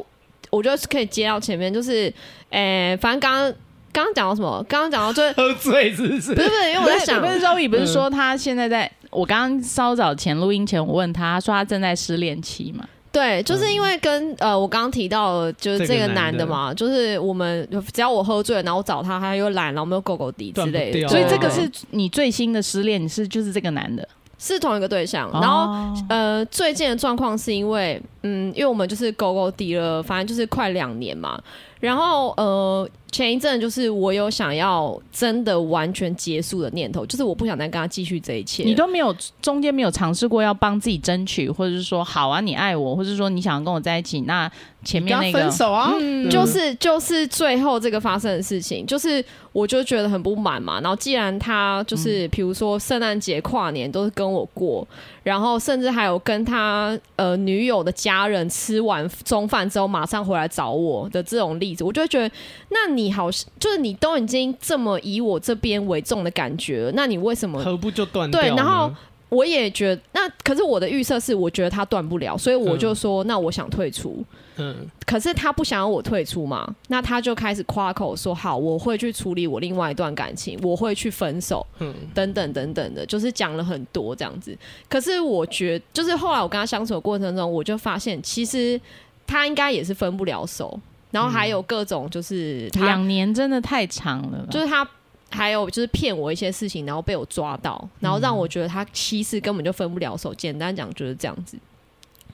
Speaker 2: 我觉得是可以接到前面，就是，诶、反正刚刚刚刚讲到什么？刚刚讲到就是
Speaker 1: 喝醉是不
Speaker 2: 不
Speaker 1: 是？
Speaker 2: 是不是，因为我
Speaker 3: 不
Speaker 2: 在
Speaker 3: 是
Speaker 2: 想嗯
Speaker 3: 不，是周宇不是说他现在在，我刚刚稍早前录音前我问他，他说他正在失恋期嘛，
Speaker 2: 对，就是因为跟呃，我刚刚提到了就是这
Speaker 1: 这
Speaker 2: 个
Speaker 1: 个
Speaker 2: 男
Speaker 1: 男
Speaker 2: 的
Speaker 1: 的
Speaker 2: 嘛，就是我们只要我喝醉，然后我找他，他又懒，然后我们又狗狗底之
Speaker 1: 断不
Speaker 2: 类的，
Speaker 1: 掉
Speaker 3: 所以这个
Speaker 1: 哦
Speaker 3: 是你最新的失恋，你是就是这个男的，
Speaker 2: 是同一个对象，然后。
Speaker 3: 哦
Speaker 2: 呃，最近的状况是因为，嗯，因为我们就是狗狗敌了，反正就是快两年嘛。然后呃，前一阵就是我有想要真的完全结束的念头，就是我不想再跟他继续这一切。
Speaker 3: 你都没有中间没有尝试过要帮自己争取，或者是说好啊，你爱我，或者是说你想要跟我在一起，那前面那
Speaker 1: 跟他分
Speaker 3: 个
Speaker 1: 手啊，
Speaker 2: 嗯，就是就是最后这个发生的事情，就是我就觉得很不满嘛。然后既然他就是比如说圣诞节、跨年都是跟我过，然后甚至还有跟他呃女友的家人吃完中饭之后马上回来找我的这种例子，我就会觉得，那你好，就是你都已经这么以我这边为重的感觉了，那你为什么
Speaker 1: 何不就断掉
Speaker 2: 对
Speaker 1: 呢？
Speaker 2: 然后我也觉得，那可是我的预设是，我觉得他断不了，所以我就说，那我想退出。
Speaker 1: 嗯，
Speaker 2: 可是他不想要我退出嘛，那他就开始夸口说好，我会去处理我另外一段感情，我会去分手，
Speaker 1: 嗯
Speaker 2: 等等等等的，就是讲了很多这样子。可是我觉就是后来我跟他相处的过程中，我就发现其实他应该也是分不了手，然后还有各种就是他、
Speaker 3: 两年真的太长了啦，
Speaker 2: 就是他。还有就是骗我一些事情，然后被我抓到，然后让我觉得他其实根本就分不了手。简单讲就是这样子。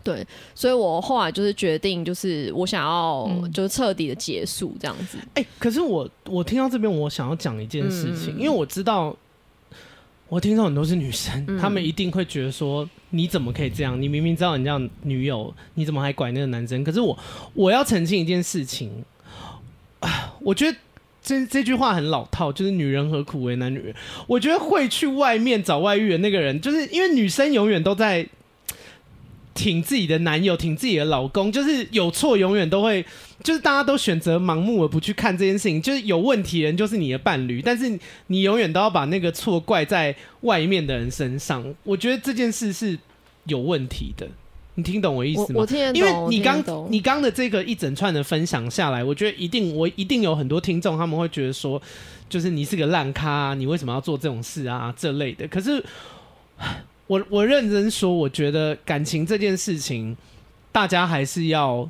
Speaker 2: 对，所以我后来就是决定，就是我想要
Speaker 3: 嗯
Speaker 2: 就是彻底的结束这样子。
Speaker 1: 哎、可是我我听到这边，我想要讲一件事情，
Speaker 2: 嗯
Speaker 1: 因为我知道，我听到很多是女生，
Speaker 2: 嗯
Speaker 1: 她、们一定会觉得说，你怎么可以这样？你明明知道你这样女友，你怎么还拐那个男生？可是我我要澄清一件事情， <sighs> 啊，我觉得。这这句话很老套，就是“女人何苦为难女人”。我觉得会去外面找外遇的那个人，就是因为女生永远都在挺自己的男友，挺自己的老公，就是有错永远都会，就是大家都选择盲目而不去看这件事情，就是有问题的人就是你的伴侣，但是你永远都要把那个错怪在外面的人身上。我觉得这件事是有问题的，你听懂我意
Speaker 2: 我
Speaker 1: 思吗
Speaker 2: 我？听得懂，
Speaker 1: 因为
Speaker 2: 我
Speaker 1: 你
Speaker 2: 听得
Speaker 1: 刚
Speaker 2: 懂
Speaker 1: 你刚的这个一整串的分享下来，我觉得一定我一定有很多听众他们会觉得说，就是你是个烂咖、啊，你为什么要做这种事啊这类的。可是我我认真说，我觉得感情这件事情，大家还是要。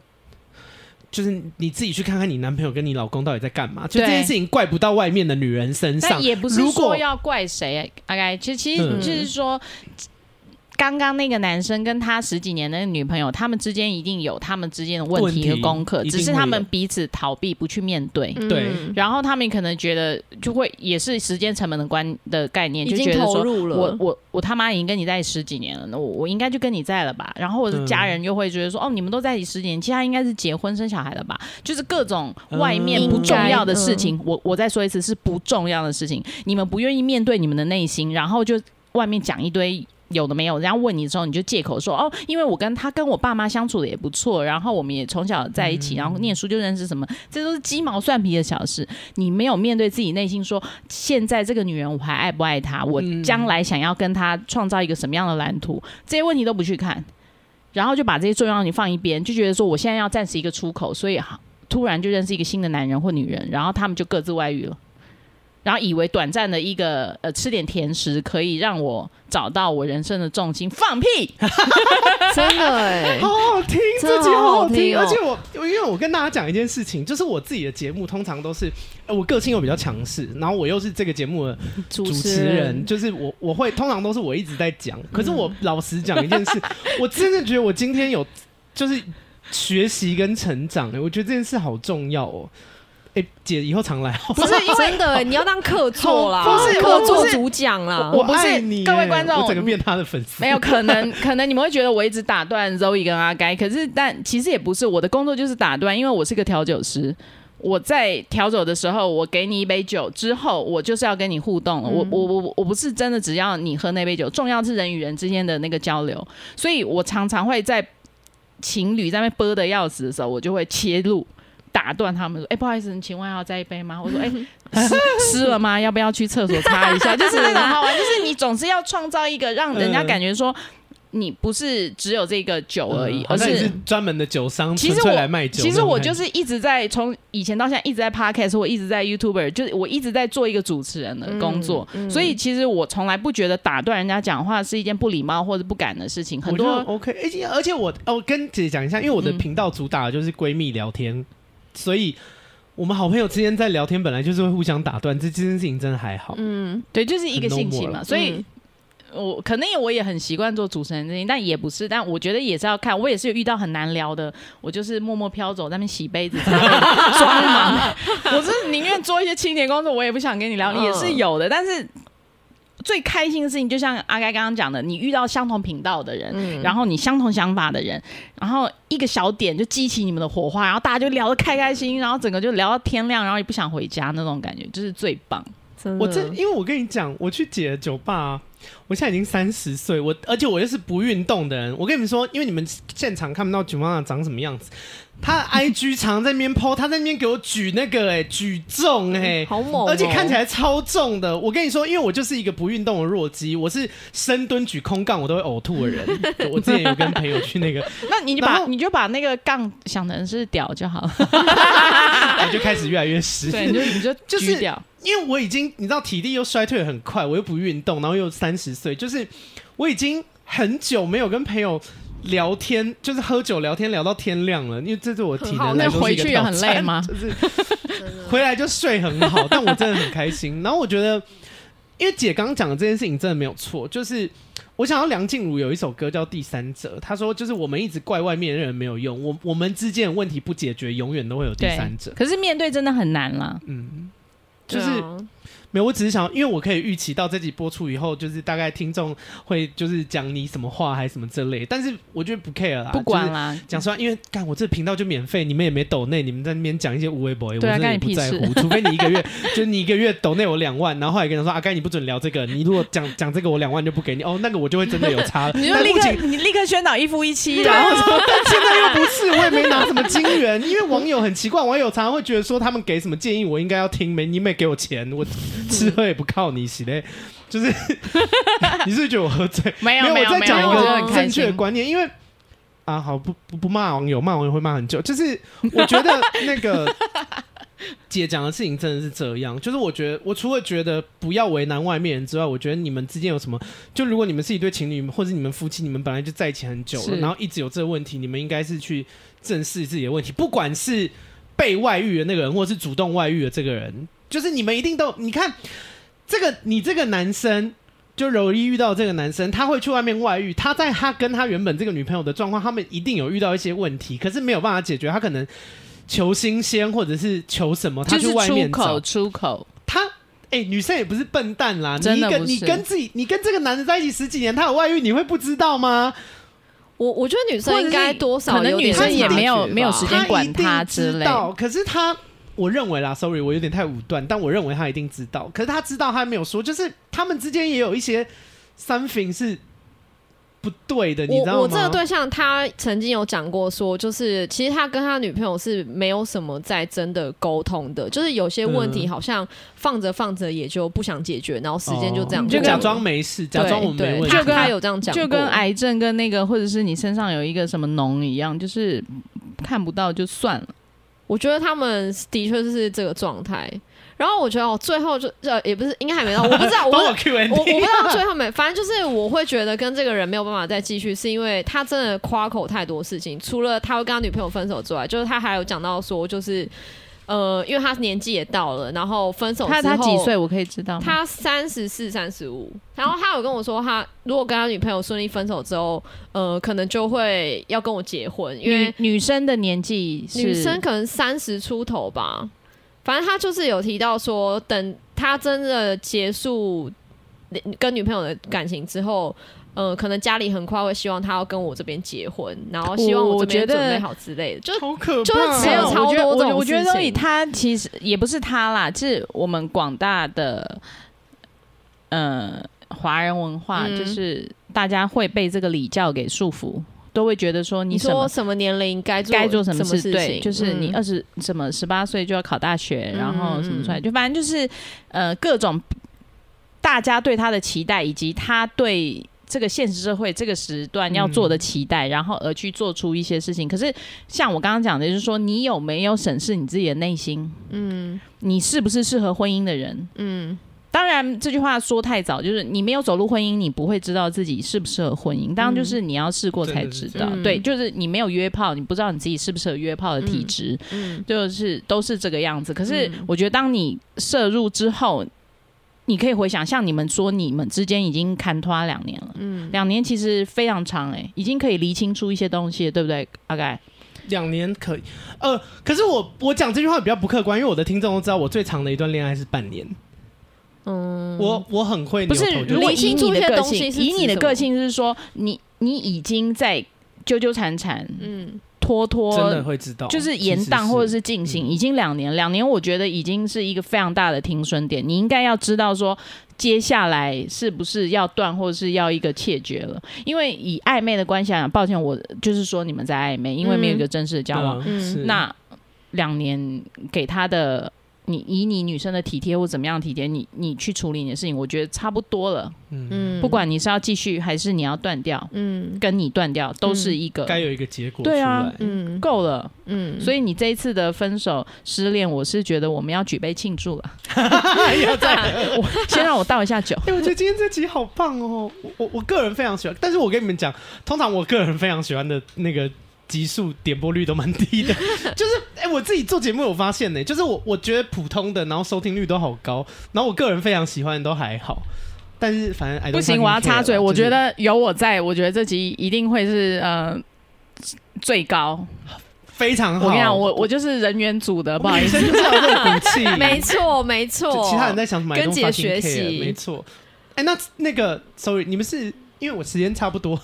Speaker 1: 就是你自己去看看你男朋友跟你老公到底在干嘛，就
Speaker 3: 对
Speaker 1: 这件事情怪不到外面的女人身上
Speaker 3: 但。也不是
Speaker 1: 如
Speaker 3: 说
Speaker 1: 果
Speaker 3: 要怪谁，OK，其实其实
Speaker 1: 嗯
Speaker 3: 就是说。刚刚那个男生跟他十几年的女朋友，他们之间一定有他们之间的问题
Speaker 1: 问
Speaker 3: 和
Speaker 1: 题
Speaker 3: 功课，
Speaker 1: 一定
Speaker 3: 只是
Speaker 1: 会
Speaker 3: 他
Speaker 1: 有
Speaker 3: 们彼此逃避，不去面对。
Speaker 1: 对
Speaker 2: 嗯
Speaker 3: 然后他们可能觉得就会也是时间成本的观的概念，
Speaker 2: 已
Speaker 3: 就觉
Speaker 2: 经
Speaker 3: 得
Speaker 2: 投
Speaker 3: 说
Speaker 2: 入了， <laughs>
Speaker 3: 我我我他妈已经跟你在一起十几年了，那我我应该就跟你在了吧？然后我的
Speaker 1: 嗯
Speaker 3: 家人又会觉得说，哦，你们都在一起十几年，其实他应该是结婚生小孩了吧？就是各种外面
Speaker 1: 嗯
Speaker 3: 不重要的事情，我我再说一次是不重要的事情，你们不愿意面对你们的内心，然后就外面讲一堆。有的没有，然后问你的时候，你就借口说哦，因为我跟他跟我爸妈相处的也不错，然后我们也从小在一起，
Speaker 1: 嗯
Speaker 3: 然后念书就认识什么，这都是鸡毛蒜皮的小事。你没有面对自己内心说，现在这个女人我还爱不爱她？我
Speaker 1: 嗯
Speaker 3: 将来想要跟她创造一个什么样的蓝图？这些问题都不去看，然后就把这些重要的你放一边，就觉得说我现在要暂时一个出口，所以好突然就认识一个新的男人或女人，然后他们就各自外遇了。然后以为短暂的一个呃吃点甜食可以让我找到我人生的重心，放屁！
Speaker 2: 真的哎、
Speaker 1: 好好听，
Speaker 2: 真的
Speaker 1: 这集
Speaker 2: 好
Speaker 1: 好
Speaker 2: 好
Speaker 1: 好
Speaker 2: 听
Speaker 1: 听。
Speaker 2: 哦
Speaker 1: 而且我，我因为我跟大家讲一件事情，就是我自己的节目通常都是，呃我个性又比较强势，然后我又是这个节目的
Speaker 2: 主
Speaker 1: 主持人，就是我我会通常都是我一直在讲。可是
Speaker 3: 嗯
Speaker 1: 我老实讲一件
Speaker 3: <laughs>
Speaker 1: 事，我真的觉得我今天有就是学习跟成长、欸，我觉得这件事好重要哦、哎、姐以后常来哦，
Speaker 2: <laughs>
Speaker 1: <laughs>
Speaker 2: 不是因为真的、欸，你要当客座啦，
Speaker 1: 好不是
Speaker 2: 客
Speaker 1: 我
Speaker 2: 座
Speaker 1: 不是
Speaker 2: 主讲啦。
Speaker 3: 我不是
Speaker 1: 爱你欸、
Speaker 3: 各位观众
Speaker 1: 我整个变他的粉丝
Speaker 3: 没。有可能， <laughs> 可能你们会觉得我一直打断 Zoe 跟阿该，可是但其实也不是，我的工作就是打断，因为我是个调酒师。我在调酒的时候，我给你一杯酒之后，我就是要跟你互动了。我我我我不是真的只要你喝那杯酒，重要是人与人之间的那个交流。嗯所以我常常会在情侣在那边啵的要死的时候，我就会切入，打断他们说：“哎、不好意思，请问要再一杯吗？”我说：“哎、 <laughs> 湿湿了吗？要不要去厕所擦一下？”就是那种好玩，啊就是你总是要创造一个让人家
Speaker 1: 嗯
Speaker 3: 感觉说你不是只有这个酒而已，
Speaker 1: 嗯好
Speaker 3: 而
Speaker 1: 像你
Speaker 3: 是
Speaker 1: 是专门的酒商，
Speaker 3: 其实
Speaker 1: 纯粹
Speaker 3: 我
Speaker 1: 来卖酒。
Speaker 3: 其实我就是一直在从以前到现在一直在 podcast，我一直在 YouTuber，就是我一直在做一个主持人
Speaker 2: 嗯
Speaker 3: 的工作，
Speaker 1: 嗯
Speaker 3: 所以其实我从来不觉得打断人家讲话是一件不礼貌或者不敢的事情。很
Speaker 1: 我觉得
Speaker 3: 多
Speaker 1: OK，而且而且我哦，我跟姐姐讲一下，因为我的
Speaker 3: 嗯
Speaker 1: 频道主打的就是闺蜜聊天，所以我们好朋友之间在聊天本来就是会互相打断，这这件事情真的还好。
Speaker 2: 嗯，
Speaker 3: 对，就是一个性情
Speaker 1: 很 normal
Speaker 3: 嘛，
Speaker 1: 了嗯
Speaker 3: 所以。我可能也我也很习惯做主持人这件事情，但也不是，但我觉得也是要看。我也是有遇到很难聊的，我就是默默飘走，在那边洗杯子、擦杯双忙。我是宁愿做一些清洁工作，我也不想跟你聊，
Speaker 2: 嗯
Speaker 3: 也是有的。但是最开心的事情，就像阿该刚刚讲的，你遇到相同频道的人，
Speaker 2: 嗯
Speaker 3: 然后你相同想法的人，然后一个小点就激起你们的火花，然后大家就聊得开开心，心，然后整个就聊到天亮，然后也不想回家那种感觉，就是最棒。
Speaker 2: 真的
Speaker 1: 我
Speaker 3: 嗯
Speaker 1: 这因为我跟你讲，我去姐的酒吧、啊我现在已经三十岁，我而且我又是不运动的人。我跟你们说，因为你们现场看不到酒吧长什么样子，他的 IG 常在那边 PO，他在那边给我举那个哎、举重哎、
Speaker 2: 好猛哦，
Speaker 1: 而且看起来超重的。我跟你说，因为我就是一个不运动的弱鸡，我是深蹲举空杠我都会呕吐
Speaker 3: <laughs>
Speaker 1: 的人。对我之前有跟朋友去那个，
Speaker 3: 那你就
Speaker 1: 然
Speaker 3: 把
Speaker 1: 后
Speaker 3: 你就把那个杠想成是屌就好了，
Speaker 1: 我就开始越来越湿。
Speaker 3: <laughs>
Speaker 1: <laughs>
Speaker 3: 对，你就你就
Speaker 1: 就是
Speaker 3: 举屌，
Speaker 1: 因为我已经你知道体力又衰退得很快，我又不运动，然后又三十岁，就是我已经很久没有跟朋友聊天，就是喝酒聊天聊到天亮了，因为这对我体能来
Speaker 3: 那
Speaker 1: 说是
Speaker 3: 回
Speaker 1: 一个
Speaker 3: 去也
Speaker 1: 挑
Speaker 3: 很
Speaker 1: 战。
Speaker 3: 累吗？
Speaker 1: 就是
Speaker 2: 哦
Speaker 1: 回来就睡很好， <laughs> 但我真的很开心。然后我觉得，因为姐刚刚讲的这件事情真的没有错，就是我想要梁静茹有一首歌叫《第三者》，她说就是我们一直怪外面的人没有用，我我们之间的问题不解决，永远都会有第
Speaker 3: 对
Speaker 1: 三者。
Speaker 3: 可是面对真的很难啦，
Speaker 1: 嗯，就
Speaker 2: 对啊
Speaker 1: 是没有，我只是想要，因为我可以预期到这集播出以后，就是大概听众会就是讲你什么话还是什么之类，但是我觉得不 care 啦，
Speaker 3: 不管
Speaker 1: 啊就是
Speaker 3: 啦，
Speaker 1: 讲实话，因为干我这频道就免费，你们也没抖内，你们在那边讲一些无微博，我
Speaker 3: 对啊
Speaker 1: 真的也
Speaker 3: 干你
Speaker 1: 不
Speaker 3: 屁
Speaker 1: 在
Speaker 3: 事 <laughs>
Speaker 1: 乎。除非你一个月，就是你一个月抖内我两万，然后后来跟人说啊，该你不准聊这个，你如果讲讲这个我两万就不给你，哦，那个我就会真的有差了。
Speaker 3: <laughs> 你就
Speaker 1: 但
Speaker 3: 立
Speaker 1: 目前
Speaker 3: 刻你立刻宣导一夫一妻，
Speaker 1: 对
Speaker 3: 然
Speaker 1: 啊，
Speaker 3: 后
Speaker 1: 我说但现在又不是，我也没拿什么金元，因为网友很奇怪，网友常常会觉得说他们给什么建议，我应该要听，没你没给我钱，我吃喝也不靠你，洗嘞，就是 <laughs> 你是不是觉得我喝醉？
Speaker 3: 没有
Speaker 1: 没
Speaker 3: 没
Speaker 1: 有，
Speaker 3: 有
Speaker 1: 我在
Speaker 3: 没
Speaker 1: 讲
Speaker 3: 有，
Speaker 1: 一
Speaker 3: 我觉得很
Speaker 1: 个
Speaker 3: 开
Speaker 1: 正确的
Speaker 3: 心。
Speaker 1: 观念，因为啊，好不不不骂网友，骂网友会骂很久。就是我觉得那
Speaker 3: <laughs>
Speaker 1: 个姐讲的事情真的是这样，就是我觉得我除了觉得不要为难外面人之外，我觉得你们之间有什么，就如果你们是一对情侣，或者你们夫妻，你们本来就在一起很久了，
Speaker 3: 是
Speaker 1: 然后一直有这个问题，你们应该是去正视自己的问题，不管是被外遇的那个人，或是主动外遇的这个人，就是你们一定都，你看这个你这个男生。就柔一遇到这个男生，他会去外面外遇。他在他跟他原本这个女朋友的状况，他们一定有遇到一些问题，可是没有办法解决。他可能求新鲜，或者是求什么，他
Speaker 3: 就
Speaker 1: 去
Speaker 3: 是
Speaker 1: 外
Speaker 3: 出
Speaker 1: 面找
Speaker 3: 口出口，
Speaker 1: 他。哎、女生也不是笨蛋啦，你
Speaker 3: 真
Speaker 1: 一
Speaker 3: 的
Speaker 1: 个
Speaker 3: 不
Speaker 1: 你
Speaker 3: 是
Speaker 1: 跟自己，你跟这个男的在一起十几年，他有外遇，你会不知道吗？
Speaker 2: 我我觉得女生应该多少
Speaker 3: 可能
Speaker 2: 有点
Speaker 3: 女生也
Speaker 2: 察
Speaker 3: 没有
Speaker 2: 觉吧
Speaker 3: 没有时间管
Speaker 1: 他
Speaker 3: 他
Speaker 1: 一定
Speaker 3: 之
Speaker 1: 知
Speaker 3: 类
Speaker 1: 道，可是他，我认为啦，sorry，我有点太武断，但我认为他一定知道。可是他知道，他没有说，就是他们之间也有一些 something 是不对的，你知道吗？
Speaker 2: 我我这个对象，他曾经有讲过说，就是其实他跟他女朋友是没有什么在真的沟通的，就是有些问题
Speaker 1: 嗯
Speaker 2: 好像放着放着也就不想解决，然后时间就这
Speaker 1: 哦
Speaker 2: 样过
Speaker 1: 就
Speaker 2: 了
Speaker 1: 假装没事，假装我们
Speaker 2: 对
Speaker 1: 没问题，
Speaker 2: 对
Speaker 3: 就跟
Speaker 2: 他有这样讲过，
Speaker 3: 就跟癌症跟那个或者是你身上有一个什么脓一样，就是看不到就算了。
Speaker 2: 我觉得他们的确是这个状态。然后我觉得我最后就呃也不是应该还没到，我不知道，
Speaker 1: <laughs>
Speaker 2: 我
Speaker 1: 帮我
Speaker 2: 不
Speaker 1: Q&A，
Speaker 2: 我我不知道最后没，反正就是我会觉得跟这个人没有办法再继续，是因为他真的夸口太多事情，除了他会跟他女朋友分手之外，就是他还有讲到说，就是呃，因为他年纪也到了，然后分手之
Speaker 3: 他
Speaker 2: 后
Speaker 3: 他几岁？？我可以知道吗？
Speaker 2: 他三十四、三十五，然后他有跟我说他，如果跟他女朋友顺利分手之后，呃，可能就会要跟我结婚，因为
Speaker 3: 女女生的年纪是
Speaker 2: 女生可能三十出头吧，反正他就是有提到说，等他真的结束跟女朋友的感情之后，呃，可能家里很快会希望他要跟我这边结婚，然后希望
Speaker 3: 我
Speaker 2: 这边
Speaker 3: 觉得
Speaker 2: 准备好之类的，就
Speaker 1: 好可怕，哦
Speaker 2: 就是只
Speaker 3: 嗯没有，
Speaker 2: 有超
Speaker 3: 我觉得
Speaker 2: 多这种
Speaker 3: 我我觉
Speaker 2: 事
Speaker 3: 得
Speaker 2: 情
Speaker 3: 以他其实也不是他啦，是我们广大的呃华人文化，
Speaker 2: 嗯
Speaker 3: 就是大家会被这个礼教给束缚。都会觉得说你
Speaker 2: 你
Speaker 3: 什么
Speaker 2: 说什么年龄该做
Speaker 3: 该做什
Speaker 2: 什
Speaker 3: 么事，
Speaker 2: 事
Speaker 3: 对，
Speaker 2: 情？
Speaker 3: 就是你
Speaker 2: 嗯
Speaker 3: 二十什么十八岁就要考大学，然后什么出来，就反正就是呃各种大家对他的期待，以及他对这个现实社会这个时段要做的期待，然后而去做出一些事情。可是像我刚刚讲的，就是说你有没有审视你自己的内心？
Speaker 2: 嗯
Speaker 3: 你是不是适合婚姻的人？
Speaker 2: 嗯
Speaker 3: 当然，这句话说太早，就是你没有走入婚姻，你不会知道自己适不适合婚姻。当然，就是你要试过才知道。
Speaker 2: 嗯
Speaker 3: 对，就是你没有约炮，你不知道你自己适不适合约炮的体质，
Speaker 2: 嗯
Speaker 3: 就是都是这个样子。可是
Speaker 2: 嗯，
Speaker 3: 我觉得当你摄入之后，你可以回想，像你们说，你们之间已经砍拖两年了，
Speaker 2: 嗯，
Speaker 3: 两年其实非常长哎、已经可以厘清出一些东西了，对不对？阿盖，
Speaker 1: 两年可以，呃，可是我我讲这句话比较不客观，因为我的听众都知道我最长的一段恋爱是半年。嗯，我我很会
Speaker 3: 不
Speaker 1: 扭
Speaker 3: 是，
Speaker 1: 头就
Speaker 3: 如果
Speaker 2: 理
Speaker 3: 以
Speaker 2: 清
Speaker 3: 你
Speaker 2: 楚一
Speaker 3: 的
Speaker 2: 些
Speaker 3: 个
Speaker 2: 东西
Speaker 3: 性，
Speaker 2: 是
Speaker 3: 以
Speaker 2: 指
Speaker 3: 你的
Speaker 2: 什
Speaker 3: 个
Speaker 2: 么
Speaker 3: 性是说，你你已经在纠纠缠缠，
Speaker 2: 嗯
Speaker 3: 拖
Speaker 1: 真的
Speaker 3: 拖，
Speaker 1: 会知道，
Speaker 3: 就是
Speaker 1: 其
Speaker 3: 延
Speaker 1: 实嗯
Speaker 3: 宕或者是进行，已经两年，两年我觉得已经是一个非常大的停损点。你应该要知道说，接下来是不是要断，或者是要一个切绝了。因为以暧昧的关系来讲，抱歉，我就是说你们在暧昧，因为没有一个正式的交往。
Speaker 1: 对啊
Speaker 2: 嗯
Speaker 1: 是
Speaker 3: 那两年给他的，你以你女生的体贴或怎么样体贴，你你去处理你的事情，我觉得差不多了。
Speaker 2: 嗯，
Speaker 3: 不管你是要继续还是你要断掉，
Speaker 2: 嗯
Speaker 3: 跟你断掉都是
Speaker 2: 嗯
Speaker 3: 一个
Speaker 1: 该有一个结果出
Speaker 3: 对啊
Speaker 1: 来。
Speaker 2: 嗯
Speaker 3: 够了。
Speaker 2: 嗯，
Speaker 3: 所以你这一次的分手失恋，我是觉得我们要举杯庆祝
Speaker 2: <laughs>
Speaker 3: 了。
Speaker 2: 以在，
Speaker 3: 我先让我倒一下酒。
Speaker 1: <laughs> 哎、我觉得今天这集好棒哦！我我我个人非常喜欢，但是我跟你们讲，通常我个人非常喜欢的那个集数点播率都蛮低
Speaker 3: <laughs>
Speaker 1: 的，就是哎、我自己做节目有发现呢、就是我我觉得普通的，然后收听率都好高，然后我个人非常喜欢的都还好，但是反正 I don't
Speaker 3: 不行，我要
Speaker 1: fucking
Speaker 3: 插
Speaker 1: care
Speaker 3: 嘴。
Speaker 1: 啦
Speaker 3: 我
Speaker 1: 就是
Speaker 3: 觉得有我在，我觉得这集一定会是呃最高。
Speaker 1: 非常
Speaker 3: 我
Speaker 1: 好。
Speaker 3: 跟你
Speaker 1: <laughs>
Speaker 3: 讲，我我就是人员组的，不好意思。
Speaker 1: 女生就是要有这种骨气
Speaker 2: <laughs>
Speaker 3: <laughs>
Speaker 2: 没错没
Speaker 1: 就
Speaker 2: 错，
Speaker 1: 其他人在想什么，I don't
Speaker 2: 跟姐
Speaker 1: fucking
Speaker 2: 学
Speaker 1: care，
Speaker 2: 习
Speaker 1: 没错。哎、那那个，sorry，你们是因为我时间差不多。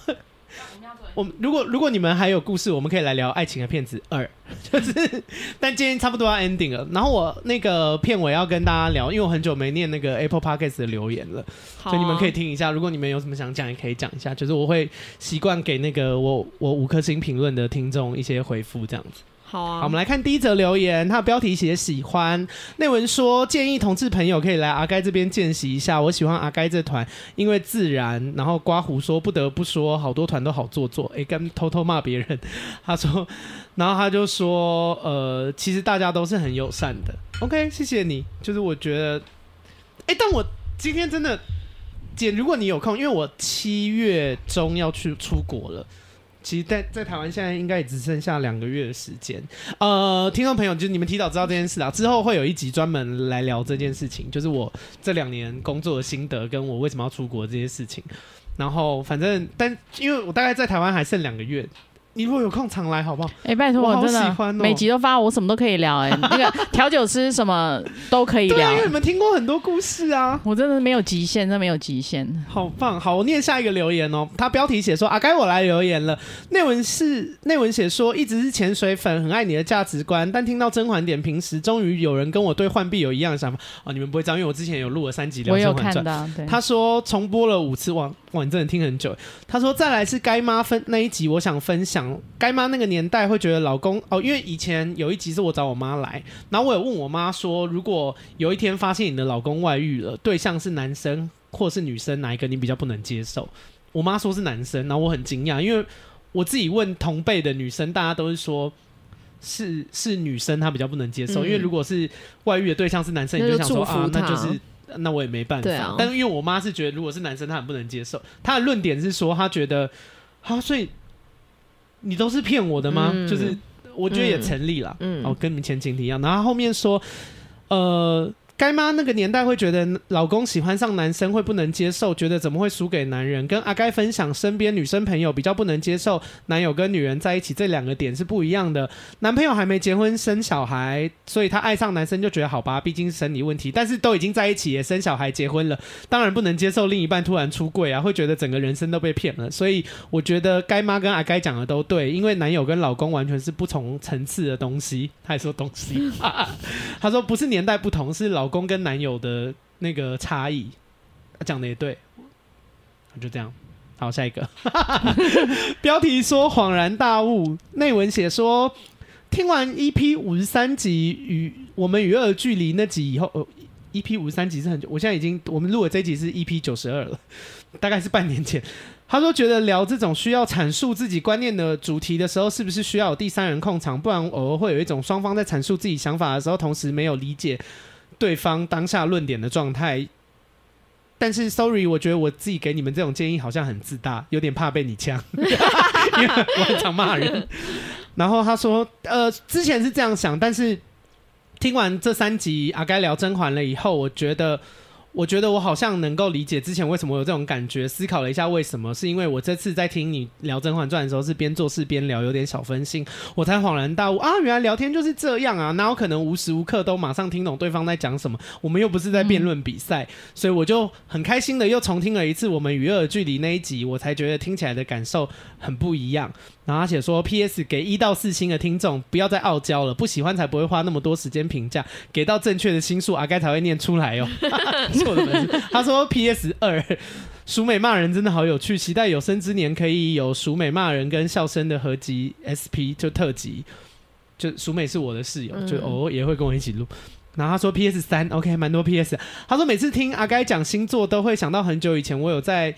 Speaker 1: 我们如果如果你们还有故事，我们可以来聊《爱情的骗子二》， <laughs> 就是，但今天差不多要 ending 了。然后我那个片尾要跟大家聊，因为我很久没念那个 Apple Podcast 的留言了，
Speaker 2: 好啊，
Speaker 1: 所以你们可以听一下。如果你们有什么想讲，也可以讲一下。就是我会习惯给那个我我五颗星评论的听众一些回复，这样子。
Speaker 2: 好啊，
Speaker 1: 好，我们来看第一则留言，它的标题写“喜欢”，内文说建议同志朋友可以来阿该这边见习一下。我喜欢阿该这团，因为自然。然后刮胡说不得不说，好多团都好做作，诶，跟偷偷骂别人。 <laughs> 他说，然后他就说，呃，其实大家都是很友善的。OK，谢谢你。就是我觉得，诶，但我今天真的，姐，如果你有空，因为我七月中要去出国了。其实在，在台湾现在应该也只剩下两个月的时间。呃，听众朋友，就是你们提早知道这件事啦，之后会有一集专门来聊这件事情，就是我这两年工作的心得，跟我为什么要出国这些事情。然后，反正，但因为我大概在台湾还剩两个月，你如果有空常来，好不好？
Speaker 3: 哎、拜托，
Speaker 1: 我好
Speaker 3: 真
Speaker 1: 喜
Speaker 3: 的
Speaker 1: 欢哦
Speaker 3: 每集都发，我什么都可以聊、
Speaker 1: <laughs>
Speaker 3: 哎，那个调酒师什么都可以
Speaker 1: 对
Speaker 3: 聊
Speaker 1: 啊，因。为你们听过很多故事啊。
Speaker 3: 我真的没有极限，真的没有极限。
Speaker 1: 好棒！好，我念下一个留言哦。他标题写说：“啊，该我来留言了。”内文是内文写说，一直是潜水粉，很爱你的价值观，但听到甄嬛点评时，终于有人跟我对浣碧有一样的想法哦。你们不会知道，因为我之前有录了三集聊
Speaker 3: 我
Speaker 1: 《
Speaker 3: 有
Speaker 1: 甄嬛
Speaker 3: 看
Speaker 1: 传》，
Speaker 3: 到，对，
Speaker 1: 他说重播了五次，哇哇，你真的听很久。他说再来是该妈分那一集，我想分享该妈那个年代会觉得老公哦，因为以前有一集是我找我妈来，然后我有问我妈说，如果有一天发现你的老公外遇了，对象是男生或是女生，哪一个你比较不能接受？我妈说是男生，然后我很惊讶，因为我自己问同辈的女生，大家都是说。是是女生她比较不能接受，
Speaker 2: 嗯
Speaker 1: 因为如果是外遇的对象是男生，你
Speaker 2: 那
Speaker 1: 就
Speaker 2: 就
Speaker 1: 想说
Speaker 2: 祝福
Speaker 1: 啊，那就
Speaker 2: 他
Speaker 1: 是那我也没办法。
Speaker 2: 对啊
Speaker 1: 但因为我妈是觉得，如果是男生，她很不能接受。她的论点是说，她觉得，啊，所以你都是骗我的吗？
Speaker 2: 嗯
Speaker 1: 就是我觉得也成立了。
Speaker 2: 嗯
Speaker 1: 哦，跟你们前情提一样。然后她后面说，呃。该妈那个年代会觉得老公喜欢上男生会不能接受，觉得怎么会输给男人？跟阿该分享身边女生朋友比较不能接受男友跟女人在一起这两个点是不一样的。男朋友还没结婚生小孩，所以她爱上男生就觉得好吧，毕竟是生理问题。但是都已经在一起，也生小孩结婚了，当然不能接受另一半突然出柜啊，会觉得整个人生都被骗了。所以我觉得该妈跟阿该讲的都对，因为男友跟老公完全是不同层次的东西。他还说东西， <laughs> 他说不是年代不同，是老公跟男友的那个差异。讲的也对，就这样。好，下一个。 <laughs> 标题说恍然大悟，内文写说听完 EP 五十三集与我们与恶的距离那集以后、呃、，EP 五十三集是很久，我现在已经我们录的这一集是 EP 九十二了，大概是半年前。他说觉得聊这种需要阐述自己观念的主题的时候，是不是需要有第三人控场？不然偶尔会有一种双方在阐述自己想法的时候，同时没有理解对方当下论点的状态。但是，sorry，我觉得我自己给你们这种建议好像很自大，有点怕被你呛，因为我很常骂人。然后他说，呃，之前是这样想，但是听完这三集阿该聊甄嬛了以后，我觉得，我觉得我好像能够理解之前为什么有这种感觉。思考了一下，为什么？是因为我这次在听你聊《甄嬛传》的时候，是边做事边聊，有点小分心，我才恍然大悟啊，原来聊天就是这样啊！哪有可能无时无刻都马上听懂对方在讲什么？我们又不是在辩论比赛，所以我就很开心的又重听了一次我们娱乐的距离那一集，我才觉得听起来的感受很不一样。然后他写说，P.S. 给一到四星的听众不要再傲娇了，不喜欢才不会花那么多时间评价，给到正确的星数，阿该才会念出来哦。 <laughs> 是我的粉丝。他说 P.S. 二。淑美骂人真的好有趣，期待有生之年可以有淑美骂人跟笑声的合集 SP 就特辑，就淑美是我的室友，就偶尔也会跟我一起录。然后他说 PS 三，OK，蛮多 PS。他说每次听阿该讲星座，都会想到很久以前我有在，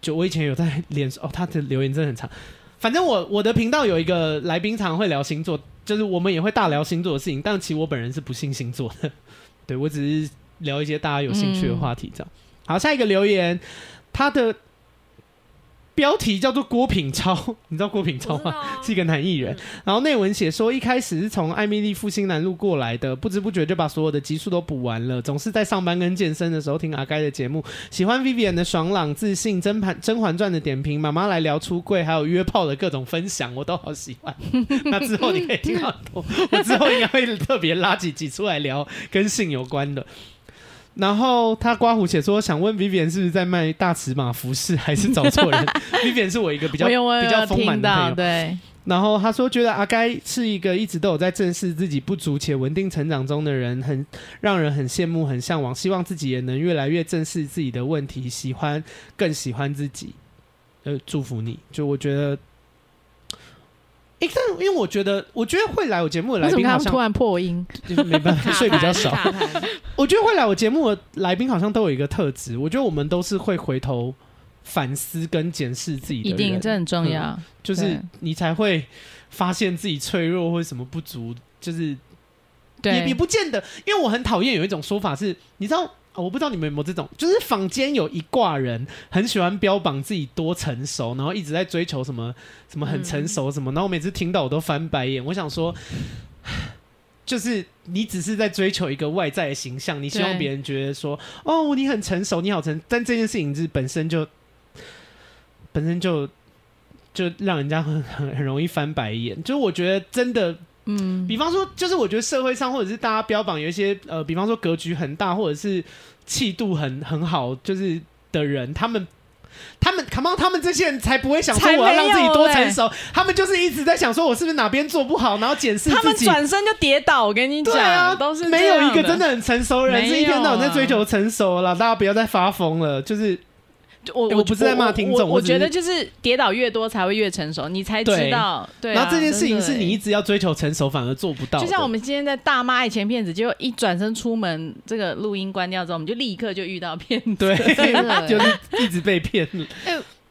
Speaker 1: 就我以前有在脸书哦，他的留言真的很长。反正我我的频道有一个来宾常会聊星座，就是我们也会大聊星座的事情，但其实我本人是不信星座的，对我只是聊一些大家有兴趣的话题这样。好，下一个留言，他的标题叫做郭品超， <laughs> 你知道郭品超吗？
Speaker 2: 啊
Speaker 1: <laughs> 是一个男艺
Speaker 3: 嗯
Speaker 1: 人。然后内文写说，一开始是从艾米丽复兴南路过来的，不知不觉就把所有的集数都补完了。总是在上班跟健身的时候听阿该的节目，喜欢 Vivian 的爽朗自信，甄嬛甄嬛传的点评，妈妈来聊出柜，还有约炮的各种分享，我都好喜
Speaker 3: <laughs>
Speaker 1: 欢。那之后你可以听到很多，我之后应该会特别拉几集出来聊跟性有关的。然后他刮胡写说，想问 Vivian 是不是在卖大尺码服饰，还是找错
Speaker 3: <laughs>
Speaker 1: 人？Vivian 是我一个比较
Speaker 3: 我有我有
Speaker 1: 比较丰满
Speaker 3: 听
Speaker 1: 的朋
Speaker 3: 到，
Speaker 1: 友。
Speaker 3: 对，
Speaker 1: 然后他说，觉得阿该是一个一直都有在正视自己不足且稳定成长中的人，很让人很羡慕、很向往，希望自己也能越来越正视自己的问题，喜欢更喜欢自己。呃，祝福你！就我觉得，诶，但因为我觉得，我觉得会来我节目的
Speaker 3: 为
Speaker 1: 来
Speaker 3: 什么
Speaker 1: 宾好
Speaker 3: 他们
Speaker 1: 像
Speaker 3: 突然破音？
Speaker 1: <laughs> 就是没办法睡比较少。
Speaker 2: 卡牌卡牌
Speaker 1: 我觉得会来我节目的来宾好像都有一个特质，我觉得我们都是会回头反思跟检视自己的
Speaker 3: 一
Speaker 1: 人，嗯
Speaker 3: 定，这很重要。
Speaker 1: 就是
Speaker 3: 对
Speaker 1: 你才会发现自己脆弱或什么不足，就是也也
Speaker 3: 对，
Speaker 1: 不见得，因为我很讨厌有一种说法是，你知道。哦我不知道你们有没有这种，就是坊间有一挂人很喜欢标榜自己多成熟，然后一直在追求什么什么很成
Speaker 3: 嗯
Speaker 1: 熟什么，然后我每次听到我都翻白眼。我想说，就是你只是在追求一个外在的形象，你希望
Speaker 3: 对
Speaker 1: 别人觉得说，哦，你很成熟，你好成，但这件事情是本身就本身就就让人家很很很容易翻白眼。就我觉得真的
Speaker 3: 嗯，
Speaker 1: 比方说，就是我觉得社会上或者是大家标榜有一些呃，比方说格局很大或者是气度很很好，就是的人，他们他们 come on，他们这些人才不会想说
Speaker 3: 才
Speaker 1: 我要让
Speaker 3: 没有欸
Speaker 1: 自己多
Speaker 3: 嘞
Speaker 1: 成熟，他们就是一直在想说我是不是哪边做不好，然后检视
Speaker 3: 他们
Speaker 1: 自己。
Speaker 3: 转身就跌倒，我跟你讲，
Speaker 1: 对啊，
Speaker 3: 都是
Speaker 1: 没有一个真
Speaker 3: 的。
Speaker 1: 的很成熟的人，
Speaker 3: 没
Speaker 1: 是一天到晚在
Speaker 3: 有啊
Speaker 1: 追求成熟了，大家不要再发疯了。就是
Speaker 3: 我
Speaker 1: 哎我不是在骂听众
Speaker 3: 我我
Speaker 1: 我只是
Speaker 3: 觉得就是跌倒越多才会越成熟，你才
Speaker 1: 对
Speaker 3: 知道。对啊，欸
Speaker 1: 然后这件事情
Speaker 3: 真的
Speaker 1: 是你一直要追求成熟，反而做不到的。
Speaker 3: 就像我们今天在大骂爱情骗子，结果一转身出门，这个录音关掉之后，我们就立刻就遇到骗子。 <laughs>
Speaker 1: 对，
Speaker 2: 真的
Speaker 1: 就是一直被骗。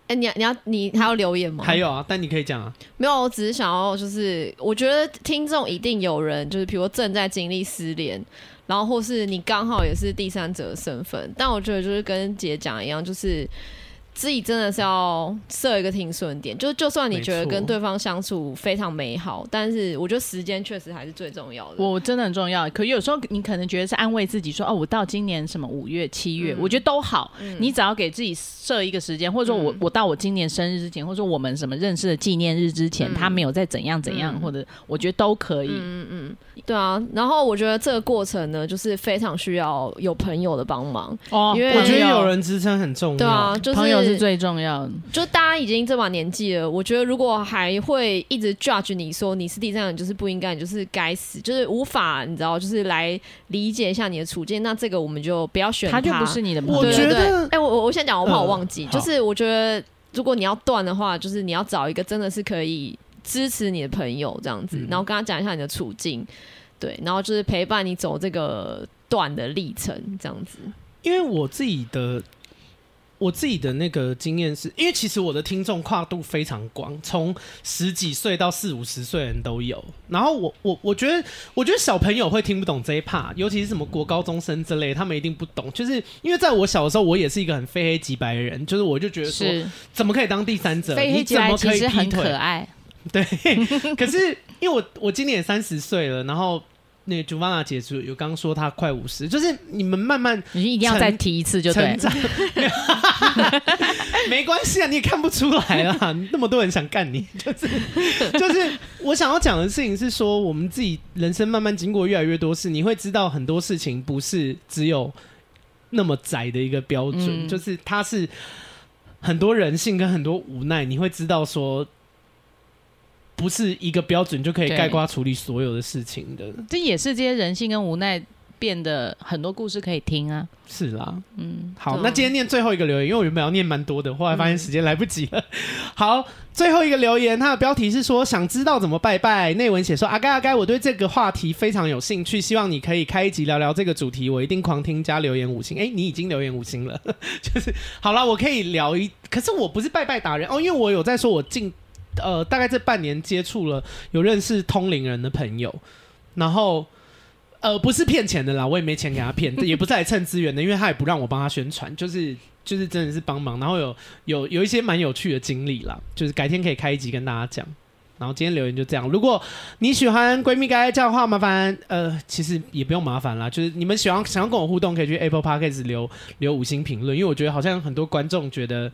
Speaker 2: 哎、你要你要你还要留言吗？
Speaker 1: 还有啊，但你可以讲啊。
Speaker 2: 没有，我只是想要，就是我觉得听众一定有人，就是比如说正在经历失恋，然后或是你刚好也是第三者的身份，但我觉得就是跟姐讲一样，就是自己真的是要设一个停损点，就就算你觉得
Speaker 1: 没错
Speaker 2: 跟对方相处非常美好，但是我觉得时间确实还是最重要的。
Speaker 3: 我真的很重要，可有时候你可能觉得是安慰自己说，哦，我到今年什么五月、七月，我觉得都好。你只要给自己设一个时间，或者说我、
Speaker 2: 嗯
Speaker 3: 我到我今年生日之前，或者说我们什么认识的纪念日之前，
Speaker 2: 嗯
Speaker 3: 他没有再怎样怎样，
Speaker 2: 嗯
Speaker 3: 或者我觉得都可以。
Speaker 2: 嗯嗯嗯，对啊，然后我觉得这个过程呢，就是非常需要有朋友的帮忙，
Speaker 3: 哦
Speaker 2: 因为
Speaker 1: 我觉得
Speaker 3: 朋友
Speaker 1: 有人支撑很重要。
Speaker 2: 对啊，就是
Speaker 3: 朋友友是最重要的。
Speaker 2: 就大家已经这把年纪了，我觉得如果还会一直 judge 你说你是第三人，就是不应该，你就是该死，就是无法，你知道，就是来理解一下你的处境。那这个我们就不要选
Speaker 3: 他就不是你的朋友，
Speaker 1: 我觉
Speaker 2: 对对对
Speaker 1: 得
Speaker 2: 哎、我我我先讲，我怕我忘记，
Speaker 1: 嗯好
Speaker 2: 就是我觉得如果你要断的话，就是你要找一个真的是可以支持你的朋友这样子，
Speaker 1: 嗯
Speaker 2: 然后跟他讲一下你的处境，对，然后就是陪伴你走这个断的历程这样子。
Speaker 1: 因为我自己的我自己的那个经验是，因为其实我的听众跨度非常广，从十几岁到四五十岁的人都有。然后我我我觉得，我觉得小朋友会听不懂这一 part，尤其是什么国高中生之类，他们一定不懂。就是因为在我小的时候，我也是一个很非黑即白的人，就是我就觉得说，
Speaker 3: 是
Speaker 1: 怎么可以当第三者？
Speaker 3: 非黑
Speaker 1: 你
Speaker 3: 即
Speaker 1: 怎
Speaker 3: 白
Speaker 1: 么
Speaker 3: 其
Speaker 1: 可以
Speaker 3: 实
Speaker 1: 劈
Speaker 3: 很可
Speaker 1: 腿？
Speaker 3: 爱，
Speaker 1: 对，可是因为我我今年也三十岁了，然后那个 Giovanna 姐就有刚说她快五十，就是你们慢慢
Speaker 3: 你一定要再提一次就对
Speaker 1: 成。长， <laughs> 没关系啊，你也看不出来
Speaker 3: <laughs>
Speaker 1: 啦，那么多人想干你，就是就是我想要讲的事情是说，我们自己人生慢慢经过越来越多事，你会知道很多事情不是只有那么窄的一个标准，
Speaker 3: 嗯
Speaker 1: 就是它是很多人性跟很多无奈，你会知道说。不是一个标准就可以
Speaker 3: 对
Speaker 1: 概括处理所有的事情的，
Speaker 3: 这也是这些人性跟无奈变得很多故事可以听啊。
Speaker 1: 是啦。
Speaker 3: 嗯，
Speaker 1: 好
Speaker 2: 对，
Speaker 1: 那今天念最后一个留言，因为我原本要念蛮多的，后来发现时间来不及了。好，最后一个留言，它的标题是说想知道怎么拜拜，内文写说阿该阿该，我对这个话题非常有兴趣，希望你可以开一集聊聊这个主题，我一定狂听加留言五星。哎、你已经留言五星了， <laughs> 就是好了，我可以聊一，可是我不是拜拜达人哦，因为我有在说我近呃大概这半年接触了有认识通灵人的朋友，然后。呃，不是骗钱的啦，我也没钱给他骗， <laughs> 也不是来蹭资源的，因为他也不让我帮他宣传，就是就是真的是帮忙，然后有有有一些蛮有趣的经历啦，就是改天可以开一集跟大家讲。然后今天留言就这样，如果你喜欢闺蜜该爱叫的话，麻烦呃，其实也不用麻烦啦，就是你们喜欢想要跟我互动，可以去 Apple Podcast 留留五星评论，因为我觉得好像很多观众觉得。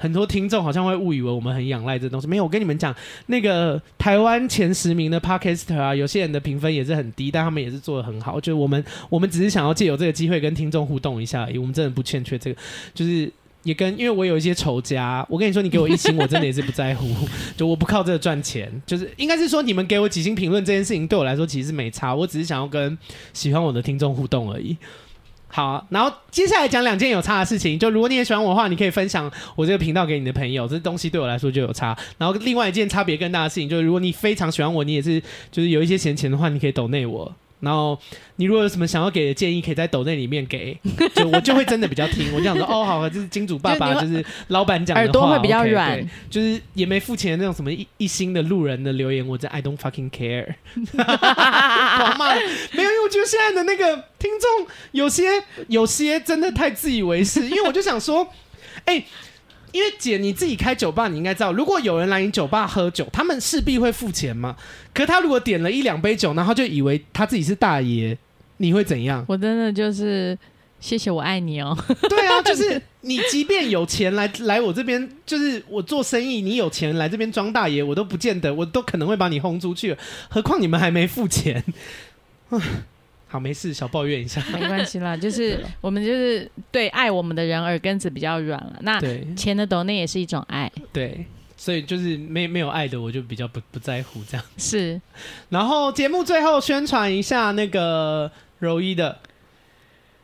Speaker 1: 很多听众好像会误以为我们很仰赖这东西，没有。我跟你们讲，那个台湾前十名的 Podcaster 啊，有些人的评分也是很低，但他们也是做的很好。就是我们我们只是想要借由这个机会跟听众互动一下而已，我们真的不欠缺这个，就是。也跟因为我有一些仇家，我跟你说，你给我一星，我真的也是不在乎，就我不靠这个赚钱，就是应该是说你们给我几星评论这件事情对我来说其实是没差，我只是想要跟喜欢我的听众互动而已。好，然后接下来讲两件有差的事情，就如果你也喜欢我的话，你可以分享我这个频道给你的朋友，这东西对我来说就有差。然后另外一件差别更大的事情，就是如果你非常喜欢我，你也是就是有一些闲钱的话，你可以抖内我。然后你如果有什么想要给的建议，可以在抖内里面给，就我就会真的比较听。我就想说，哦，好，这是金主爸爸，
Speaker 3: 就
Speaker 1: 就是是老板讲的话
Speaker 3: 耳朵会比较
Speaker 1: OK，对
Speaker 3: 软。
Speaker 1: 就是也没付钱的那种什么一一星的路人的留言，我真 I don't fucking care，狂骂没有，因为我觉得现在的那个听众有些有些真的太自以为是， <laughs> 因为我就想说，哎、因为姐你自己开酒吧，你应该知道，如果有人来你酒吧喝酒，他们势必会付钱嘛。可他如果点了一两杯酒，然后就以为他自己是大爷，你会怎 <laughs>
Speaker 3: <laughs>
Speaker 1: 样？
Speaker 3: 我真的就是谢谢我爱
Speaker 1: <laughs>
Speaker 3: 你哦。
Speaker 1: 对啊，就是你即便有钱来来我这边，就是我做生意，你有钱来这边装大爷，我都不见得，我都可能会把你轰出去，何况你们还没付钱。唉好，没事，小抱怨一下。
Speaker 3: 没关系啦，就是
Speaker 1: 啊
Speaker 3: 我们就是对爱我们的人耳根子比较软了。那
Speaker 1: 对
Speaker 3: 钱的抖内也是一种爱，
Speaker 1: 对，所以就是没没有爱的，我就比较不不在乎这样。
Speaker 3: 是
Speaker 1: 然后节目最后宣传一下那个柔一的，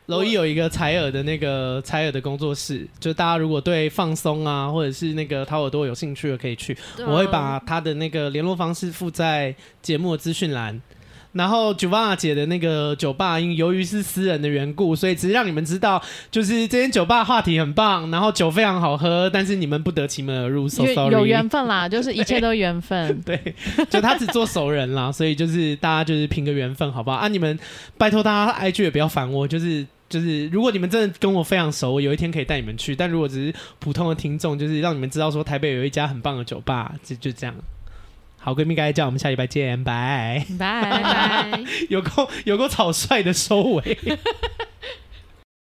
Speaker 1: 柔一有一个采耳的那个采耳的工作室，就大家如果对放松啊，或者是那个掏耳朵有兴趣的，可以去。
Speaker 3: 啊
Speaker 1: 我会把他的那个联络方式附在节目的资讯栏。然后 j u v a n a 姐的那个酒吧，因由于是私人的缘故，所以只是让你们知道，就是这间酒吧话题很棒，然后酒非常好喝，但是你们不得其门而入，so
Speaker 3: 因为
Speaker 1: sorry。。
Speaker 3: 有缘分啦，就是一切都缘
Speaker 1: <laughs>
Speaker 3: 分
Speaker 1: 对，就他只做熟人啦，所以就是大家就是凭个缘分，好不好？啊，你们拜托大家 IG 也不要烦我，就是就是，如果你们真的跟我非常熟，我有一天可以带你们去。但如果只是普通的听众，就是让你们知道说台北有一家很棒的酒吧，就就这样。好闺蜜该叫我们下礼拜见，拜。 <laughs>
Speaker 3: 拜
Speaker 2: 拜
Speaker 3: 拜。
Speaker 2: 拜。
Speaker 1: 有够有够草率的收尾。